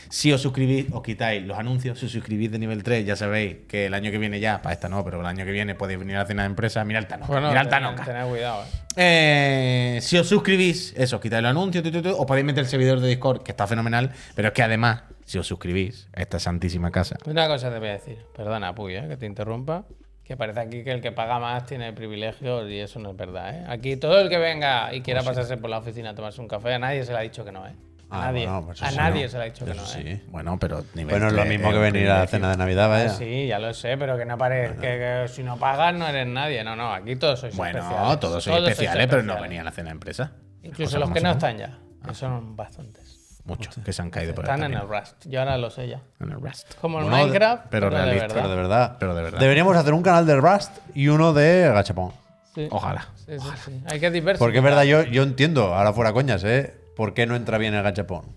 [SPEAKER 2] Si os suscribís, os quitáis los anuncios. Si os suscribís de nivel 3, ya sabéis que el año que viene ya, para esta no, pero el año que viene podéis venir a cenar de empresa. Mira el Tanoca,
[SPEAKER 1] Bueno,
[SPEAKER 2] mira el
[SPEAKER 1] tened,
[SPEAKER 2] Tanoca.
[SPEAKER 1] tened cuidado. eh.
[SPEAKER 2] Eh, si os suscribís, eso, os quitáis el anuncio, tu, tu, tu, os podéis meter el servidor de Discord, que está fenomenal, pero es que además, si os suscribís a esta santísima casa,
[SPEAKER 1] Una cosa te voy a decir. Perdona, Puy, eh, que te interrumpa. Que parece aquí que el que paga más tiene privilegios y eso no es verdad. ¿eh? Aquí todo el que venga y quiera pasarse por la oficina a tomarse un café, a nadie se le ha dicho que no. ¿eh? A
[SPEAKER 3] Pues Ah,
[SPEAKER 1] nadie,
[SPEAKER 3] bueno, pues
[SPEAKER 1] a
[SPEAKER 3] eso
[SPEAKER 1] nadie
[SPEAKER 3] no.
[SPEAKER 1] se le ha dicho que
[SPEAKER 3] Eso
[SPEAKER 1] no.
[SPEAKER 3] sí.
[SPEAKER 1] ¿eh?
[SPEAKER 2] bueno, pero nivel
[SPEAKER 3] Bueno, es lo
[SPEAKER 2] 3
[SPEAKER 3] mismo que
[SPEAKER 2] un
[SPEAKER 3] venir a la
[SPEAKER 2] privilegio. Ah,
[SPEAKER 3] cena de Navidad, vaya.
[SPEAKER 1] Pues Sí, ya lo sé, pero que no parece que, que si no pagas no eres nadie. No, no, aquí todos sois
[SPEAKER 2] Bueno,
[SPEAKER 1] especiales.
[SPEAKER 2] todos sois especiales, pero no
[SPEAKER 1] especiales.
[SPEAKER 2] venían a la cena de empresa.
[SPEAKER 1] Incluso
[SPEAKER 2] Cosas
[SPEAKER 1] los
[SPEAKER 2] como
[SPEAKER 1] que no
[SPEAKER 2] son.
[SPEAKER 1] están ya,
[SPEAKER 3] Ah.
[SPEAKER 1] que son bastantes.
[SPEAKER 2] Muchos que se han caído por ahí
[SPEAKER 1] Están en
[SPEAKER 2] también.
[SPEAKER 1] el Rust. Yo ahora lo sé ya.
[SPEAKER 2] En el Rust.
[SPEAKER 1] Como el
[SPEAKER 3] Bueno, de-
[SPEAKER 1] Minecraft,
[SPEAKER 2] pero
[SPEAKER 1] pero, de
[SPEAKER 2] realista,
[SPEAKER 1] verdad.
[SPEAKER 3] Pero de verdad.
[SPEAKER 2] Pero de verdad.
[SPEAKER 3] Deberíamos hacer un canal de Rust y uno de Gachapón.
[SPEAKER 1] Sí.
[SPEAKER 2] Ojalá.
[SPEAKER 1] Sí, sí, sí. Hay que diversificar.
[SPEAKER 3] Porque es verdad,
[SPEAKER 1] ¿eh?
[SPEAKER 3] yo, yo entiendo, ahora fuera coñas, ¿eh? ¿Por qué no entra bien el gachapón?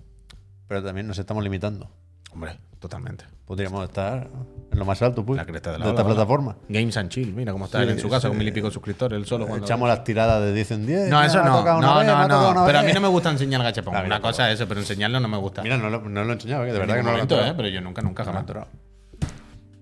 [SPEAKER 3] Pero también nos estamos limitando.
[SPEAKER 2] Hombre, totalmente.
[SPEAKER 3] Podríamos estar en lo más alto, pues,
[SPEAKER 2] La cresta de la
[SPEAKER 3] esta
[SPEAKER 2] ola, ¿no?
[SPEAKER 3] plataforma.
[SPEAKER 2] Games and Chill, mira cómo está
[SPEAKER 3] Sí,
[SPEAKER 2] él en su casa
[SPEAKER 3] sí. Eh,
[SPEAKER 2] con mil y pico suscriptores, él solo cuando.
[SPEAKER 3] Echamos las tiradas de 10 en 10.
[SPEAKER 2] No,
[SPEAKER 3] Mira,
[SPEAKER 2] eso
[SPEAKER 3] me ha
[SPEAKER 2] no.
[SPEAKER 3] tocado una
[SPEAKER 2] No,
[SPEAKER 3] vez, me ha
[SPEAKER 2] no,
[SPEAKER 3] tocado
[SPEAKER 2] no.
[SPEAKER 3] una
[SPEAKER 2] Pero a
[SPEAKER 3] vez.
[SPEAKER 2] mí no me gusta enseñar gachapón.
[SPEAKER 3] A mí
[SPEAKER 2] Una
[SPEAKER 3] tampoco.
[SPEAKER 2] cosa es eso, pero enseñarlo no me gusta.
[SPEAKER 3] Mira, no lo, no lo he enseñado, ¿eh? de verdad que
[SPEAKER 2] En
[SPEAKER 3] no lo he
[SPEAKER 2] ningún momento,
[SPEAKER 3] enseñado.
[SPEAKER 2] ¿eh? Pero yo nunca, nunca jamás.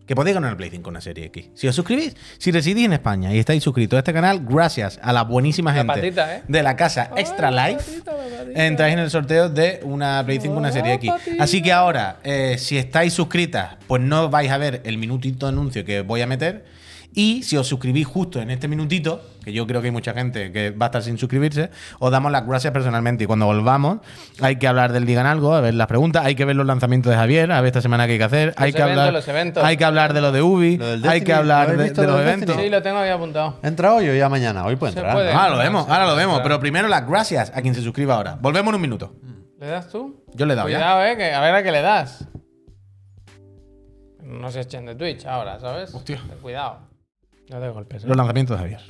[SPEAKER 2] Que podéis ganar el Play 5 con una serie X. Si os suscribís, si residís en España y estáis suscritos a este canal, gracias a la buenísima
[SPEAKER 1] La
[SPEAKER 2] gente
[SPEAKER 1] patita, ¿eh?
[SPEAKER 2] de la casa
[SPEAKER 1] Ay,
[SPEAKER 2] Extra
[SPEAKER 1] la
[SPEAKER 2] Life,
[SPEAKER 1] patita, la patita.
[SPEAKER 2] entráis en el sorteo de una Play 5 con una
[SPEAKER 1] Ah,
[SPEAKER 2] serie X.
[SPEAKER 1] patita.
[SPEAKER 2] Así que ahora, eh, si estáis suscritas, pues no vais a ver el minutito de anuncio que voy a meter. Y si os suscribís justo en este minutito, que yo creo que hay mucha gente que va a estar sin suscribirse, os damos las gracias personalmente. Y cuando volvamos, hay que hablar del Digan Algo, a ver las preguntas, hay que ver los lanzamientos de Javier, a ver esta semana qué hay que hacer, hay, que
[SPEAKER 1] eventos,
[SPEAKER 2] hablar,
[SPEAKER 1] los eventos.
[SPEAKER 2] hay que hablar de lo de Ubi,
[SPEAKER 3] Lo del
[SPEAKER 2] hay
[SPEAKER 3] Destiny,
[SPEAKER 2] que hablar
[SPEAKER 3] ¿lo habéis
[SPEAKER 2] de,
[SPEAKER 3] visto
[SPEAKER 2] de
[SPEAKER 3] lo
[SPEAKER 2] los
[SPEAKER 3] del
[SPEAKER 2] eventos.
[SPEAKER 3] Destiny?
[SPEAKER 1] Sí, lo tengo ahí apuntado.
[SPEAKER 2] ¿eh?
[SPEAKER 3] ¿Entra hoy o ya mañana? Hoy puede
[SPEAKER 1] Se
[SPEAKER 3] entrar.
[SPEAKER 1] puede.
[SPEAKER 3] ¿no?
[SPEAKER 2] Ahora lo vemos, ahora lo vemos, pero primero las gracias a quien se suscriba ahora. Volvemos en un minuto.
[SPEAKER 1] ¿Le das tú?
[SPEAKER 2] Yo le he dado ya.
[SPEAKER 1] Cuidado, eh, que a ver a qué le das. No se echen de Twitch ahora, ¿sabes?
[SPEAKER 2] Hostia.
[SPEAKER 1] Cuidado. No de golpes. eh.
[SPEAKER 2] Los lanzamientos de Javier.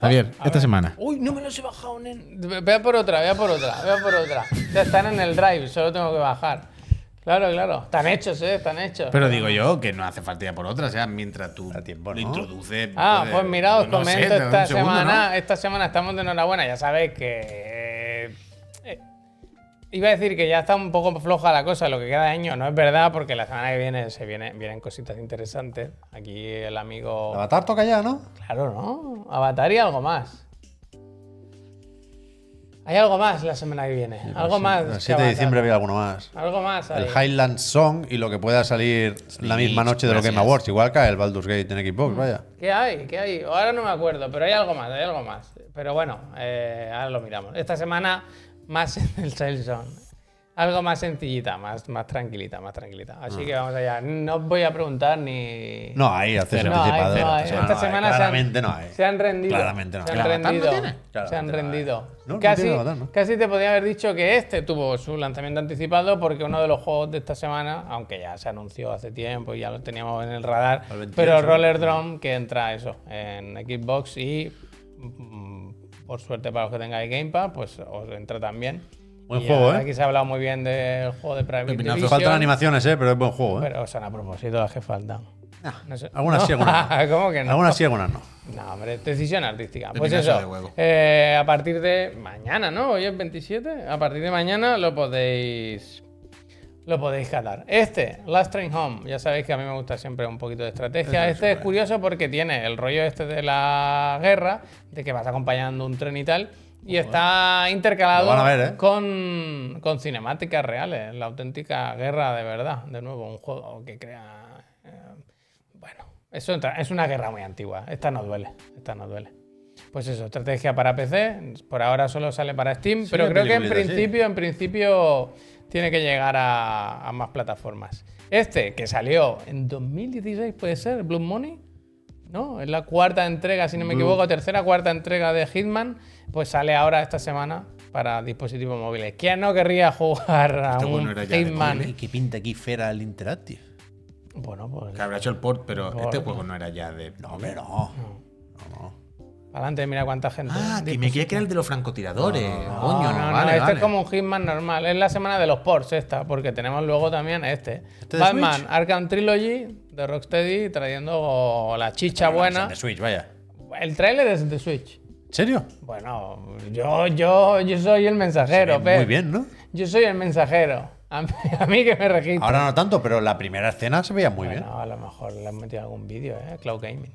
[SPEAKER 2] Javier,
[SPEAKER 1] A
[SPEAKER 2] esta
[SPEAKER 1] ver.
[SPEAKER 2] semana.
[SPEAKER 1] Uy, no me los he bajado, nen. Ve- Vea por otra, vea por otra, vea por otra. Ya Están en el drive, solo tengo que bajar. Claro, claro. Están hechos, eh, están hechos.
[SPEAKER 2] Pero digo yo que no hace falta ya por otra, o sea, mientras tú
[SPEAKER 3] Da tiempo,
[SPEAKER 2] lo
[SPEAKER 3] ¿no?
[SPEAKER 2] introduces.
[SPEAKER 1] Ah,
[SPEAKER 2] puedes-
[SPEAKER 1] pues mira, os
[SPEAKER 2] no sé,
[SPEAKER 1] comento
[SPEAKER 2] te da un
[SPEAKER 1] esta
[SPEAKER 2] segundo,
[SPEAKER 1] semana.
[SPEAKER 2] ¿no?
[SPEAKER 1] Esta semana estamos de enhorabuena, ya sabéis que. eh, eh, iba a decir que ya está un poco floja la cosa, lo que queda de año, no es verdad, porque la semana que viene se viene, vienen cositas interesantes. Aquí el
[SPEAKER 3] El
[SPEAKER 1] amigo.
[SPEAKER 3] Avatar toca ya, ¿no?
[SPEAKER 1] Claro, ¿no? Avatar y algo más. Hay algo más la semana que viene. Algo más.
[SPEAKER 3] El
[SPEAKER 1] que
[SPEAKER 3] 7 de diciembre
[SPEAKER 1] Avatar.
[SPEAKER 3] había alguno más.
[SPEAKER 1] Algo más.
[SPEAKER 3] El
[SPEAKER 1] hay.
[SPEAKER 3] Highland Song y lo que pueda salir la misma noche de los Game
[SPEAKER 2] gracias.
[SPEAKER 3] Awards. Igual que el Baldur's Gate en
[SPEAKER 1] Mm.
[SPEAKER 3] Xbox, vaya.
[SPEAKER 1] ¿Qué hay? ¿Qué hay? Ahora no me acuerdo, pero hay algo más, hay algo más. Pero bueno, eh, ahora lo miramos. Esta semana más en el Trail Zone. Algo más sencillita, más, más tranquilita, más tranquilita. Así que vamos allá. No os voy a preguntar ni.
[SPEAKER 3] No hay acceso
[SPEAKER 1] No hay,
[SPEAKER 3] anticipado.
[SPEAKER 1] no hay.
[SPEAKER 3] Esta semana
[SPEAKER 1] Esta
[SPEAKER 3] no hay,
[SPEAKER 1] semana se han-
[SPEAKER 3] claramente no hay.
[SPEAKER 1] Se han rendido.
[SPEAKER 3] Claramente no
[SPEAKER 1] Se
[SPEAKER 3] hay.
[SPEAKER 1] han
[SPEAKER 2] ¿El Avatar no
[SPEAKER 1] rendido.
[SPEAKER 2] tiene?
[SPEAKER 1] Se han
[SPEAKER 3] Claramente no hay.
[SPEAKER 1] rendido.
[SPEAKER 3] No, no
[SPEAKER 1] casi,
[SPEAKER 3] tiene Avatar, ¿no?
[SPEAKER 1] casi te podría haber dicho que este tuvo su lanzamiento anticipado porque uno de los juegos de esta semana, aunque ya se anunció hace tiempo y ya lo teníamos en el radar,
[SPEAKER 3] Al 28,
[SPEAKER 1] pero Roller Drum que entra eso en Xbox y mm, por suerte para los que tengáis Game Pass, pues os entra también.
[SPEAKER 3] Buen
[SPEAKER 1] Y
[SPEAKER 3] juego,
[SPEAKER 1] ahora
[SPEAKER 3] ¿eh?
[SPEAKER 1] Aquí se ha hablado muy bien del juego de Private
[SPEAKER 3] Nos
[SPEAKER 1] Division,
[SPEAKER 3] faltan animaciones, ¿eh? Pero es buen juego, ¿eh?
[SPEAKER 1] Pero son a propósito las que faltan. No sé.
[SPEAKER 3] Algunas sí, algunas no.
[SPEAKER 1] ¿Cómo que no?
[SPEAKER 3] Algunas sí, algunas no.
[SPEAKER 1] No, hombre, decisión artística.
[SPEAKER 2] De
[SPEAKER 1] Pues
[SPEAKER 2] Picasso
[SPEAKER 1] eso,
[SPEAKER 2] de huevo.
[SPEAKER 1] eh, a partir de mañana, ¿no? Hoy es 27, a partir de mañana lo podéis lo podéis catar. Este, Last Train Home, ya sabéis que a mí me gusta siempre un poquito de estrategia. Este es curioso porque tiene el rollo este de la guerra, de que vas acompañando un tren y tal, y está intercalado
[SPEAKER 3] Lo van a ver, ¿eh?
[SPEAKER 1] con, con cinemáticas reales, la auténtica guerra de verdad. De nuevo, un juego que crea... eh, bueno, eso entra- es una guerra muy antigua. Esta no duele. Esta no duele. Pues eso, estrategia para PC. Por ahora solo sale para Steam,
[SPEAKER 3] Sí,
[SPEAKER 1] pero
[SPEAKER 3] una
[SPEAKER 1] creo que en
[SPEAKER 3] peliculita, sí.
[SPEAKER 1] principio, en principio tiene que llegar a, a más plataformas. Este, que salió en 2016, puede ser, Blue Money. ¿No? Es la cuarta entrega, si no me equivoco, tercera, cuarta entrega de Hitman. Pues sale ahora esta semana para dispositivos móviles. ¿Quién no querría jugar a
[SPEAKER 2] Este bueno
[SPEAKER 1] un
[SPEAKER 2] era ya de
[SPEAKER 1] Hitman?
[SPEAKER 3] ¿Qué pinta aquí Fera el Interactive?
[SPEAKER 1] Bueno, pues.
[SPEAKER 2] Que habrá hecho el port, pero
[SPEAKER 1] Por-
[SPEAKER 2] este juego no era ya de.
[SPEAKER 3] No, hombre, no.
[SPEAKER 1] Adelante, mira cuánta gente.
[SPEAKER 2] Ah, que me creía que era el de los francotiradores.
[SPEAKER 1] No,
[SPEAKER 2] Coño,
[SPEAKER 1] no, no,
[SPEAKER 2] vale,
[SPEAKER 1] este
[SPEAKER 2] vale.
[SPEAKER 1] es como un Hitman normal. Es la semana de los ports esta, porque tenemos luego también este.
[SPEAKER 3] ¿Este de
[SPEAKER 1] Batman,
[SPEAKER 3] Switch?
[SPEAKER 1] Arkham Trilogy de Rocksteady trayendo la chicha buena.
[SPEAKER 3] De Switch, vaya.
[SPEAKER 1] El trailer es de Switch.
[SPEAKER 3] ¿En serio?
[SPEAKER 1] Bueno, yo, yo, yo soy el mensajero,
[SPEAKER 3] Bien,
[SPEAKER 1] Pep.
[SPEAKER 3] Muy bien, ¿no?
[SPEAKER 1] Yo soy el mensajero. A mí, a mí que me registro.
[SPEAKER 3] Ahora no tanto, pero la primera escena se veía muy bien.
[SPEAKER 1] Bueno, a lo mejor le han metido algún vídeo, ¿eh? Cloud Gaming.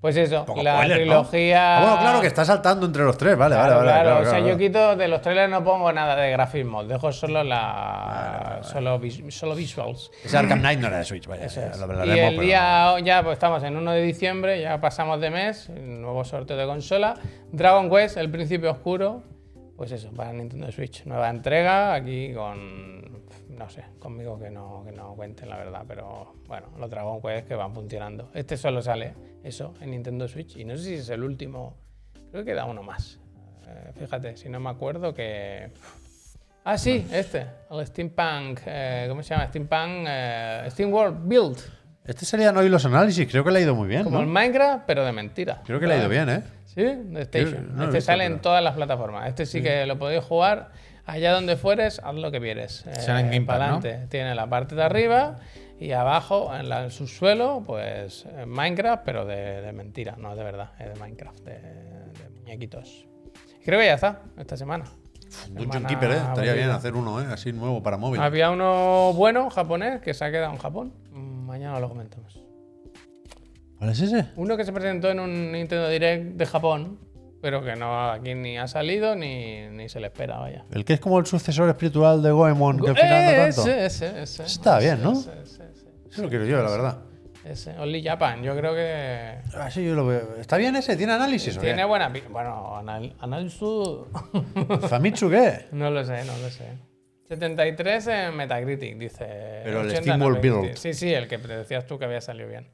[SPEAKER 1] Pues eso,
[SPEAKER 3] Poco
[SPEAKER 1] la
[SPEAKER 3] spoiler, ¿no?
[SPEAKER 1] trilogía.
[SPEAKER 3] Ah, bueno, claro que está saltando entre los tres, vale,
[SPEAKER 1] Claro,
[SPEAKER 3] vale, vale.
[SPEAKER 1] claro.
[SPEAKER 3] claro,
[SPEAKER 1] o sea,
[SPEAKER 3] claro,
[SPEAKER 1] yo quito de los trailers no pongo nada de grafismos, dejo solo la solo, vis- solo visuals.
[SPEAKER 3] Ese Arkham Knight no era de Switch, vaya.
[SPEAKER 1] Eso es.
[SPEAKER 3] ya lo
[SPEAKER 1] Y
[SPEAKER 3] hablaremos,
[SPEAKER 1] el
[SPEAKER 3] pero-
[SPEAKER 1] día ya pues estamos en 1 de diciembre, ya pasamos de mes, nuevo sorteo de consola, Dragon Quest, el principio oscuro, pues eso, para Nintendo Switch, nueva entrega aquí con no sé, conmigo que no que no cuenten la verdad, pero bueno, los Dragon Quest que van funcionando. Este solo sale eso en Nintendo Switch y no sé si es el último, creo que da uno más. Eh, fíjate, si no me acuerdo que Ah, sí, este, el Steampunk, eh, ¿cómo se llama? Steampunk, eh, Steamworld Build,
[SPEAKER 3] Este serían hoy los análisis, creo que le ha ido muy bien.
[SPEAKER 1] como
[SPEAKER 3] ¿no?
[SPEAKER 1] el Minecraft, pero de mentira.
[SPEAKER 3] Creo que le ha ido bien, ¿eh?
[SPEAKER 1] Sí, de Station.
[SPEAKER 3] Yo no lo he
[SPEAKER 1] este
[SPEAKER 3] visto,
[SPEAKER 1] sale en
[SPEAKER 3] pero-
[SPEAKER 1] todas las plataformas. Este sí, que lo podéis jugar allá donde fueres, haz lo que quieres. Eh,
[SPEAKER 2] Sale en Game Pass,
[SPEAKER 1] pa'lante. Tiene la parte de arriba y abajo, en la- el subsuelo, pues eh, Minecraft, pero de, de mentira, no de verdad, es de Minecraft, de, de muñequitos. Creo que ya está, esta semana.
[SPEAKER 3] Dungeon
[SPEAKER 1] Semana
[SPEAKER 3] Keeper, ¿eh? Estaría bien
[SPEAKER 1] aburrida.
[SPEAKER 3] hacer uno, ¿eh? Así nuevo para móvil.
[SPEAKER 1] Había uno bueno japonés que se ha quedado en Japón. Mm, Mañana lo comentamos.
[SPEAKER 3] ¿Cuál es ese?
[SPEAKER 1] Uno que se presentó en un Nintendo Direct de Japón, pero que no aquí ni ha salido ni, ni se le espera, vaya.
[SPEAKER 3] El que es como el sucesor espiritual de Goemon, que al final no
[SPEAKER 1] Eh,
[SPEAKER 3] tanto.
[SPEAKER 1] ese, ese, ese.
[SPEAKER 3] Está bien,
[SPEAKER 1] Ese,
[SPEAKER 3] ¿no?
[SPEAKER 1] Ese, ese, ese.
[SPEAKER 3] Eso lo quiero yo, la verdad.
[SPEAKER 1] Ese, Only Japan, yo creo que
[SPEAKER 3] Así yo lo veo. ¿Está bien ese? ¿Tiene análisis o qué?
[SPEAKER 1] tiene buena pinta. Bueno, anal, Analsu-
[SPEAKER 3] ¿Famitsu qué?
[SPEAKER 1] no lo sé, no lo sé. 73 en Metacritic, dice.
[SPEAKER 3] Pero el
[SPEAKER 1] 80 en
[SPEAKER 3] Steamworld
[SPEAKER 1] Metacritic.
[SPEAKER 3] Build.
[SPEAKER 1] Sí, sí, el que te decías tú que había salido bien.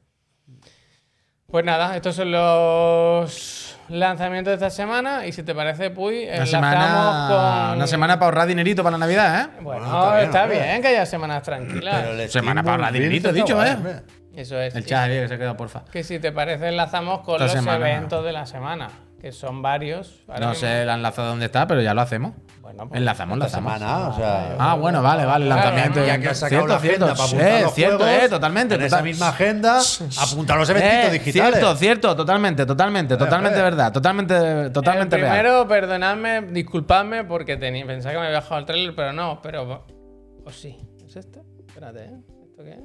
[SPEAKER 1] Pues nada, estos son los lanzamientos de esta semana. Y si te parece, Puy,
[SPEAKER 2] Una
[SPEAKER 1] enlazamos
[SPEAKER 2] semana,
[SPEAKER 1] con.
[SPEAKER 2] una semana para ahorrar dinerito para la Navidad, ¿eh?
[SPEAKER 1] Bueno,
[SPEAKER 3] Bueno, está bien,
[SPEAKER 1] está
[SPEAKER 3] hombre.
[SPEAKER 1] bien, que haya semanas tranquilas.
[SPEAKER 2] Semana
[SPEAKER 3] el Steamboat
[SPEAKER 2] para hablar de
[SPEAKER 3] Bill
[SPEAKER 2] librito,
[SPEAKER 3] está
[SPEAKER 2] dicho,
[SPEAKER 3] guay,
[SPEAKER 2] ¿eh?
[SPEAKER 3] hombre.
[SPEAKER 1] Eso es.
[SPEAKER 2] El chat había que se ha quedado, porfa.
[SPEAKER 1] Que si te parece, enlazamos con
[SPEAKER 2] Esta
[SPEAKER 1] los
[SPEAKER 2] semana.
[SPEAKER 1] eventos de la semana, que son varios. Ahora
[SPEAKER 2] No
[SPEAKER 1] mismo-
[SPEAKER 2] sé, la han lanzado dónde está, pero ya lo hacemos.
[SPEAKER 1] Bueno, pues,
[SPEAKER 2] Enlazamos,
[SPEAKER 3] Esta
[SPEAKER 2] enlazamos.
[SPEAKER 3] semana, o sea.
[SPEAKER 2] Ah, bueno, vale, vale, el
[SPEAKER 1] Claro,
[SPEAKER 2] lanzamiento.
[SPEAKER 1] ya
[SPEAKER 3] que has sacado la agenda para apuntar
[SPEAKER 2] eh,
[SPEAKER 3] los
[SPEAKER 2] cierto,
[SPEAKER 3] juegos,
[SPEAKER 2] eh, totalmente.
[SPEAKER 3] En esa
[SPEAKER 2] total-
[SPEAKER 3] misma agenda, apunta los
[SPEAKER 2] Eh,
[SPEAKER 3] eventitos digitales.
[SPEAKER 2] Cierto, cierto, totalmente, totalmente, totalmente
[SPEAKER 3] eh.
[SPEAKER 2] verdad, totalmente, totalmente
[SPEAKER 1] Eh,
[SPEAKER 2] real.
[SPEAKER 1] primero, perdonadme, disculpadme porque tenía, pensaba que me había bajado el trailer, pero no, pero. O sí. ¿Es este? Espérate, ¿eh? ¿Esto qué es?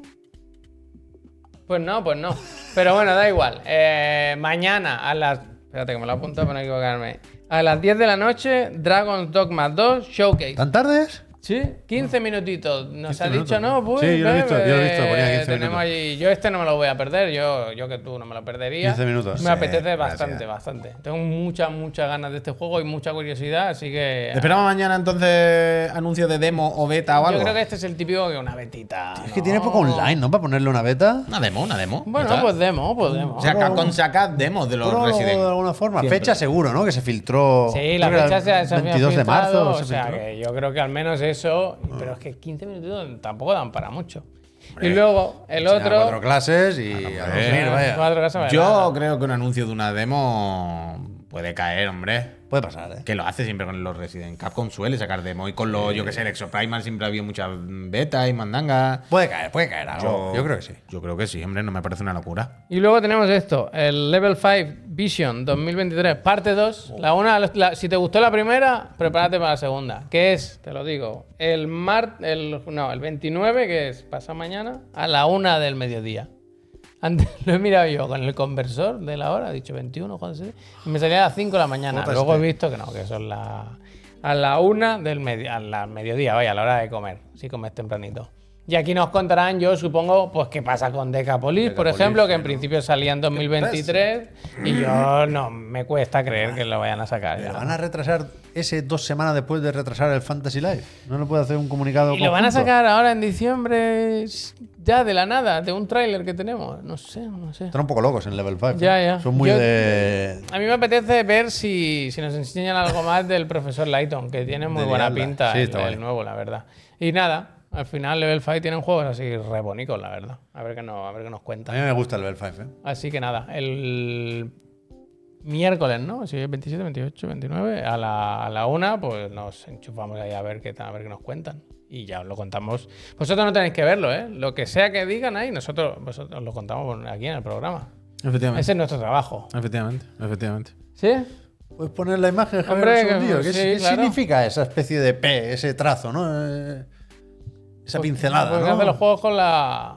[SPEAKER 1] Pues no, pues no. Pero bueno, da igual. Eh, mañana a las. Espérate que me lo apunto para no equivocarme. A las 10 de la noche, Dragon's Dogma 2 Showcase.
[SPEAKER 3] ¿Tan tardes?
[SPEAKER 1] Sí, 15 minutitos. Nos
[SPEAKER 3] 15
[SPEAKER 1] ha dicho,
[SPEAKER 3] minutos.
[SPEAKER 1] ¿no? Pues,
[SPEAKER 3] Sí, yo lo he
[SPEAKER 1] eh,
[SPEAKER 3] visto, yo lo he visto, ponía 15
[SPEAKER 1] tenemos
[SPEAKER 3] minutos.
[SPEAKER 1] allí- Yo este no me lo voy a perder, yo, yo que tú no me lo perdería.
[SPEAKER 3] 15 minutos.
[SPEAKER 1] Me
[SPEAKER 3] Sí,
[SPEAKER 1] apetece
[SPEAKER 3] gracias.
[SPEAKER 1] bastante, bastante. Tengo muchas, muchas ganas de este juego y mucha curiosidad, así que.
[SPEAKER 2] ¿Te Esperamos mañana entonces anuncio de demo o beta o
[SPEAKER 1] Yo
[SPEAKER 2] algo.
[SPEAKER 1] creo que este es el típico que una betita.
[SPEAKER 3] Es que tiene poco online, ¿no? Para ponerle una beta.
[SPEAKER 2] Una demo, una demo.
[SPEAKER 1] Bueno,
[SPEAKER 2] ¿Está?
[SPEAKER 1] pues demo, pues demo.
[SPEAKER 2] O sea, ca- con sacar demos de los
[SPEAKER 3] Prólogo, de
[SPEAKER 2] Resident.
[SPEAKER 3] alguna forma. Fecha seguro, ¿no? Que se filtró.
[SPEAKER 1] Sí, la
[SPEAKER 3] creo que
[SPEAKER 1] fecha
[SPEAKER 3] era
[SPEAKER 1] se ha, se ha
[SPEAKER 3] 22 de
[SPEAKER 1] filtrado,
[SPEAKER 3] marzo.
[SPEAKER 1] O
[SPEAKER 3] se
[SPEAKER 1] sea,
[SPEAKER 3] filtró.
[SPEAKER 1] que yo creo que al menos eso. Pero es que 15 minutos tampoco dan para mucho. y luego el
[SPEAKER 3] Enseñaba
[SPEAKER 1] otro.
[SPEAKER 3] Eh, Cuatro clases y
[SPEAKER 2] Ah,
[SPEAKER 3] a
[SPEAKER 2] hombre.
[SPEAKER 3] dormir, vaya.
[SPEAKER 1] cuatro casas, vale, nada.
[SPEAKER 2] Yo creo que un anuncio de una demo puede caer, hombre.
[SPEAKER 3] Puede pasar, ¿eh?
[SPEAKER 2] Que lo hace siempre con los Resident. Capcom suele sacar demo y con los, yo que sé, el Exoprimal siempre ha habido muchas betas y mandangas.
[SPEAKER 3] Puede caer, puede caer algo. Yo, creo que sí.
[SPEAKER 2] Yo creo que sí, hombre, no me parece una locura.
[SPEAKER 1] Y luego tenemos esto, el Level 5 Vision 2023, parte 2. La una, la- si te gustó la primera, prepárate para la segunda, que es, te lo digo, el mar, el, no, el 29, que es pasa mañana, a la una del mediodía. Antes lo he mirado yo con el conversor de la hora, he dicho 21, joder, sí, y me salía a las 5 de la mañana.
[SPEAKER 3] Joder,
[SPEAKER 1] Luego he
[SPEAKER 3] este.
[SPEAKER 1] visto que no, que son las a la una del medi- a la mediodía, vaya, a la hora de comer, si comes tempranito. Y aquí nos contarán, yo supongo, pues qué pasa con Decapolis, por
[SPEAKER 3] Decapolis,
[SPEAKER 1] ejemplo, que en
[SPEAKER 3] bueno.
[SPEAKER 1] principio salía en 2023 y yo no me cuesta creer que lo vayan a sacar.
[SPEAKER 3] Pero
[SPEAKER 1] ya.
[SPEAKER 3] van a retrasar ese dos semanas después de retrasar el Fantasy Life. No le puede hacer un comunicado.
[SPEAKER 1] Y lo van a
[SPEAKER 3] conjunto?
[SPEAKER 1] sacar ahora en diciembre, ya de la nada, de un tráiler que tenemos. No sé, no sé.
[SPEAKER 3] Están un poco locos en Level 5.
[SPEAKER 1] Ya, ya.
[SPEAKER 3] Son muy
[SPEAKER 1] Yo-
[SPEAKER 3] de.
[SPEAKER 1] A mí me apetece ver si, si nos enseñan algo más del profesor Lighton, que tiene muy
[SPEAKER 3] De
[SPEAKER 1] buena
[SPEAKER 3] Diablo.
[SPEAKER 1] pinta
[SPEAKER 3] Sí,
[SPEAKER 1] el-
[SPEAKER 3] está
[SPEAKER 1] el,
[SPEAKER 3] guay.
[SPEAKER 1] nuevo, la verdad. Y nada, al final Level 5 tienen juegos así re bonicos, la verdad. A ver qué, no, a ver qué nos
[SPEAKER 3] A
[SPEAKER 1] cuentan.
[SPEAKER 3] mí me gusta el Level 5, ¿eh?
[SPEAKER 1] Así que nada, el miércoles, ¿no? Si es 27, 28, 29, a la, a la una, pues nos enchufamos ahí a ver qué, tal- a ver qué nos cuentan. Y ya os lo contamos. Vosotros no tenéis que verlo, ¿eh? Lo que sea que digan ahí, nosotros vosotros os lo contamos aquí en el programa.
[SPEAKER 2] Efectivamente.
[SPEAKER 1] Ese es nuestro trabajo.
[SPEAKER 2] Efectivamente, efectivamente.
[SPEAKER 1] ¿sí
[SPEAKER 3] Puedes poner la imagen, Javier,
[SPEAKER 1] Hombre,
[SPEAKER 3] un segundillo.
[SPEAKER 1] que-
[SPEAKER 3] ¿Qué,
[SPEAKER 1] sí,
[SPEAKER 3] qué
[SPEAKER 1] claro.
[SPEAKER 3] significa esa especie de P, ese trazo, ¿no? Eh, Esa pincelada,
[SPEAKER 1] Porque hace Pues, los
[SPEAKER 3] ¿no?
[SPEAKER 1] juegos con la.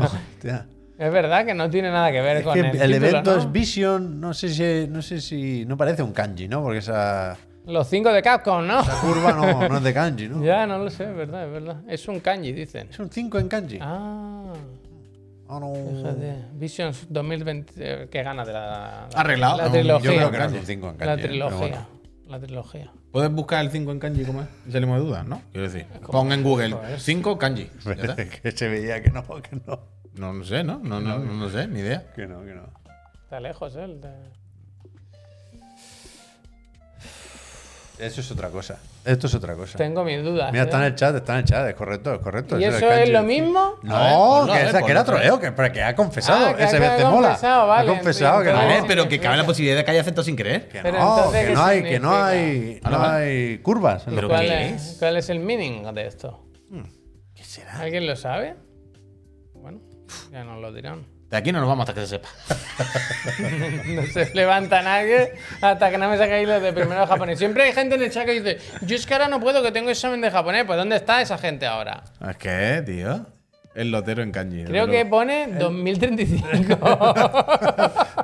[SPEAKER 3] Hostia.
[SPEAKER 1] Es verdad que no tiene nada que ver
[SPEAKER 3] Es
[SPEAKER 1] con
[SPEAKER 3] que
[SPEAKER 1] el,
[SPEAKER 3] el,
[SPEAKER 1] título,
[SPEAKER 3] evento
[SPEAKER 1] ¿no?
[SPEAKER 3] es Vision, no sé si no sé si no parece un kanji, ¿no? Porque esa,
[SPEAKER 1] Los cinco de Capcom, ¿no?
[SPEAKER 3] esa curva no, no es de kanji, ¿no?
[SPEAKER 1] ya, no lo sé, es verdad, es verdad. Es un kanji, dicen.
[SPEAKER 3] Es un 5 en kanji.
[SPEAKER 1] Ah,
[SPEAKER 3] Ah, no.
[SPEAKER 1] fíjate. Visions 2020. eh, Que gana de la. la-
[SPEAKER 2] Arreglado.
[SPEAKER 1] La
[SPEAKER 2] Yo
[SPEAKER 1] trilogía.
[SPEAKER 3] Yo creo que no es un 5 en kanji.
[SPEAKER 1] la
[SPEAKER 3] ¿eh?
[SPEAKER 1] trilogía.
[SPEAKER 3] Pero bueno.
[SPEAKER 1] La trilogía.
[SPEAKER 2] Puedes buscar el 5 en kanji como es. Salimos de dudas, ¿no? Quiero decir, pon en Google 5 kanji. Ya está.
[SPEAKER 3] que se veía que no, que no.
[SPEAKER 2] No, no sé, ¿no? No, no, no, no sé, ni idea.
[SPEAKER 3] Que no, que no.
[SPEAKER 1] Está lejos, ¿eh? el de-
[SPEAKER 3] Eso es otra cosa. Esto es otra cosa.
[SPEAKER 1] Tengo mis dudas.
[SPEAKER 3] Mira,
[SPEAKER 1] ¿eh?
[SPEAKER 3] está en el chat, está en el chat, es correcto, es correcto.
[SPEAKER 1] ¿Y
[SPEAKER 3] ese
[SPEAKER 1] eso
[SPEAKER 3] el
[SPEAKER 1] es
[SPEAKER 3] kanji.
[SPEAKER 1] lo mismo?
[SPEAKER 3] No,
[SPEAKER 2] A ver, ponlo, a
[SPEAKER 3] que,
[SPEAKER 2] ver,
[SPEAKER 3] esa- que
[SPEAKER 2] ponlo.
[SPEAKER 3] era troleo, que, pero que ha confesado.
[SPEAKER 1] Ah, que
[SPEAKER 3] ese
[SPEAKER 1] ha- que
[SPEAKER 3] vez
[SPEAKER 1] ha
[SPEAKER 3] mola.
[SPEAKER 1] confesado, vale,
[SPEAKER 3] ha confesado que no.
[SPEAKER 1] entiendo.
[SPEAKER 2] A
[SPEAKER 1] Vale,
[SPEAKER 2] ver,
[SPEAKER 1] sí,
[SPEAKER 2] pero
[SPEAKER 1] sí,
[SPEAKER 2] que cabe la posibilidad de que haya aceptado sin querer.
[SPEAKER 3] Que
[SPEAKER 1] Pero
[SPEAKER 3] no,
[SPEAKER 1] entonces,
[SPEAKER 3] que
[SPEAKER 1] ¿qué
[SPEAKER 3] no hay, que no
[SPEAKER 1] significa?
[SPEAKER 3] hay,
[SPEAKER 2] Ahora
[SPEAKER 3] no
[SPEAKER 2] va.
[SPEAKER 3] hay curvas. en los
[SPEAKER 2] Pero
[SPEAKER 1] ¿Cuál,
[SPEAKER 2] ¿qué
[SPEAKER 1] es,
[SPEAKER 2] es?
[SPEAKER 1] ¿Cuál es el meaning de esto?
[SPEAKER 3] Hmm.
[SPEAKER 2] ¿Qué será?
[SPEAKER 1] ¿Alguien lo sabe? Bueno, ya nos lo dirán.
[SPEAKER 2] De aquí no nos vamos hasta que se sepa.
[SPEAKER 1] No se levanta nadie hasta que no me sacáis los de primero de japonés. Siempre hay gente en el chat que dice, yo es que ahora no puedo, que tengo examen de japonés. Pues ¿dónde está esa gente ahora?
[SPEAKER 2] Es que, tío. El lotero en kanji. desde
[SPEAKER 1] Creo que
[SPEAKER 2] luego.
[SPEAKER 1] pone 2035.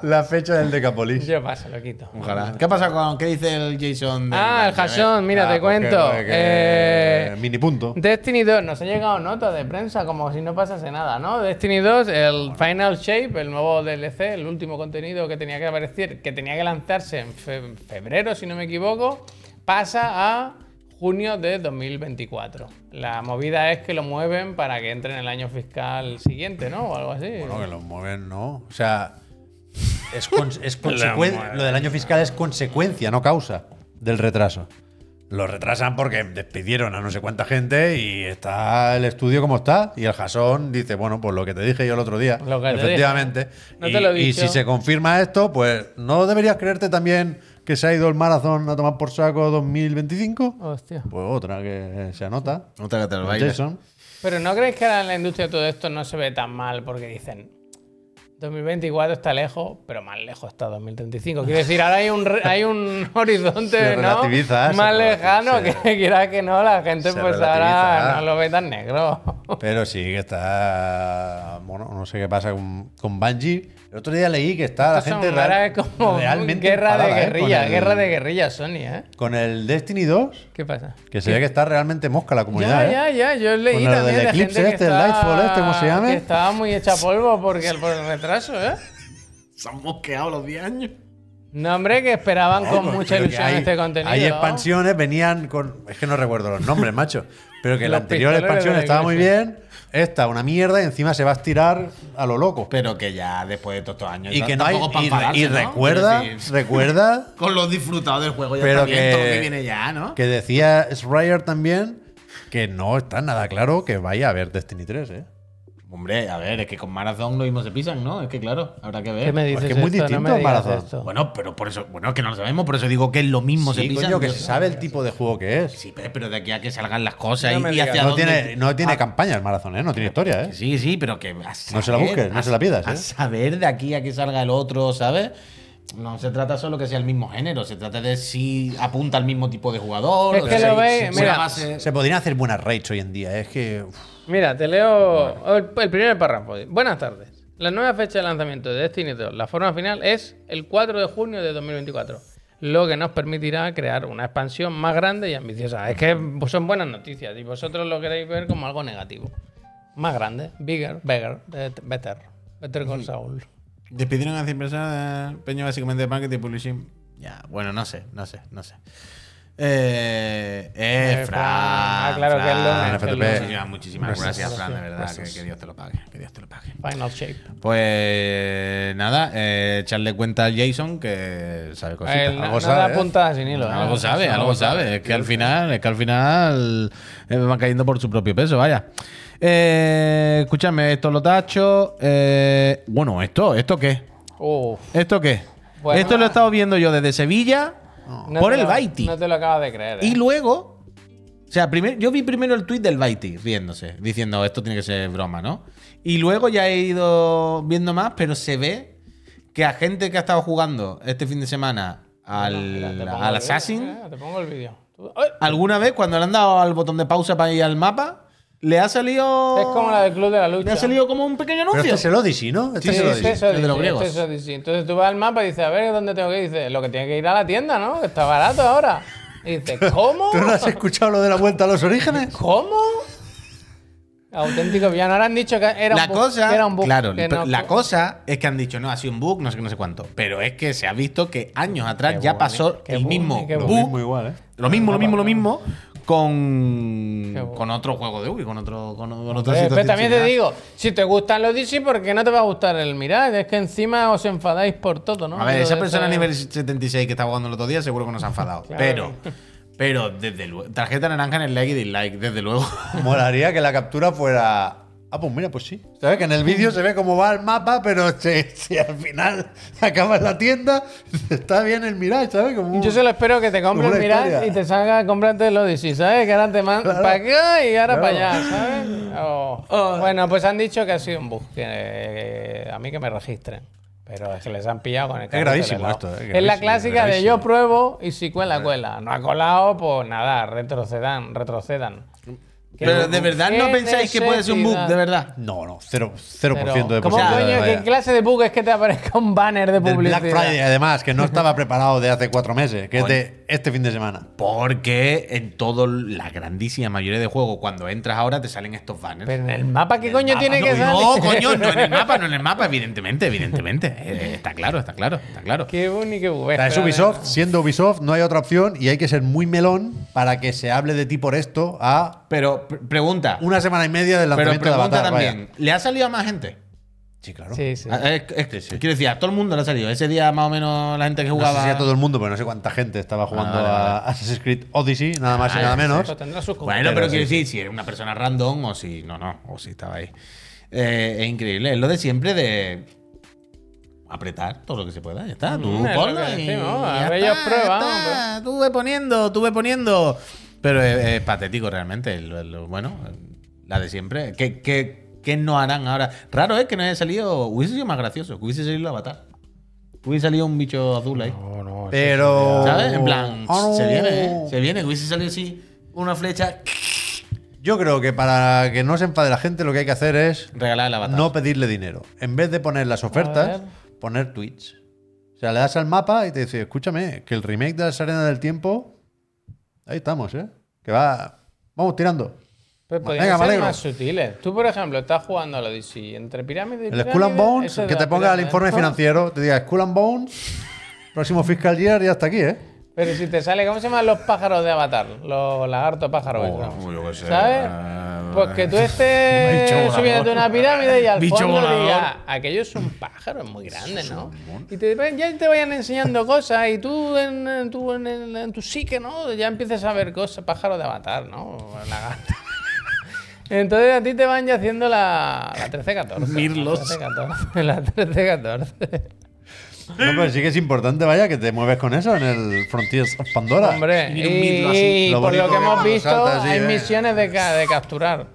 [SPEAKER 3] La fecha del Decapolis.
[SPEAKER 1] yo paso, lo quito.
[SPEAKER 2] Ojalá. ¿Qué pasa con qué dice el Jason? del
[SPEAKER 1] Ah, el
[SPEAKER 2] kanji? A ver.
[SPEAKER 1] Jason, mira, te cuento. Eh,
[SPEAKER 3] mini punto.
[SPEAKER 1] Destiny 2, nos ha llegado nota de prensa como si no pasase nada, ¿no? Destiny 2, el Final Shape, el nuevo DLC, el último contenido que tenía que aparecer, que tenía que lanzarse en fe- febrero, si no me equivoco, pasa a junio de 2024. La movida es que lo mueven para que entre en el año fiscal siguiente, ¿no? O algo así.
[SPEAKER 3] Bueno, que lo mueven, ¿no? O sea, es, con- es consecuen- lo del año fiscal es consecuencia, no causa del retraso. Lo retrasan porque despidieron a no sé cuánta gente y está el estudio como está. Y el Jasón dice, bueno, pues lo que te dije yo el otro día.
[SPEAKER 1] Lo que te
[SPEAKER 3] efectivamente.
[SPEAKER 1] dije. No
[SPEAKER 3] y,
[SPEAKER 1] te lo he
[SPEAKER 3] y
[SPEAKER 1] dicho.
[SPEAKER 3] si se confirma esto, pues ¿no deberías creerte también que se ha ido el maratón a tomar por saco 2025?
[SPEAKER 1] Hostia.
[SPEAKER 3] Pues otra que se anota.
[SPEAKER 2] Otra que te lo baile.
[SPEAKER 3] Jason.
[SPEAKER 1] Pero ¿no creéis que ahora en la industria todo esto no se ve tan mal porque dicen 2024 está lejos, pero más lejos está 2035? Quiero decir, ahora hay un, re- hay un horizonte
[SPEAKER 3] Se
[SPEAKER 1] ¿no?
[SPEAKER 3] relativiza, se
[SPEAKER 1] más
[SPEAKER 3] relativiza,
[SPEAKER 1] lejano
[SPEAKER 3] sí.
[SPEAKER 1] que quiera que no, la gente
[SPEAKER 3] Se
[SPEAKER 1] pues
[SPEAKER 3] relativiza.
[SPEAKER 1] ahora no lo ve tan negro.
[SPEAKER 3] Pero sí que está. Bueno, no sé qué pasa con, con Bungie. El otro día leí que está la
[SPEAKER 1] Esto
[SPEAKER 3] gente
[SPEAKER 1] son-
[SPEAKER 3] real-
[SPEAKER 1] ahora es como
[SPEAKER 3] realmente.
[SPEAKER 1] guerra de
[SPEAKER 3] enfadada, ¿eh?
[SPEAKER 1] guerrilla,
[SPEAKER 3] Con el-
[SPEAKER 1] guerra de guerrilla Sony, ¿eh?
[SPEAKER 3] Con el Destiny 2,
[SPEAKER 1] ¿Qué pasa?
[SPEAKER 3] que se ve que está realmente mosca la comunidad. ¿eh?
[SPEAKER 1] Ya, ya, ya, yo leí
[SPEAKER 3] Con lo
[SPEAKER 1] también
[SPEAKER 3] del
[SPEAKER 1] de
[SPEAKER 3] eclipse
[SPEAKER 1] gente que
[SPEAKER 3] este, el
[SPEAKER 1] está-
[SPEAKER 3] Lightfall este, ¿cómo se llama?
[SPEAKER 1] que estaba muy hecha polvo porque el- por el retraso, ¿eh?
[SPEAKER 2] Se han mosqueado los 10 años.
[SPEAKER 1] No, hombre, que esperaban
[SPEAKER 3] No,
[SPEAKER 1] con
[SPEAKER 3] pues,
[SPEAKER 1] mucha
[SPEAKER 3] pero que
[SPEAKER 1] ilusión
[SPEAKER 3] hay-
[SPEAKER 1] este contenido.
[SPEAKER 3] Hay expansiones, venían con. Es que no recuerdo los nombres, macho. Pero que la
[SPEAKER 1] Los
[SPEAKER 3] anterior
[SPEAKER 1] pistoleros
[SPEAKER 3] expansión
[SPEAKER 1] de la
[SPEAKER 3] estaba muy
[SPEAKER 1] iglesia.
[SPEAKER 3] bien. Esta, una mierda, y encima se va a estirar a lo loco.
[SPEAKER 2] Pero que ya después de todos estos años.
[SPEAKER 3] Y
[SPEAKER 2] ya
[SPEAKER 3] que no hay.
[SPEAKER 2] tampoco pa'
[SPEAKER 3] Y,
[SPEAKER 2] enfadarse,
[SPEAKER 3] y
[SPEAKER 2] ¿no?
[SPEAKER 3] recuerda,
[SPEAKER 2] Quiero decir,
[SPEAKER 3] recuerda
[SPEAKER 2] Con los disfrutados del juego ya
[SPEAKER 3] Pero
[SPEAKER 2] está bien, todo lo
[SPEAKER 3] que-
[SPEAKER 2] que viene ya, ¿no?
[SPEAKER 3] Que decía Schreier también que no está nada claro que vaya a haber Destiny 3, ¿eh?
[SPEAKER 2] Hombre, a ver, es que con Marathon lo mismo se pisan, ¿no? Es que claro, habrá que ver.
[SPEAKER 1] ¿Qué me
[SPEAKER 3] Pues
[SPEAKER 1] dices?
[SPEAKER 3] que es muy
[SPEAKER 1] esto? No
[SPEAKER 3] distinto
[SPEAKER 1] me
[SPEAKER 3] a
[SPEAKER 1] digas
[SPEAKER 3] Marathon.
[SPEAKER 1] esto.
[SPEAKER 2] Bueno, pero por eso, bueno, es que no lo sabemos, por eso digo que es lo mismo se
[SPEAKER 3] Sí,
[SPEAKER 2] pisan.
[SPEAKER 3] coño, que
[SPEAKER 2] Yo-
[SPEAKER 3] se sabe el tipo de juego que es.
[SPEAKER 2] Sí, pero de aquí a que salgan las cosas
[SPEAKER 1] No
[SPEAKER 2] y-
[SPEAKER 1] me
[SPEAKER 2] y,
[SPEAKER 1] digas.
[SPEAKER 2] hacia
[SPEAKER 3] No
[SPEAKER 2] dónde-
[SPEAKER 3] tiene, no tiene
[SPEAKER 2] Ah,
[SPEAKER 3] campaña el Marathon, ¿eh? No tiene historia, ¿eh?
[SPEAKER 2] Sí, sí, pero que. a
[SPEAKER 3] No se la busques, no se la pidas,
[SPEAKER 2] A
[SPEAKER 3] ¿eh?
[SPEAKER 2] saber de aquí a que salga el otro, ¿sabes? No se trata solo que sea el mismo género, se trata de si apunta al mismo tipo de jugador.
[SPEAKER 1] Es
[SPEAKER 2] o
[SPEAKER 1] que
[SPEAKER 2] si-
[SPEAKER 1] lo veis,
[SPEAKER 2] si una
[SPEAKER 1] mira.
[SPEAKER 2] base-
[SPEAKER 3] Se podrían hacer buenas raids hoy en día. ¿eh? Es que. uf,
[SPEAKER 1] Mira, te leo el, el primer párrafo. Buenas tardes. La nueva fecha de lanzamiento de Destiny 2, la forma final, es el 4 de junio de 2024, lo que nos permitirá crear una expansión más grande y ambiciosa. Es que son buenas noticias y vosotros lo queréis ver como algo negativo. Más grande, bigger, bigger, better. Better con Saul.
[SPEAKER 2] Despidieron a 100 personas, Peña básicamente de marketing y publishing. Ya, bueno, no sé, no sé, no sé. Eh, eh,
[SPEAKER 1] Eh,
[SPEAKER 2] Fran.
[SPEAKER 1] Ah, claro que es lo-
[SPEAKER 2] Fran,
[SPEAKER 3] es
[SPEAKER 2] muchísimas-
[SPEAKER 3] lo-
[SPEAKER 2] Muchísimas
[SPEAKER 3] Gracias.
[SPEAKER 2] gracias, Fran, de verdad. Que, que Dios te lo pague, que Dios te lo pague.
[SPEAKER 1] Final shape.
[SPEAKER 2] Pues nada, eh, echarle cuenta al Jason que sabe cositas.
[SPEAKER 1] El-
[SPEAKER 3] algo
[SPEAKER 1] nada
[SPEAKER 3] sabe, ¿eh?
[SPEAKER 1] puntada sin hilo. ¿eh?
[SPEAKER 2] Algo sabe, algo sabe. Es que al final, es que al final eh, van cayendo por su propio peso, vaya. Eh, escúchame, esto lo tacho. eh, bueno, esto, ¿esto qué?
[SPEAKER 1] Uf,
[SPEAKER 2] ¿Esto qué?
[SPEAKER 1] Bueno.
[SPEAKER 2] esto lo he estado viendo yo desde Sevilla
[SPEAKER 1] no
[SPEAKER 2] por
[SPEAKER 1] te
[SPEAKER 2] el
[SPEAKER 1] lo-
[SPEAKER 2] Baiti.
[SPEAKER 1] No te lo acabas de creer. ¿eh?
[SPEAKER 2] Y luego. O sea, primer- yo vi primero el tuit del Baiti riéndose, diciendo esto tiene que ser broma, ¿no? Y luego ya he ido viendo más, pero se ve que a gente que ha estado jugando este fin de semana al,
[SPEAKER 1] Mira, te pongo
[SPEAKER 2] al
[SPEAKER 1] el vídeo,
[SPEAKER 2] Assassin,
[SPEAKER 1] eh, Te pongo el vídeo. Tú- ¡Ay!
[SPEAKER 2] alguna vez cuando le han dado al botón de pausa para ir al mapa, le ha salido.
[SPEAKER 1] Es como la del Club de la Lucha.
[SPEAKER 2] Le ha salido como un pequeño
[SPEAKER 3] Pero
[SPEAKER 2] anuncio.
[SPEAKER 3] este es el Odyssey, ¿no?
[SPEAKER 1] Sí,
[SPEAKER 3] Este es
[SPEAKER 1] sí,
[SPEAKER 3] el
[SPEAKER 1] sí,
[SPEAKER 3] Odyssey.
[SPEAKER 1] eso
[SPEAKER 2] El de los
[SPEAKER 1] dice,
[SPEAKER 2] griegos.
[SPEAKER 1] eso dice. Entonces tú vas al mapa y dices, a ver, ¿dónde tengo que ir? Dice, lo que tiene que ir a la tienda, ¿no? Que está barato ahora. Y dices, ¿cómo?
[SPEAKER 3] ¿Tú no has escuchado lo de la vuelta a los orígenes?
[SPEAKER 1] ¿Cómo? Auténtico villano. Ahora han dicho que era
[SPEAKER 2] la
[SPEAKER 1] un bug.
[SPEAKER 2] cosa,
[SPEAKER 1] que era un bug,
[SPEAKER 2] claro,
[SPEAKER 1] que
[SPEAKER 2] pero
[SPEAKER 1] no-
[SPEAKER 2] la cosa es que han dicho, no, ha sido un bug, no sé qué, no sé cuánto. Pero es que se ha visto que años atrás ya pasó
[SPEAKER 1] qué
[SPEAKER 2] el
[SPEAKER 1] bug,
[SPEAKER 2] mismo
[SPEAKER 1] qué
[SPEAKER 2] bug,
[SPEAKER 1] bug.
[SPEAKER 3] igual, ¿eh?
[SPEAKER 2] lo mismo, lo mismo, lo mismo,
[SPEAKER 1] Qué
[SPEAKER 2] con,
[SPEAKER 1] bug.
[SPEAKER 2] con otro juego de Wii, con otro, con, con otra
[SPEAKER 1] Eh, pero
[SPEAKER 2] situación
[SPEAKER 1] también te
[SPEAKER 2] similar.
[SPEAKER 1] digo, si te gustan los DC, ¿por qué no te va a gustar el Mirage? Es que encima os enfadáis por todo, ¿no?
[SPEAKER 2] A ver,
[SPEAKER 1] Lo
[SPEAKER 2] esa
[SPEAKER 1] de
[SPEAKER 2] persona
[SPEAKER 1] esa-
[SPEAKER 2] nivel 76 que está jugando el otro día seguro que nos ha enfadado.
[SPEAKER 1] Claro.
[SPEAKER 2] Pero, pero desde luego, tarjeta naranja en el like y dislike, desde luego.
[SPEAKER 3] Molaría que la captura fuera. Ah, pues mira, pues sí. ¿Sabes? Que en el vídeo se ve cómo va el mapa, pero se- si al final acaba en la tienda, está bien el Mirage, ¿sabes? Como...
[SPEAKER 1] Yo solo espero que te compres
[SPEAKER 3] Como
[SPEAKER 1] el
[SPEAKER 3] una
[SPEAKER 1] Mirage
[SPEAKER 3] historia.
[SPEAKER 1] y te salga, cómprate el Odyssey, ¿sabes? Que ahora te mandan para acá y ahora
[SPEAKER 3] claro.
[SPEAKER 1] para allá, ¿sabes? Oh. Bueno, pues han dicho que ha sido un bug, que eh, a mí que me registren. Pero es que les han pillado con el carrito
[SPEAKER 3] gravísimo
[SPEAKER 1] del helado.
[SPEAKER 3] esto, eh,
[SPEAKER 1] Es la
[SPEAKER 3] gravísimo,
[SPEAKER 1] clásica de
[SPEAKER 3] gravísimo. Eh.
[SPEAKER 1] yo pruebo y si cuela, cuela. No ha colado, pues nada, retrocedan, retrocedan. Qué
[SPEAKER 2] Pero
[SPEAKER 1] bug.
[SPEAKER 2] de verdad
[SPEAKER 1] Qué
[SPEAKER 2] no pensáis que puede ser un bug,
[SPEAKER 1] necesidad.
[SPEAKER 2] de verdad.
[SPEAKER 3] No, no, cero, cero
[SPEAKER 1] Pero,
[SPEAKER 3] por ciento de
[SPEAKER 1] ¿Cómo
[SPEAKER 3] posibilidades,
[SPEAKER 1] coño,
[SPEAKER 3] vaya.
[SPEAKER 1] qué clase de bug es que te aparezca un banner de
[SPEAKER 3] Del
[SPEAKER 1] publicidad?
[SPEAKER 3] Black Friday, además, que no estaba preparado de hace cuatro meses, que es de este fin de semana.
[SPEAKER 2] Porque en todo la grandísima mayoría de juegos, cuando entras ahora, te salen estos banners.
[SPEAKER 1] Pero en el mapa, ¿qué coño
[SPEAKER 2] Ah,
[SPEAKER 1] tiene
[SPEAKER 2] no,
[SPEAKER 1] que salir?
[SPEAKER 2] No, coño, no en el mapa, no en el mapa, evidentemente, evidentemente. Eh, está claro, está claro, está claro.
[SPEAKER 1] Qué boni, qué buf.
[SPEAKER 3] O sea, es
[SPEAKER 1] Espera,
[SPEAKER 3] Ubisoft, siendo Ubisoft, no hay otra opción y hay que ser muy melón para que se hable de ti por esto a
[SPEAKER 2] Pero pr- pregunta,
[SPEAKER 3] una semana y media del
[SPEAKER 2] pero
[SPEAKER 3] lanzamiento de
[SPEAKER 2] pregunta
[SPEAKER 3] Avatar. vaya.
[SPEAKER 2] también, ¿le ha salido a más gente?
[SPEAKER 3] Sí, claro.
[SPEAKER 1] Sí, sí.
[SPEAKER 2] A- es- es- Quiero decir, a todo el mundo le ha salido. Ese día más o menos la gente que
[SPEAKER 3] No
[SPEAKER 2] jugaba...
[SPEAKER 3] sé si a todo el mundo, pero no sé cuánta gente estaba jugando
[SPEAKER 2] vale, Ah,
[SPEAKER 3] a Assassin's Creed Odyssey, nada más
[SPEAKER 1] Ah,
[SPEAKER 3] y nada menos.
[SPEAKER 1] Pero tendrá sus
[SPEAKER 2] Bueno, pero,
[SPEAKER 3] Pero sí,
[SPEAKER 2] quiero decir, si era una persona random o si no, no, o si estaba ahí. Eh, es increíble, es lo de siempre de apretar todo lo que se pueda, ya está. Tú
[SPEAKER 1] Mm, es lo
[SPEAKER 2] ponlo
[SPEAKER 1] que
[SPEAKER 2] y
[SPEAKER 1] decimos, a
[SPEAKER 2] ya
[SPEAKER 1] ver, ellos
[SPEAKER 2] está,
[SPEAKER 1] prueban,
[SPEAKER 2] ya está. Tú ve poniendo, tú ve poniendo. Pero es, es patético realmente, lo- lo- bueno, la de siempre. ¿Qué, qué, qué no harán ahora? Raro es que no haya salido, hubiese sido más gracioso, que hubiese salido Avatar. Hubiese salido un bicho azul ahí.
[SPEAKER 3] Pero.
[SPEAKER 2] ¿Sabes? En plan,
[SPEAKER 3] Ah, no.
[SPEAKER 2] se viene, ¿eh? Se viene, que hubiese salido así una flecha,
[SPEAKER 3] Yo creo que para que no se enfade la gente, lo que hay que hacer es
[SPEAKER 2] regalar el avatar.
[SPEAKER 3] no pedirle dinero. En vez de poner las ofertas, poner tweets. O sea, le das al mapa y te dice, escúchame, que el remake de las arenas del tiempo. Ahí estamos, ¿eh? Que va. Vamos tirando.
[SPEAKER 1] Pero Pues podrían
[SPEAKER 3] Venga, me
[SPEAKER 1] ser
[SPEAKER 3] alegro.
[SPEAKER 1] más sutiles. Tú, por ejemplo, estás jugando a lo DC entre pirámide y
[SPEAKER 3] El Skull and Bones, que te ponga el informe
[SPEAKER 1] financiero.
[SPEAKER 3] financiero, te diga Skull and Bones, próximo fiscal year y hasta aquí, ¿eh?
[SPEAKER 1] Pero si te sale, ¿cómo se llaman los pájaros de Avatar? Los lagartos pájaros.
[SPEAKER 2] Oh,
[SPEAKER 1] esos. ¿Sabes? Pues que tú estés
[SPEAKER 2] Eh, volador.
[SPEAKER 1] subiendo una pirámide y al
[SPEAKER 2] Bicho
[SPEAKER 1] fondo
[SPEAKER 2] volador.
[SPEAKER 1] digas, aquello es un pájaro, es muy grande, ¿no? Y te, ven- ya te vayan enseñando cosas y tú en, en tu, en, el- en tu psique, ¿no? Ya empieces a ver cosas, pájaros de Avatar, ¿no? Lagarto. Entonces a ti te van ya haciendo la, la 13-14.
[SPEAKER 2] Mirlos.
[SPEAKER 1] La 13-14.
[SPEAKER 3] No, pero sí que es importante, vaya, que te mueves con eso en el Frontiers of Pandora.
[SPEAKER 1] Hombre,
[SPEAKER 2] Mira, mirlo así.
[SPEAKER 1] y, y
[SPEAKER 3] Lo
[SPEAKER 1] por lo
[SPEAKER 3] bonito
[SPEAKER 1] que
[SPEAKER 3] que
[SPEAKER 1] hemos
[SPEAKER 3] cuando
[SPEAKER 1] visto,
[SPEAKER 3] salta así,
[SPEAKER 1] hay
[SPEAKER 3] eh.
[SPEAKER 1] misiones de, ca- de capturar.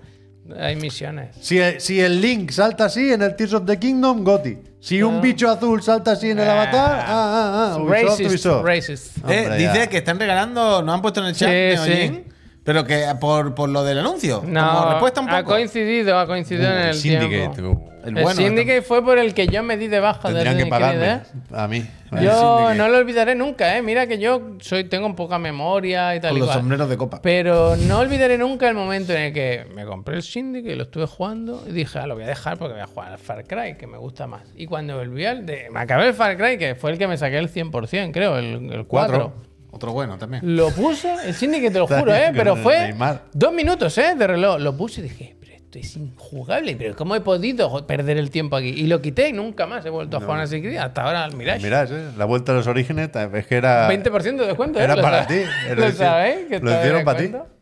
[SPEAKER 1] Hay misiones.
[SPEAKER 3] Si el, si el Link salta así en el Tears of the Kingdom, Goti. Si
[SPEAKER 1] Ah.
[SPEAKER 3] un bicho azul salta así en el Avatar, ah, ah, ah, Ubisoft,
[SPEAKER 1] racist,
[SPEAKER 3] Ubisoft.
[SPEAKER 1] racist.
[SPEAKER 2] Eh,
[SPEAKER 3] Hombre,
[SPEAKER 2] dice
[SPEAKER 3] ya.
[SPEAKER 2] que están regalando, no han puesto en el chat
[SPEAKER 1] Sí,
[SPEAKER 2] de
[SPEAKER 1] sí.
[SPEAKER 2] Neojin, pero que por, por lo del anuncio.
[SPEAKER 1] No,
[SPEAKER 2] como respuesta un
[SPEAKER 1] ha
[SPEAKER 2] poco.
[SPEAKER 1] coincidido, ha coincidido en
[SPEAKER 3] Uh,
[SPEAKER 1] el
[SPEAKER 3] Syndicate,
[SPEAKER 1] tiempo.
[SPEAKER 3] uh, el
[SPEAKER 1] El,
[SPEAKER 3] bueno,
[SPEAKER 2] este.
[SPEAKER 1] Syndicate fue por el que yo me di de baja de
[SPEAKER 3] Tendrían que
[SPEAKER 1] Syndicate,
[SPEAKER 3] pagarme
[SPEAKER 1] ¿eh?
[SPEAKER 3] a mí.
[SPEAKER 1] Yo
[SPEAKER 3] Syndicate.
[SPEAKER 1] no lo olvidaré nunca, ¿eh? Mira que yo soy, tengo poca memoria y tal
[SPEAKER 2] Con
[SPEAKER 1] y
[SPEAKER 2] los
[SPEAKER 1] cual.
[SPEAKER 2] sombreros de copa.
[SPEAKER 1] Pero no olvidaré nunca el momento en el que me compré el Syndicate y lo estuve jugando y dije, ah, lo voy a dejar porque voy a jugar al Far Cry, que me gusta más. Y cuando volví al... De, me acabé el Far Cry, que fue el que me saqué el 100%, creo, el, el 4.
[SPEAKER 3] Cuatro.
[SPEAKER 2] Otro bueno también.
[SPEAKER 1] Lo puse, el Syndicate te lo
[SPEAKER 3] Está
[SPEAKER 1] juro,
[SPEAKER 3] bien,
[SPEAKER 1] ¿eh? Pero
[SPEAKER 3] con
[SPEAKER 1] fue
[SPEAKER 3] Neymar.
[SPEAKER 1] dos minutos, ¿eh? De reloj. Lo puse y dije, pero esto es injugable. Pero ¿cómo he podido jo- perder el tiempo aquí? Y lo quité y nunca más he vuelto a jugar así que hasta ahora al Mirage.
[SPEAKER 3] Mirá, eh, la vuelta a los orígenes ta- es que era.
[SPEAKER 1] 20% de descuento, ¿eh?
[SPEAKER 3] Era
[SPEAKER 1] ¿Lo
[SPEAKER 3] para
[SPEAKER 1] sabe-
[SPEAKER 3] ti, era
[SPEAKER 1] ¿Lo
[SPEAKER 3] decir,
[SPEAKER 1] sabéis? que está
[SPEAKER 3] lo
[SPEAKER 1] de
[SPEAKER 3] hicieron para ti.
[SPEAKER 1] descuento?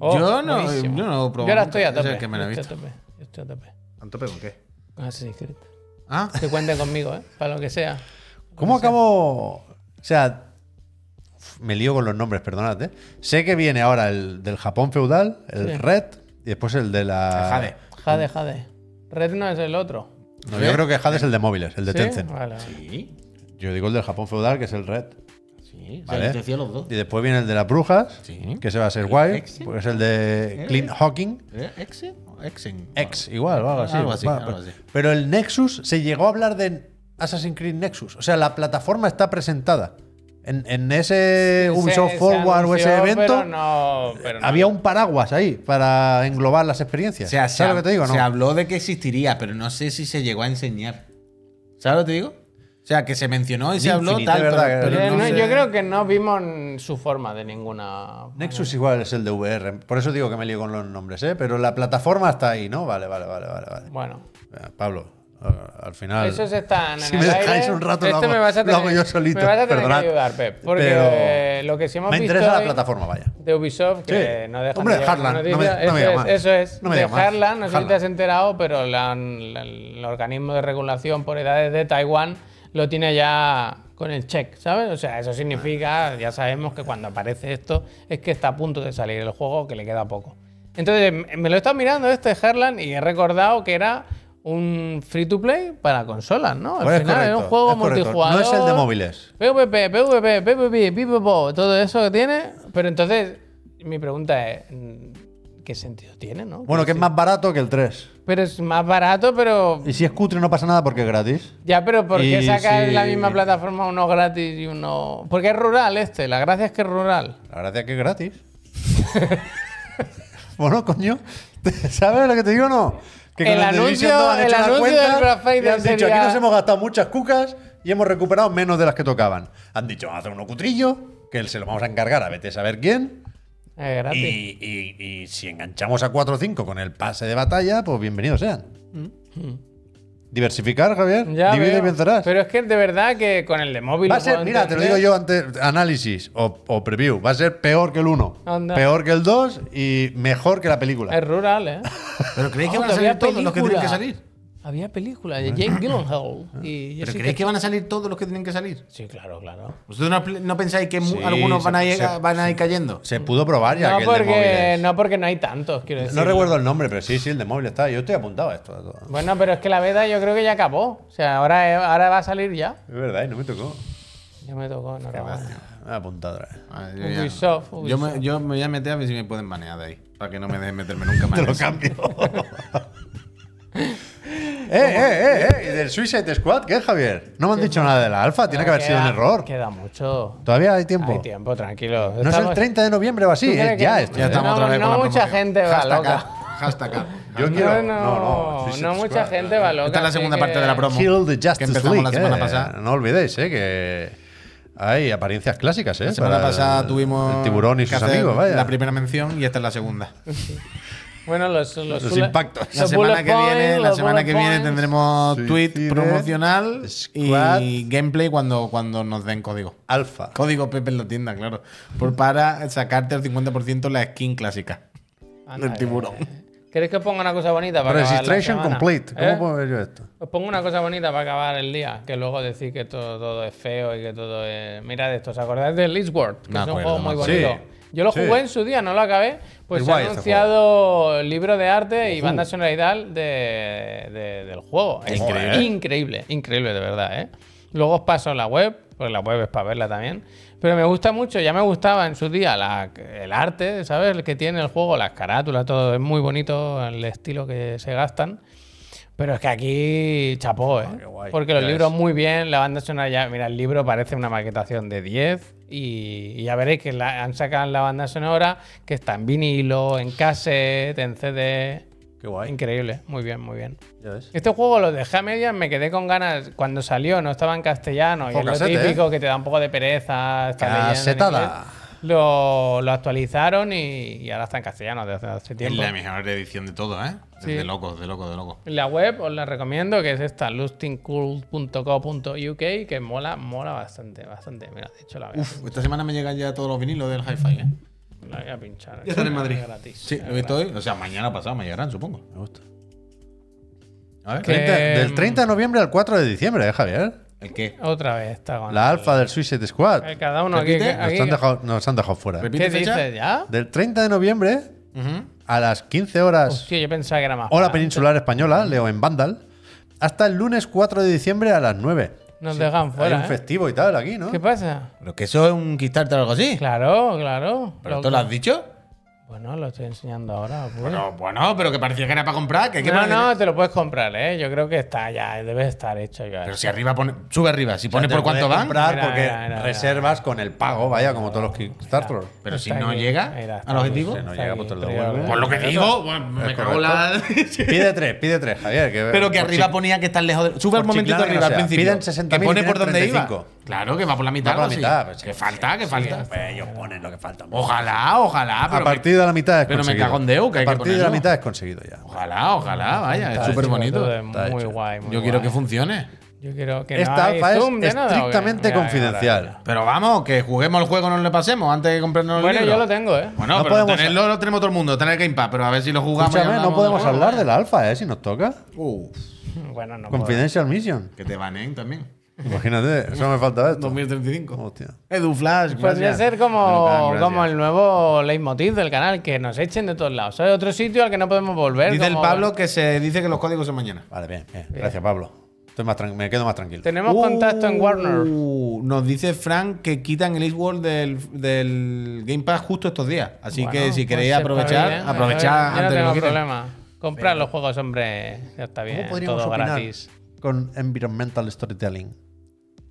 [SPEAKER 1] Oh,
[SPEAKER 2] Yo no-
[SPEAKER 1] buenísimo.
[SPEAKER 2] yo no lo he probado
[SPEAKER 1] Yo ahora
[SPEAKER 2] nunca,
[SPEAKER 1] estoy a
[SPEAKER 2] es el
[SPEAKER 1] tope.
[SPEAKER 2] que me lo he
[SPEAKER 1] yo
[SPEAKER 2] visto.
[SPEAKER 1] Estoy a tope. yo estoy a tope.
[SPEAKER 2] ¿An tope con qué?
[SPEAKER 1] Ah, sí, escrito.
[SPEAKER 2] Ah,
[SPEAKER 1] Que cuenten conmigo, ¿eh? Para lo que sea.
[SPEAKER 3] ¿Cómo acabo.? O sea. uf, Me lío con los nombres, perdonad. ¿eh? Sé que viene ahora el del Japón feudal, el
[SPEAKER 1] Sí.
[SPEAKER 3] Red, y después el de la.
[SPEAKER 2] El Jade.
[SPEAKER 1] Jade, jade. Red no es el otro.
[SPEAKER 3] No, yo creo que Jade es el de móviles, el de
[SPEAKER 1] ¿Eh? ¿Sí?
[SPEAKER 3] Tencent.
[SPEAKER 1] Vale, vale.
[SPEAKER 4] Sí,
[SPEAKER 3] Yo digo el del Japón feudal, que es el Red.
[SPEAKER 4] sí. O sea,
[SPEAKER 3] Vale.
[SPEAKER 4] yo te decía los dos.
[SPEAKER 3] Y después viene el de las brujas,
[SPEAKER 2] Sí.
[SPEAKER 3] que se va a ser guay,
[SPEAKER 2] Exit?
[SPEAKER 3] porque es el de Clint Hawking.
[SPEAKER 2] ¿Eh? ¿Exen? ¿O Exen?
[SPEAKER 3] Ex, igual, o algo así.
[SPEAKER 2] Algo así,
[SPEAKER 3] Va,
[SPEAKER 2] algo
[SPEAKER 3] pero,
[SPEAKER 2] así.
[SPEAKER 3] pero el Nexus, se llegó a hablar de Assassin's Creed Nexus. O sea, la plataforma está presentada. En, en ese Ubisoft
[SPEAKER 1] Se- se
[SPEAKER 3] Forward o ese
[SPEAKER 1] anunció,
[SPEAKER 3] evento,
[SPEAKER 1] Pero no, pero no.
[SPEAKER 3] había un paraguas ahí para englobar las experiencias.
[SPEAKER 2] O sea, se,
[SPEAKER 3] ¿Sabes lo que te digo?
[SPEAKER 2] se
[SPEAKER 3] No.
[SPEAKER 2] habló de que existiría, pero no sé si se llegó a enseñar. ¿Sabes lo que te digo? O sea, que se mencionó y se habló
[SPEAKER 3] infinito,
[SPEAKER 2] tal,
[SPEAKER 3] es verdad
[SPEAKER 2] pero,
[SPEAKER 3] que-
[SPEAKER 2] pero
[SPEAKER 1] Eh,
[SPEAKER 2] no
[SPEAKER 1] no,
[SPEAKER 2] sé.
[SPEAKER 1] Yo creo que no vimos n- su forma de ninguna.
[SPEAKER 3] Nexus igual es el de VR. Por eso digo que me lío con los nombres, ¿eh? Pero la plataforma está ahí, ¿no? Vale, vale, vale, vale. vale.
[SPEAKER 1] Bueno,
[SPEAKER 3] Eh, Pablo, a- al final.
[SPEAKER 1] esos están en
[SPEAKER 3] Si
[SPEAKER 1] el
[SPEAKER 3] me dejáis
[SPEAKER 1] aire.
[SPEAKER 3] un rato, lo
[SPEAKER 1] Este
[SPEAKER 3] hago-
[SPEAKER 1] me vas a
[SPEAKER 3] lo
[SPEAKER 1] tener-
[SPEAKER 3] hago yo solito,
[SPEAKER 1] Me vas a tener
[SPEAKER 3] perdonad.
[SPEAKER 1] que ayudar, Pep. Porque
[SPEAKER 3] Pero
[SPEAKER 1] eh, lo que sí hemos
[SPEAKER 3] me
[SPEAKER 1] visto.
[SPEAKER 3] interesa la
[SPEAKER 1] hoy
[SPEAKER 3] plataforma, vaya.
[SPEAKER 1] De Ubisoft, que
[SPEAKER 3] Sí.
[SPEAKER 1] no deja
[SPEAKER 3] Hombre,
[SPEAKER 1] de llegar
[SPEAKER 3] Heartland,
[SPEAKER 1] noticias.
[SPEAKER 3] no me- no me
[SPEAKER 1] eso,
[SPEAKER 3] diga más.
[SPEAKER 1] es, eso es.
[SPEAKER 3] No me
[SPEAKER 1] de
[SPEAKER 3] diga más.
[SPEAKER 1] Heartland, no sé si
[SPEAKER 3] Heartland.
[SPEAKER 1] te has enterado, pero la- la- el organismo de regulación por edades de Taiwán lo tiene ya con el check, ¿sabes? O sea, eso significa, ya sabemos que cuando aparece esto es que está a punto de salir el juego, que le queda poco. Entonces, m- me lo he estado mirando este Heartland y he recordado que era un free to play para consolas, ¿no? Al
[SPEAKER 3] Pues es
[SPEAKER 1] final era un
[SPEAKER 3] correcto,
[SPEAKER 1] juego
[SPEAKER 3] es correcto.
[SPEAKER 1] multijugador.
[SPEAKER 3] No es el de móviles.
[SPEAKER 1] PvP, PvP, PvP, pipopo, todo eso que tiene. Pero entonces, mi pregunta es: mm, ¿qué sentido tiene, no?
[SPEAKER 3] Bueno, que es más barato que el 3.
[SPEAKER 1] Pero es más barato, pero.
[SPEAKER 3] Y si es cutre, no pasa nada porque es gratis.
[SPEAKER 1] Ya, pero ¿por qué
[SPEAKER 3] Y
[SPEAKER 1] sacar en la
[SPEAKER 3] si-
[SPEAKER 1] misma plataforma uno gratis y uno.? Porque es rural este, la gracia es que es rural.
[SPEAKER 3] La gracia es que es gratis. bueno, coño. ¿Sabes lo que te digo o no? Que
[SPEAKER 1] El
[SPEAKER 3] del
[SPEAKER 1] anuncio-
[SPEAKER 3] Division dos
[SPEAKER 1] el
[SPEAKER 3] la
[SPEAKER 1] anuncio
[SPEAKER 3] cuenta
[SPEAKER 1] del Black Friday
[SPEAKER 3] y han dicho,
[SPEAKER 1] sería-
[SPEAKER 3] aquí nos hemos gastado muchas cucas y hemos recuperado menos de las que tocaban. Han dicho, vamos a hacer uno cutrillo, que se lo vamos a encargar a vete a saber quién.
[SPEAKER 1] Es gratis.
[SPEAKER 3] Y, y- y si enganchamos a 4 o 5 con el pase de batalla, pues bienvenidos sean. Diversificar, Javier.
[SPEAKER 1] Mm. Ya
[SPEAKER 3] Divide y
[SPEAKER 1] veo.
[SPEAKER 3] vencerás.
[SPEAKER 1] Pero es que de verdad que con el de móvil.
[SPEAKER 3] Va a
[SPEAKER 1] lo
[SPEAKER 3] ser,
[SPEAKER 1] puedo
[SPEAKER 3] mira, te lo digo
[SPEAKER 1] entender.
[SPEAKER 3] yo antes, análisis o, o preview, va a ser peor que el 1,
[SPEAKER 1] Anda.
[SPEAKER 3] peor que el 2 y mejor que la película.
[SPEAKER 1] Es rural, ¿eh?
[SPEAKER 2] ¿Pero creéis que
[SPEAKER 1] Ah,
[SPEAKER 2] van a
[SPEAKER 1] había
[SPEAKER 2] salir todos los que tienen que
[SPEAKER 1] película.
[SPEAKER 2] salir?
[SPEAKER 1] Había película de Jake Gyllenhaal. y
[SPEAKER 2] ¿Pero
[SPEAKER 1] Jessica
[SPEAKER 2] creéis que van a salir todos los que tienen que salir?
[SPEAKER 1] Sí, claro, claro.
[SPEAKER 2] ¿Vosotros no, pl- no pensáis que mu-
[SPEAKER 3] Sí,
[SPEAKER 2] algunos van a,
[SPEAKER 3] se-
[SPEAKER 2] ir,
[SPEAKER 3] se-
[SPEAKER 2] van a ir cayendo?
[SPEAKER 3] Se pudo probar ya
[SPEAKER 1] No
[SPEAKER 3] que el de
[SPEAKER 1] porque,
[SPEAKER 3] móviles.
[SPEAKER 1] no porque no hay tantos, quiero
[SPEAKER 3] No,
[SPEAKER 1] decir.
[SPEAKER 3] recuerdo el nombre, pero sí, sí, el de móviles está. Yo estoy apuntado a esto. a todo.
[SPEAKER 1] Bueno, pero es que la beta yo creo que ya acabó. O sea, ahora, eh, ahora va a salir ya.
[SPEAKER 3] Es verdad, y no me tocó.
[SPEAKER 1] Ya me tocó, no, no.
[SPEAKER 3] Me he apuntado otra vez.
[SPEAKER 2] Ah, yo ya-
[SPEAKER 1] Ubisoft,
[SPEAKER 2] Yo,
[SPEAKER 1] Ubisoft.
[SPEAKER 2] me, yo me voy a meter a ver si me pueden banear de ahí. Para que no me dejen meterme nunca más.
[SPEAKER 3] Te
[SPEAKER 2] en
[SPEAKER 3] lo
[SPEAKER 2] eso.
[SPEAKER 3] cambio. eh, eh, eh, eh. ¿Y del Suicide Squad qué, Javier? No me han dicho nada de la alfa, tiene que haber sido un
[SPEAKER 1] Queda-
[SPEAKER 3] error.
[SPEAKER 1] Queda mucho.
[SPEAKER 3] Todavía hay tiempo.
[SPEAKER 1] Hay tiempo, tranquilo.
[SPEAKER 3] No es el 30 de noviembre o así, es ya esto.
[SPEAKER 2] Ya estamos
[SPEAKER 1] no,
[SPEAKER 2] otra vez
[SPEAKER 1] no
[SPEAKER 2] con la
[SPEAKER 1] mucha
[SPEAKER 2] promoción.
[SPEAKER 1] gente va
[SPEAKER 2] Hashtag
[SPEAKER 1] loca.
[SPEAKER 2] ad, Hashtag ad.
[SPEAKER 3] Yo
[SPEAKER 1] No,
[SPEAKER 3] quiero.
[SPEAKER 1] no,
[SPEAKER 3] no,
[SPEAKER 1] no,
[SPEAKER 3] Suicide
[SPEAKER 1] mucha
[SPEAKER 3] Squad.
[SPEAKER 1] gente va loca.
[SPEAKER 2] Esta es la
[SPEAKER 1] así
[SPEAKER 2] segunda
[SPEAKER 1] que-
[SPEAKER 2] parte de la promo.
[SPEAKER 3] Kill the Justice
[SPEAKER 2] que empezamos
[SPEAKER 3] League,
[SPEAKER 2] la semana
[SPEAKER 3] eh.
[SPEAKER 2] pasada.
[SPEAKER 3] No olvidéis eh, que hay apariencias clásicas. Eh,
[SPEAKER 2] La semana
[SPEAKER 3] para
[SPEAKER 2] pasada
[SPEAKER 3] el-
[SPEAKER 2] tuvimos
[SPEAKER 3] el tiburón y
[SPEAKER 2] que
[SPEAKER 3] sus
[SPEAKER 2] hacer
[SPEAKER 3] amigos. Vaya.
[SPEAKER 2] La primera mención y esta es la segunda.
[SPEAKER 1] Bueno, los, los,
[SPEAKER 3] Los
[SPEAKER 1] bullet-
[SPEAKER 3] impactos.
[SPEAKER 1] los
[SPEAKER 2] La semana
[SPEAKER 1] bullet
[SPEAKER 2] que viene,
[SPEAKER 1] points,
[SPEAKER 2] la
[SPEAKER 1] los
[SPEAKER 2] semana
[SPEAKER 1] bullet
[SPEAKER 2] que viene
[SPEAKER 1] points.
[SPEAKER 2] tendremos tweet
[SPEAKER 3] Suicide
[SPEAKER 2] promocional
[SPEAKER 3] Squad.
[SPEAKER 2] y gameplay cuando, cuando nos den código.
[SPEAKER 3] Alfa.
[SPEAKER 2] Código Pepe en la tienda, claro. Por, para sacarte el 50% la skin clásica
[SPEAKER 1] Anda,
[SPEAKER 2] del tiburón.
[SPEAKER 1] que- ¿Queréis que os ponga una cosa bonita para acabar la
[SPEAKER 3] Registration
[SPEAKER 1] semana?
[SPEAKER 3] complete. ¿Cómo
[SPEAKER 1] ¿Eh?
[SPEAKER 3] puedo ver yo esto?
[SPEAKER 1] Os pongo una cosa bonita para acabar el día, que luego decir que todo, todo es feo y que todo es... Mirad esto, ¿os acordáis de Leadsworth? Que
[SPEAKER 2] Me
[SPEAKER 1] es un
[SPEAKER 2] acuerdo,
[SPEAKER 1] juego muy
[SPEAKER 2] me
[SPEAKER 3] acuerdo.
[SPEAKER 1] bonito. Yo lo
[SPEAKER 3] Sí.
[SPEAKER 1] jugué en su día, no lo acabé. Pues
[SPEAKER 3] Es
[SPEAKER 1] se ha
[SPEAKER 3] guay este
[SPEAKER 1] anunciado libro de arte y banda sonora y tal de, de- del juego. Es
[SPEAKER 3] Increíble.
[SPEAKER 1] increíble, increíble de verdad, ¿eh? Luego os paso la web, porque la web es para verla también. Pero me gusta mucho, ya me gustaba en su día la- el arte, ¿sabes? El que tiene el juego, las carátulas, todo. Es muy bonito el estilo que se gastan. Pero es que aquí chapó, ¿eh?
[SPEAKER 3] Ah, qué guay.
[SPEAKER 1] Porque los
[SPEAKER 3] Ya
[SPEAKER 1] libros
[SPEAKER 3] ves.
[SPEAKER 1] muy bien, la banda sonora ya. Mira, el libro parece una maquetación de 10. Y, y ya veréis que la- han sacado la banda sonora, que está en vinilo, en cassette, en CD.
[SPEAKER 3] Qué guay.
[SPEAKER 1] Increíble, muy bien, muy bien.
[SPEAKER 3] Ya ves.
[SPEAKER 1] Este juego lo dejé a medias, me quedé con ganas cuando salió, no estaba en castellano. Y
[SPEAKER 3] Ojo,
[SPEAKER 1] es lo
[SPEAKER 3] cassette, ¿eh?
[SPEAKER 1] típico que te da un poco de pereza. estar leyendo en
[SPEAKER 3] Casetada.
[SPEAKER 1] inglés. Lo, lo actualizaron y, y ahora está en castellano desde hace
[SPEAKER 2] Es
[SPEAKER 1] tiempo.
[SPEAKER 2] la mejor edición de todo, ¿eh?
[SPEAKER 1] Sí.
[SPEAKER 2] De locos, de locos, de locos.
[SPEAKER 1] La web os la recomiendo, que es esta, lustingcool.co.uk, que mola, mola bastante, bastante. Mira, de hecho la voy a,
[SPEAKER 2] Uf, esta semana me llegan ya todos los vinilos del hi-fi, ¿eh?
[SPEAKER 1] la voy a pinchar.
[SPEAKER 2] Ya están en
[SPEAKER 1] Es
[SPEAKER 2] Madrid.
[SPEAKER 1] gratis.
[SPEAKER 2] Sí, lo he visto hoy. O sea, mañana pasado me llegarán, supongo.
[SPEAKER 3] Me gusta.
[SPEAKER 2] A ver.
[SPEAKER 1] ¿Qué?
[SPEAKER 3] 30 del
[SPEAKER 1] mm.
[SPEAKER 3] 30 de noviembre al 4 de diciembre, ¿eh, Javier?
[SPEAKER 2] ¿El qué?
[SPEAKER 1] Otra vez está con
[SPEAKER 3] La alfa del Suicide Squad.
[SPEAKER 1] Eh, Cada uno aquí.
[SPEAKER 2] Repite,
[SPEAKER 1] aquí-
[SPEAKER 3] Nos han dejado, nos han dejado fuera.
[SPEAKER 2] Repite.
[SPEAKER 1] ¿Qué
[SPEAKER 2] fecha?
[SPEAKER 1] dices ya?
[SPEAKER 3] Del 30 de noviembre
[SPEAKER 2] Ujú.
[SPEAKER 3] a las 15 horas
[SPEAKER 1] Hostia, yo pensaba que era más.
[SPEAKER 3] hora
[SPEAKER 1] para.
[SPEAKER 3] peninsular española, leo en Vandal, hasta el lunes 4 de diciembre a las 9.
[SPEAKER 1] Nos dejan fuera,
[SPEAKER 3] Hay un
[SPEAKER 1] ¿eh?
[SPEAKER 3] festivo y tal aquí, ¿no?
[SPEAKER 1] ¿Qué pasa?
[SPEAKER 2] Pero que eso es un Kickstarter o algo así.
[SPEAKER 1] Claro, claro.
[SPEAKER 2] ¿Pero
[SPEAKER 1] Lo-
[SPEAKER 2] tú lo has dicho?
[SPEAKER 1] Bueno, lo estoy enseñando ahora. pues.
[SPEAKER 2] Bueno, bueno, pero que parecía que era para comprar. Que hay que
[SPEAKER 1] No,
[SPEAKER 2] poner-
[SPEAKER 1] no, te lo puedes comprar, ¿eh? Yo creo que está ya, debe estar hecho ya.
[SPEAKER 2] Pero si arriba pone. Sube arriba. Si
[SPEAKER 3] O sea,
[SPEAKER 2] pone
[SPEAKER 3] te
[SPEAKER 2] por cuánto
[SPEAKER 3] puedes
[SPEAKER 2] van.
[SPEAKER 3] comprar
[SPEAKER 1] Mira,
[SPEAKER 3] porque
[SPEAKER 1] mira, mira,
[SPEAKER 3] reservas con el pago, vaya, como todos los Kickstarter.
[SPEAKER 2] Pero si
[SPEAKER 1] Está
[SPEAKER 2] no
[SPEAKER 1] aquí.
[SPEAKER 2] llega
[SPEAKER 1] Mira, está
[SPEAKER 2] al
[SPEAKER 1] aquí.
[SPEAKER 2] objetivo.
[SPEAKER 3] Si no
[SPEAKER 1] Está
[SPEAKER 3] llega,
[SPEAKER 1] aquí,
[SPEAKER 3] pues te lo
[SPEAKER 1] te
[SPEAKER 3] devuelven.
[SPEAKER 1] devuelven.
[SPEAKER 2] Por lo que digo, bueno, me
[SPEAKER 3] Es
[SPEAKER 2] cago en la.
[SPEAKER 3] Pide tres, pide tres, Javier. que-
[SPEAKER 2] Pero que
[SPEAKER 3] por
[SPEAKER 2] arriba
[SPEAKER 3] si-
[SPEAKER 2] ponía que estás lejos de... Sube al
[SPEAKER 3] por
[SPEAKER 2] momentito
[SPEAKER 3] chiclana que
[SPEAKER 2] arriba
[SPEAKER 3] no
[SPEAKER 2] al
[SPEAKER 3] sea.
[SPEAKER 2] principio.
[SPEAKER 3] Piden 60.000
[SPEAKER 2] que pone
[SPEAKER 3] y
[SPEAKER 2] por
[SPEAKER 3] tienen
[SPEAKER 2] donde
[SPEAKER 3] 35.
[SPEAKER 2] iba. Claro, que va por la mitad.
[SPEAKER 3] Va por la
[SPEAKER 2] algo así.
[SPEAKER 3] mitad, pues,
[SPEAKER 2] que
[SPEAKER 3] sí,
[SPEAKER 2] falta, que falta.
[SPEAKER 3] Pues ellos ponen lo que falta.
[SPEAKER 2] Ojalá, ojalá.
[SPEAKER 3] A
[SPEAKER 2] Pero
[SPEAKER 3] partir de la mitad es
[SPEAKER 2] pero me
[SPEAKER 3] conseguido.
[SPEAKER 2] cago en Deu, que hay que
[SPEAKER 3] A partir de la
[SPEAKER 2] ponerlo.
[SPEAKER 3] mitad es conseguido ya.
[SPEAKER 2] me- Ojalá, ojalá, vaya.
[SPEAKER 1] Está
[SPEAKER 2] es súper
[SPEAKER 1] hecho,
[SPEAKER 2] bonito.
[SPEAKER 1] todo es
[SPEAKER 3] Está
[SPEAKER 1] Muy
[SPEAKER 3] hecho.
[SPEAKER 1] guay, muy
[SPEAKER 2] Yo quiero que
[SPEAKER 1] guay.
[SPEAKER 2] funcione.
[SPEAKER 1] Yo quiero que no
[SPEAKER 3] Esta
[SPEAKER 1] hay
[SPEAKER 3] alfa es
[SPEAKER 1] zoom de nada, ¿o qué?
[SPEAKER 3] estrictamente
[SPEAKER 1] Ya, ya,
[SPEAKER 3] confidencial.
[SPEAKER 1] ya, ya.
[SPEAKER 2] Pero vamos, que juguemos el juego, no le pasemos antes de comprarnos
[SPEAKER 1] Bueno,
[SPEAKER 2] el libro.
[SPEAKER 1] yo lo tengo, ¿eh?
[SPEAKER 2] Bueno,
[SPEAKER 3] No
[SPEAKER 2] pero
[SPEAKER 3] podemos-
[SPEAKER 2] tenerlo lo tenemos todo el mundo, tener Game Pass, pero a ver si lo jugamos. y
[SPEAKER 3] Escúchame, no
[SPEAKER 2] hablamos.
[SPEAKER 3] podemos
[SPEAKER 2] Bueno,
[SPEAKER 3] hablar
[SPEAKER 2] vaya.
[SPEAKER 3] de la alfa, ¿eh? Si nos toca.
[SPEAKER 2] Uf,
[SPEAKER 1] Bueno, no puedo.
[SPEAKER 3] Confidential Mission.
[SPEAKER 2] que te banen también.
[SPEAKER 3] Imagínate, solo me falta esto.
[SPEAKER 2] 2035.
[SPEAKER 3] Hostia.
[SPEAKER 2] Edu Flash,
[SPEAKER 1] Podría
[SPEAKER 2] gracias.
[SPEAKER 1] Pues ser
[SPEAKER 2] Bueno,
[SPEAKER 1] como,
[SPEAKER 2] Can,
[SPEAKER 1] como
[SPEAKER 2] gracias.
[SPEAKER 1] el nuevo leitmotiv del canal, que nos echen de todos lados. ¿Sabes? Otro sitio al que no podemos volver.
[SPEAKER 2] Dice el
[SPEAKER 1] como-
[SPEAKER 2] Pablo que se dice que los códigos son mañana.
[SPEAKER 3] Vale, bien, bien. Gracias, Pablo. Estoy más tran- me quedo más tranquilo.
[SPEAKER 1] Tenemos contacto en Warner.
[SPEAKER 2] Uh, Nos dice Frank que quitan el Eastworld del, del Game Pass justo estos días. Así
[SPEAKER 1] Bueno,
[SPEAKER 2] que si
[SPEAKER 1] pues
[SPEAKER 2] queréis
[SPEAKER 1] sepa
[SPEAKER 2] aprovechar,
[SPEAKER 1] bien,
[SPEAKER 2] aprovechad
[SPEAKER 1] Yo no
[SPEAKER 2] antes de que
[SPEAKER 1] tengo
[SPEAKER 2] lo quiten.
[SPEAKER 1] problema. Comprar los juegos, hombre, ya está bien.
[SPEAKER 3] ¿Cómo podríamos
[SPEAKER 1] Todo
[SPEAKER 3] opinar
[SPEAKER 1] gratis.
[SPEAKER 3] con Environmental Storytelling?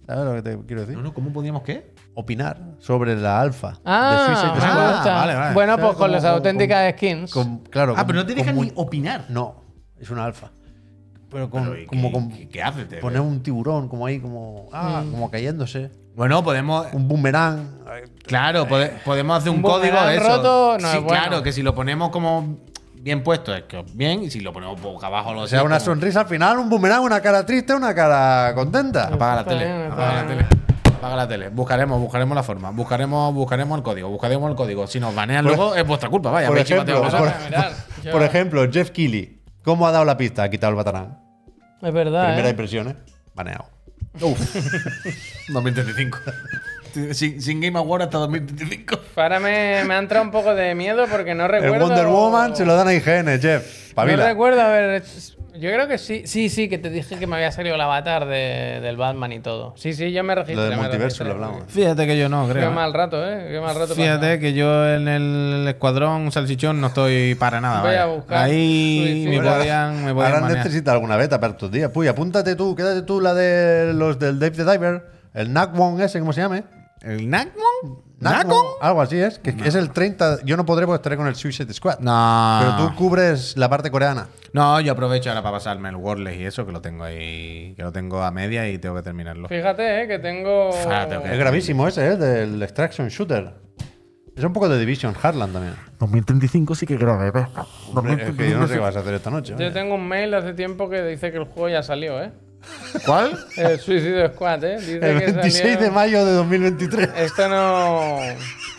[SPEAKER 3] ¿Sabes lo que te quiero decir?
[SPEAKER 2] No, no, ¿Cómo podíamos qué?
[SPEAKER 3] Opinar sobre la alfa. de
[SPEAKER 1] Ah,
[SPEAKER 3] Suicide
[SPEAKER 1] me
[SPEAKER 3] Squad.
[SPEAKER 1] gusta.
[SPEAKER 2] vale, vale.
[SPEAKER 1] Bueno,
[SPEAKER 3] ¿Sabes
[SPEAKER 1] pues con
[SPEAKER 3] cómo-
[SPEAKER 1] las
[SPEAKER 3] cómo-
[SPEAKER 1] auténticas skins.
[SPEAKER 3] Con- claro.
[SPEAKER 2] Ah,
[SPEAKER 3] con-
[SPEAKER 2] pero no te
[SPEAKER 3] con
[SPEAKER 2] dejan
[SPEAKER 3] mu-
[SPEAKER 2] ni opinar.
[SPEAKER 3] No, es una alfa. Pero con,
[SPEAKER 2] Pero, ¿y
[SPEAKER 3] como
[SPEAKER 2] qué-
[SPEAKER 3] con
[SPEAKER 2] qué- qué haces? te-
[SPEAKER 3] poner un tiburón como ahí, como, ah,
[SPEAKER 1] Mm.
[SPEAKER 3] como cayéndose.
[SPEAKER 2] Bueno, podemos.
[SPEAKER 3] Un boomerang.
[SPEAKER 2] Claro, pode- podemos hacer un,
[SPEAKER 1] Eh, Un
[SPEAKER 2] código
[SPEAKER 1] boomerang
[SPEAKER 2] de eso.
[SPEAKER 1] roto no
[SPEAKER 2] sí,
[SPEAKER 1] es bueno.
[SPEAKER 2] claro, que si lo ponemos como bien puesto, es que bien, y si lo ponemos boca abajo, lo
[SPEAKER 3] O sea, una
[SPEAKER 2] sonrisa.
[SPEAKER 3] sonrisa al final, un boomerang, una cara triste, una cara contenta.
[SPEAKER 2] Apaga la
[SPEAKER 1] Está
[SPEAKER 2] tele.
[SPEAKER 1] bien, está
[SPEAKER 2] apaga la
[SPEAKER 1] bien.
[SPEAKER 2] tele. Apaga la tele. Buscaremos, buscaremos la forma. Buscaremos, buscaremos el código. Buscaremos el código. Si nos banean luego, es vuestra culpa. Vaya,
[SPEAKER 3] Por
[SPEAKER 2] habéis
[SPEAKER 3] ejemplo,
[SPEAKER 2] chivateado
[SPEAKER 3] por,
[SPEAKER 2] vosotros.
[SPEAKER 1] mirar, yo-
[SPEAKER 3] por ejemplo, Jeff Keighley. ¿Cómo ha dado la pista? Ha quitado el batarán.
[SPEAKER 1] Es verdad.
[SPEAKER 3] Primera
[SPEAKER 1] ¿eh?
[SPEAKER 3] impresión, ¿eh? Baneado.
[SPEAKER 2] 2035. sin, sin Game Award hasta 2035.
[SPEAKER 1] Ahora me, me ha entrado un poco de miedo porque no recuerdo.
[SPEAKER 3] El Wonder Woman se lo dan a IGN, Jeff.
[SPEAKER 1] No
[SPEAKER 3] Pavila.
[SPEAKER 1] recuerdo haber. Yo creo que sí, sí, sí, que te dije que me había salido el avatar de- del Batman y todo. Sí, sí, yo me registré.
[SPEAKER 3] Lo del
[SPEAKER 1] me
[SPEAKER 3] multiverso
[SPEAKER 1] registré.
[SPEAKER 3] lo hablamos.
[SPEAKER 2] Fíjate que yo no,
[SPEAKER 1] Qué
[SPEAKER 2] creo.
[SPEAKER 1] mal rato, ¿eh? Qué mal rato.
[SPEAKER 2] Fíjate que yo en el escuadrón salchichón no estoy para nada.
[SPEAKER 1] Voy a
[SPEAKER 2] vaya.
[SPEAKER 1] buscar
[SPEAKER 2] Ahí me
[SPEAKER 1] suicidio.
[SPEAKER 2] podían, me podían
[SPEAKER 3] Ahora
[SPEAKER 2] banear.
[SPEAKER 3] necesita alguna beta para estos días. Puy, apúntate tú, quédate tú la de los del Dave the Diver. El Nakwon ese, ¿cómo se llame?
[SPEAKER 2] ¿El Nakmon?
[SPEAKER 3] Nakwon,
[SPEAKER 2] ¿Nakon?
[SPEAKER 3] Algo así es. Que es el 30. Yo no podré porque estaré con el Suicide Squad.
[SPEAKER 2] No.
[SPEAKER 3] Pero tú cubres la parte coreana.
[SPEAKER 2] No, yo aprovecho ahora para pasarme el Wordless y eso, que lo tengo ahí, que lo tengo a media y tengo que terminarlo.
[SPEAKER 1] Fíjate, ¿eh? Que tengo.
[SPEAKER 2] Fíjate, ok.
[SPEAKER 3] Es gravísimo ese, ¿eh? Del Extraction Shooter. Es un poco de Division Heartland también.
[SPEAKER 4] 2035 sí que ¿eh? grave, ¿ves?
[SPEAKER 3] Hombre, es que yo no sé qué vas a hacer esta noche.
[SPEAKER 1] Yo
[SPEAKER 3] vaya.
[SPEAKER 1] tengo un mail de hace tiempo que dice que el juego ya salió, ¿eh?
[SPEAKER 2] ¿Cuál?
[SPEAKER 1] El Suicide Squad, ¿eh? Dice
[SPEAKER 3] El
[SPEAKER 1] que
[SPEAKER 3] 26
[SPEAKER 1] salió-
[SPEAKER 3] de mayo de 2023.
[SPEAKER 1] Esto no.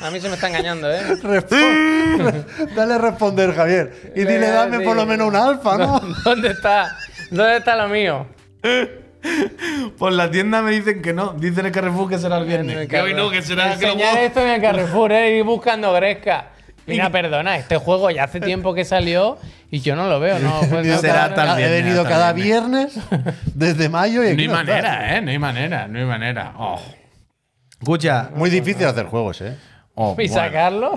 [SPEAKER 1] A mí se me está engañando, ¿eh?
[SPEAKER 3] Respon- Dale a responder, Javier. Y dile,
[SPEAKER 1] Venga,
[SPEAKER 3] dame
[SPEAKER 1] sí.
[SPEAKER 3] por lo menos un alfa, ¿no?
[SPEAKER 1] ¿Dónde está? ¿Dónde está lo mío?
[SPEAKER 2] Por la tienda me dicen que no. Dicen el Carrefour que será el viernes. Que hoy no, que será que lo
[SPEAKER 1] Enseñar
[SPEAKER 2] puedo-
[SPEAKER 1] esto en el Carrefour, ¿eh? Ir buscando Gresca. Mira, perdona, este juego ya hace tiempo que salió y yo no lo veo, ¿no? Pues no
[SPEAKER 2] Será
[SPEAKER 1] está-
[SPEAKER 2] tan-
[SPEAKER 3] He
[SPEAKER 2] viernes,
[SPEAKER 3] venido
[SPEAKER 2] hasta
[SPEAKER 3] cada
[SPEAKER 2] el
[SPEAKER 3] viernes desde mayo y
[SPEAKER 2] No
[SPEAKER 3] aquí
[SPEAKER 2] hay
[SPEAKER 3] no está.
[SPEAKER 2] manera, ¿eh? No hay manera, no hay manera. Oh. Escucha.
[SPEAKER 3] Muy difícil hacer juegos, ¿eh?
[SPEAKER 2] Oh,
[SPEAKER 1] ¿Y
[SPEAKER 2] bueno.
[SPEAKER 1] sacarlo?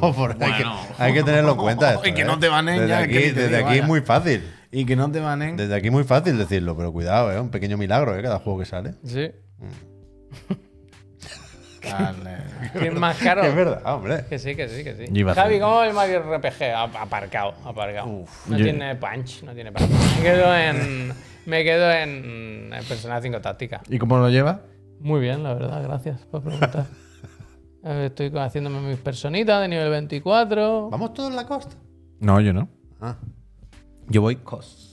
[SPEAKER 3] No, por- hay,
[SPEAKER 2] Bueno.
[SPEAKER 3] que, hay que tenerlo en cuenta. esto,
[SPEAKER 2] Y que
[SPEAKER 3] ¿eh?
[SPEAKER 2] no te banen
[SPEAKER 3] desde
[SPEAKER 2] ya,
[SPEAKER 3] Aquí,
[SPEAKER 2] que ni te
[SPEAKER 3] desde
[SPEAKER 2] digo,
[SPEAKER 3] aquí
[SPEAKER 2] vaya.
[SPEAKER 3] es muy fácil.
[SPEAKER 2] Y que no te manen.
[SPEAKER 3] Desde aquí es muy fácil decirlo, pero cuidado, es un pequeño milagro, ¿eh? Cada juego que sale.
[SPEAKER 1] Sí.
[SPEAKER 2] Vale.
[SPEAKER 1] Que es más caro.
[SPEAKER 3] Es verdad, ah, hombre.
[SPEAKER 1] Que sí, que sí, que sí.
[SPEAKER 3] Yo iba a
[SPEAKER 1] Javi,
[SPEAKER 3] hacer-
[SPEAKER 1] ¿cómo va el Mario RPG? A- Aparcado, aparcado.
[SPEAKER 3] Uf.
[SPEAKER 1] no
[SPEAKER 4] Yo-
[SPEAKER 1] tiene punch, no tiene punch. Me quedo en. Me quedo en, en Persona 5 Táctica.
[SPEAKER 2] ¿Y cómo lo lleva?
[SPEAKER 1] Muy bien, la verdad, gracias por preguntar. A ver, Estoy haciéndome mis personitas de nivel 24.
[SPEAKER 3] Vamos todos en la costa.
[SPEAKER 2] No, yo no.
[SPEAKER 3] Ah,
[SPEAKER 2] Yo voy cos.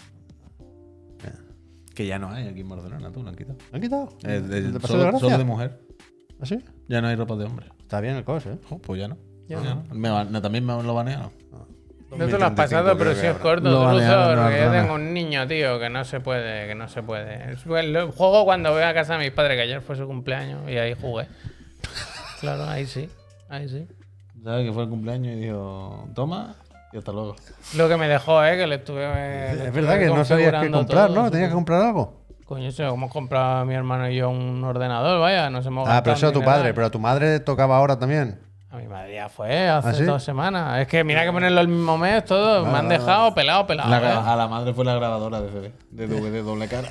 [SPEAKER 2] Que ya no hay aquí en Barcelona, tú lo han quitado.
[SPEAKER 3] ¿lo han quitado?
[SPEAKER 2] Eh, de-
[SPEAKER 3] ¿Te pasó de
[SPEAKER 2] solo,
[SPEAKER 3] gracia?
[SPEAKER 2] solo de mujer.
[SPEAKER 3] ¿Ah, sí?
[SPEAKER 2] Ya no hay ropa de hombre.
[SPEAKER 3] Está bien el cos, ¿eh?
[SPEAKER 2] Oh, pues ya no.
[SPEAKER 1] Ya
[SPEAKER 2] Ya no. Me ban- no, también me lo banearon.
[SPEAKER 1] No te lo has pasado, pero si es corto,
[SPEAKER 2] Lo
[SPEAKER 1] Druso,
[SPEAKER 2] banearon,
[SPEAKER 1] porque yo
[SPEAKER 2] perdona.
[SPEAKER 1] tengo un niño, tío, que no se puede, que no se puede. Es- Bueno, lo- juego cuando voy a casa de mis padres, que ayer fue su cumpleaños, y ahí jugué. Claro, ahí sí, ahí sí.
[SPEAKER 2] ¿Sabes que fue el cumpleaños y dijo, toma y hasta luego?
[SPEAKER 1] Lo que me dejó, eh, que le estuve. le estuve
[SPEAKER 3] Es verdad que no sabías qué
[SPEAKER 1] configurando
[SPEAKER 3] comprar,
[SPEAKER 1] todo,
[SPEAKER 3] ¿no? Tenías que comprar algo.
[SPEAKER 1] Coño, eso, hemos comprado mi hermano y yo un ordenador, vaya, nos hemos
[SPEAKER 3] Ah,
[SPEAKER 1] gastado
[SPEAKER 3] pero eso a
[SPEAKER 1] un
[SPEAKER 3] tu
[SPEAKER 1] dineral.
[SPEAKER 3] padre, pero a tu madre tocaba ahora también.
[SPEAKER 1] A mi madre ya fue hace
[SPEAKER 3] ¿Ah, sí? Ah,
[SPEAKER 1] dos semanas. Es que mira que ponerlo el mismo mes, todo. me han dejado pelado, pelado.
[SPEAKER 2] La
[SPEAKER 1] eh.
[SPEAKER 2] gra- a la madre fue la grabadora de CD, de DVD doble cara.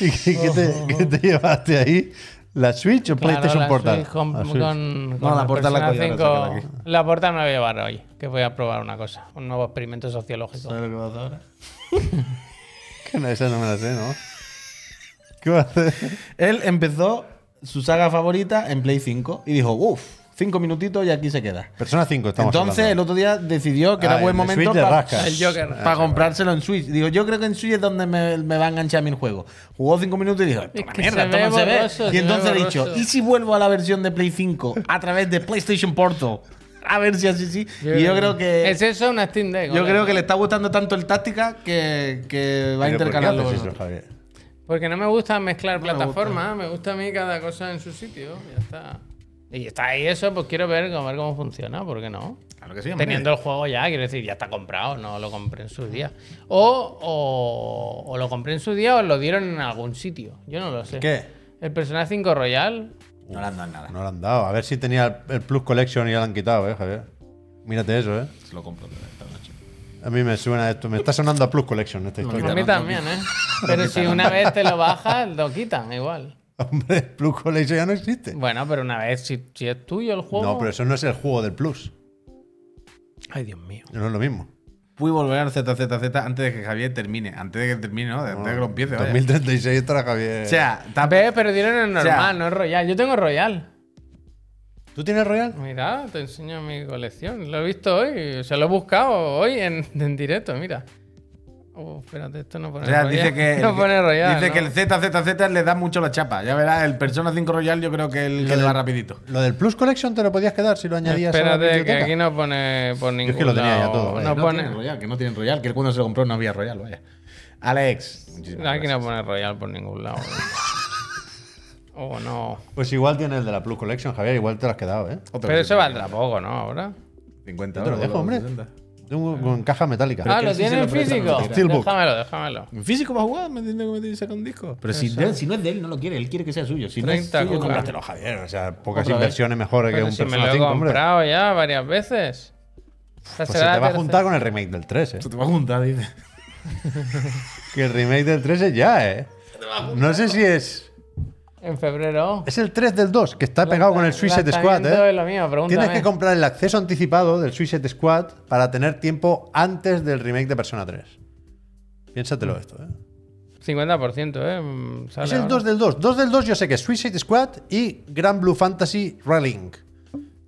[SPEAKER 3] ¿Y qué, qué te, qué te llevaste ahí? ¿La Switch o
[SPEAKER 1] Claro,
[SPEAKER 3] PlayStation
[SPEAKER 1] la
[SPEAKER 3] Portal?
[SPEAKER 1] Switch con,
[SPEAKER 3] La
[SPEAKER 1] con,
[SPEAKER 3] Switch.
[SPEAKER 1] con
[SPEAKER 2] No, la
[SPEAKER 1] el
[SPEAKER 2] Portal
[SPEAKER 1] Persona
[SPEAKER 2] la cogí, ahora sácala
[SPEAKER 1] 5.
[SPEAKER 2] aquí.
[SPEAKER 1] La Portal me la voy a llevar hoy, que voy a probar una cosa, un nuevo experimento sociológico.
[SPEAKER 2] ¿Sabes lo que pasa ahora?
[SPEAKER 3] Que no, esa no me la sé, ¿no? ¿Qué va a hacer?
[SPEAKER 2] Él empezó su saga favorita en Play 5 y dijo, uff, cinco minutitos y aquí se queda.
[SPEAKER 3] Persona 5 estamos
[SPEAKER 2] Entonces, el
[SPEAKER 3] hablando.
[SPEAKER 2] otro día decidió que
[SPEAKER 3] Ah,
[SPEAKER 2] era buen
[SPEAKER 3] el de
[SPEAKER 2] momento
[SPEAKER 3] Switch de Ah,
[SPEAKER 2] para
[SPEAKER 3] rasca.
[SPEAKER 1] El Joker.
[SPEAKER 2] comprárselo en Switch. Digo, yo creo que en Switch es donde me, me va a enganchar mi juego. Jugó cinco minutos y dijo,
[SPEAKER 1] Es
[SPEAKER 2] "Esto
[SPEAKER 1] que
[SPEAKER 2] es una mierda,
[SPEAKER 1] se ve
[SPEAKER 2] esto no se ve".
[SPEAKER 1] borroso, se
[SPEAKER 2] Y
[SPEAKER 1] ve
[SPEAKER 2] entonces he dicho,
[SPEAKER 1] borroso.
[SPEAKER 2] ¿y si vuelvo a la versión de Play 5 a través de PlayStation Portal? A ver si así sí. Y yo creo que...
[SPEAKER 1] ¿Es eso una Steam Deck?
[SPEAKER 2] Yo
[SPEAKER 1] ok.
[SPEAKER 2] creo que le está gustando tanto el táctica que, que va a
[SPEAKER 3] Pero, ¿por qué
[SPEAKER 2] intercalarlo.
[SPEAKER 3] haces
[SPEAKER 2] con
[SPEAKER 3] eso,
[SPEAKER 2] otro.
[SPEAKER 3] Javier?
[SPEAKER 1] Porque no me gusta mezclar
[SPEAKER 2] me gusta.
[SPEAKER 1] plataformas, me gusta. a mí cada cosa en su sitio, ya está. Y está ahí eso, pues quiero ver, a ver cómo funciona, ¿por qué no?
[SPEAKER 2] Claro que sí, hombre.
[SPEAKER 1] Teniendo el juego ya, quiero decir, ya está comprado, no lo compré en su día. O, o, o lo compré en su día o lo dieron en algún sitio, yo no lo sé.
[SPEAKER 3] ¿Qué?
[SPEAKER 1] El Persona 5 Royal,
[SPEAKER 2] No le han dado nada.
[SPEAKER 3] No lo han dado. A ver si tenía el- el Plus Collection y ya lo han quitado, ¿eh, Javier? Mírate eso, ¿eh?
[SPEAKER 2] Se lo compro esta noche.
[SPEAKER 3] A mí me suena esto. Me está sonando a Plus Collection esta historia.
[SPEAKER 1] a mí también, ¿eh? Pero si una vez te lo bajas, lo quitan igual.
[SPEAKER 3] Hombre, Plus Collection ya no existe.
[SPEAKER 1] Bueno, pero una vez, si, si es tuyo el juego.
[SPEAKER 3] No, pero eso no es el juego del Plus.
[SPEAKER 1] Ay, Dios mío.
[SPEAKER 3] No es lo mismo.
[SPEAKER 2] Pude volver al ZZZ antes de que Javier termine. Antes de que termine, ¿no? Antes de que lo empiece. vaya.
[SPEAKER 3] 2036 estará Javier.
[SPEAKER 2] O sea,
[SPEAKER 1] A
[SPEAKER 2] está-
[SPEAKER 1] ver, pero dieron el normal,
[SPEAKER 2] O sea-
[SPEAKER 1] no es Royal. Yo tengo Royal.
[SPEAKER 3] ¿Tú tienes Royal?
[SPEAKER 1] Mira, te enseño mi colección. Lo he visto hoy, se lo he buscado hoy en, en directo, mira. Oh, espérate, esto no pone
[SPEAKER 2] o sea,
[SPEAKER 1] Royal.
[SPEAKER 2] dice que,
[SPEAKER 1] no pone Royal.
[SPEAKER 2] dice
[SPEAKER 1] ¿no?
[SPEAKER 2] que el ZZZ le da mucho la chapa. Ya verás, el Persona 5 Royal yo creo que, el, que le va rapidito.
[SPEAKER 3] Lo del Plus Collection te lo podías quedar si lo añadías a la
[SPEAKER 1] Espérate, que
[SPEAKER 3] biblioteca.
[SPEAKER 1] aquí no pone por ningún
[SPEAKER 3] es que lo tenía ya
[SPEAKER 1] lado.
[SPEAKER 3] todo, vaya.
[SPEAKER 1] No pone,
[SPEAKER 2] tienen Royal, que no tienen Royal, que él cuando se lo compró no había Royal, vaya. Alex. muchísimas
[SPEAKER 1] aquí no
[SPEAKER 2] gracias.
[SPEAKER 1] pone Royal por ningún lado. oh, no.
[SPEAKER 3] Pues igual tiene el de la Plus Collection, Javier. Igual te lo has quedado, ¿eh?
[SPEAKER 2] Otro
[SPEAKER 1] Pero
[SPEAKER 2] que
[SPEAKER 1] eso valdrá poco, ¿no? Ahora.
[SPEAKER 2] 50
[SPEAKER 3] Yo te lo
[SPEAKER 2] euros,
[SPEAKER 3] dejo, hombre.
[SPEAKER 2] 60.
[SPEAKER 3] Tengo- Con caja metálica.
[SPEAKER 1] Ah,
[SPEAKER 2] que
[SPEAKER 1] lo
[SPEAKER 2] él sí se
[SPEAKER 1] tiene en
[SPEAKER 2] lo presta,
[SPEAKER 1] físico.
[SPEAKER 2] no lo tira.
[SPEAKER 3] Steelbook.
[SPEAKER 1] Déjamelo, déjamelo.
[SPEAKER 2] ¿En físico va a jugar? ¿Me entiendes que me tiene que sacar un disco? Pero si, de él- si no es de él, no lo quiere. Él quiere que sea suyo. Si no es
[SPEAKER 1] 30
[SPEAKER 2] suyo,
[SPEAKER 1] cucas.
[SPEAKER 2] cómpratelo.
[SPEAKER 3] Pero Javier, o sea, pocas
[SPEAKER 2] Otra vez.
[SPEAKER 3] inversiones mejores que
[SPEAKER 1] Pero
[SPEAKER 3] un
[SPEAKER 1] si me
[SPEAKER 3] Persona
[SPEAKER 1] lo he
[SPEAKER 3] 5, hombre.
[SPEAKER 1] comprado ya varias veces. Esta
[SPEAKER 3] Pues se
[SPEAKER 1] será
[SPEAKER 3] te
[SPEAKER 1] la
[SPEAKER 3] va a
[SPEAKER 1] tercera.
[SPEAKER 3] juntar con el remake del 3, ¿eh?
[SPEAKER 2] Eso te va a juntar, dice.
[SPEAKER 3] Que el remake del 3 es ya, ¿eh? No sé si es...
[SPEAKER 1] En febrero.
[SPEAKER 3] Es el 3 del 2, que está pegado con el Suicide Squad,
[SPEAKER 1] Lanzamiento
[SPEAKER 3] ¿eh?
[SPEAKER 1] es lo mío, pregúntame.
[SPEAKER 3] Tienes que comprar el acceso anticipado del Suicide Squad para tener tiempo antes del remake de Persona 3. Piénsatelo esto, ¿eh?
[SPEAKER 1] 50%, ¿eh? Mm, sale
[SPEAKER 3] Es el
[SPEAKER 1] ahora.
[SPEAKER 3] 2 del 2. 2 del 2 yo sé que es Suicide Squad y Grand Blue Fantasy Relink.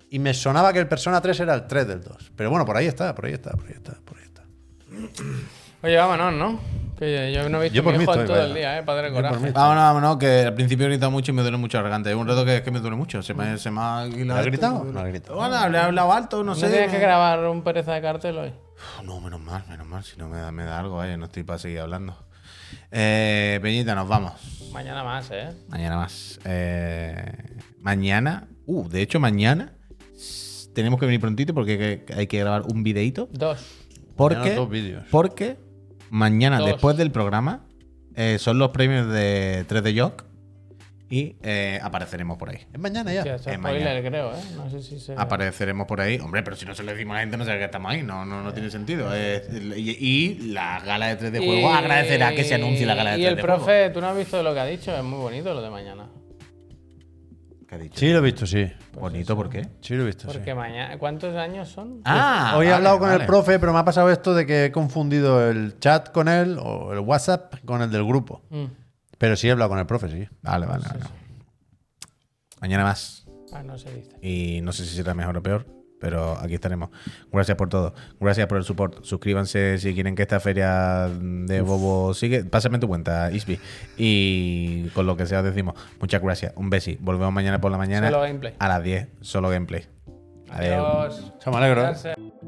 [SPEAKER 3] Y me sonaba que el Persona 3 era el 3 del 2. Pero bueno, por ahí está, por ahí está, por ahí está, por ahí está.
[SPEAKER 1] Oye, vámonos, ¿no? Que yo, yo no he visto
[SPEAKER 3] Yo
[SPEAKER 1] a
[SPEAKER 3] por
[SPEAKER 1] mi
[SPEAKER 3] mí
[SPEAKER 1] hijo en
[SPEAKER 3] estoy,
[SPEAKER 1] todo el
[SPEAKER 3] vaya.
[SPEAKER 1] día, ¿eh? Padre
[SPEAKER 3] Yo por
[SPEAKER 1] coraje.
[SPEAKER 3] mí.
[SPEAKER 2] Vámonos, vámonos, que al principio he gritado mucho y me duele mucho la garganta. Es un reto que es que me duele mucho. Se me, se me ha
[SPEAKER 3] ¿Ha gritado? No ha gritado.
[SPEAKER 2] Bueno, le he hablado alto, no,
[SPEAKER 1] ¿No
[SPEAKER 2] sé.
[SPEAKER 1] tienes que grabar un pereza de cartel hoy?
[SPEAKER 2] Uf, No, menos mal, menos mal. Si no me da, me da algo, vaya, no estoy para seguir hablando. Eh, Peñita, nos vamos.
[SPEAKER 1] Mañana más, ¿eh?
[SPEAKER 2] Mañana más. Eh, mañana. Uh, de hecho, mañana s- tenemos que venir prontito porque hay que, hay que grabar un videito.
[SPEAKER 1] Dos.
[SPEAKER 2] Porque,
[SPEAKER 3] dos vídeos.
[SPEAKER 2] porque mañana,
[SPEAKER 1] Dos.
[SPEAKER 2] después del programa, eh, son los premios de 3D Jock y eh, apareceremos por ahí.
[SPEAKER 3] Es mañana
[SPEAKER 1] Sí,
[SPEAKER 3] ya.
[SPEAKER 1] eso es
[SPEAKER 2] es mañana.
[SPEAKER 1] spoiler, creo, ¿eh? No sé si se.
[SPEAKER 2] Apareceremos por ahí. Hombre, pero si no se lo decimos a la gente, no sé que estamos ahí. No, no, no tiene sentido. Es- y, y la gala de 3D este Juego agradecerá que se anuncie la gala de 3D
[SPEAKER 1] Y el
[SPEAKER 2] Juego.
[SPEAKER 1] profe, tú no has visto lo que ha dicho, es muy bonito lo de mañana.
[SPEAKER 2] ¿Qué ha dicho? Pues
[SPEAKER 3] Sí, lo he visto, sí.
[SPEAKER 2] Bonito, ¿por qué?
[SPEAKER 3] Sí, lo he visto, sí.
[SPEAKER 1] Porque mañana. ¿Cuántos años son?
[SPEAKER 2] Ah,
[SPEAKER 3] Hoy he
[SPEAKER 2] vale,
[SPEAKER 3] hablado con
[SPEAKER 2] vale.
[SPEAKER 3] el profe, pero me ha pasado esto de que he confundido el chat con él o el WhatsApp con el del grupo.
[SPEAKER 1] Mm.
[SPEAKER 3] Pero sí he hablado con el profe, sí.
[SPEAKER 2] Vale, vale, vale. Mañana más.
[SPEAKER 1] Ah, no se dice.
[SPEAKER 2] y no sé si será mejor o peor, pero aquí estaremos. Gracias por todo. Gracias por el support. Suscríbanse si quieren que esta feria de Bobo sigue. Pásame tu cuenta, Isby. Y con lo que sea os decimos. Muchas gracias. Un besi. Volvemos mañana por la mañana
[SPEAKER 1] Solo gameplay.
[SPEAKER 2] a las 10. Solo gameplay. Adiós.
[SPEAKER 1] Adiós.
[SPEAKER 3] Se me alegro. ¿eh?
[SPEAKER 1] Gracias.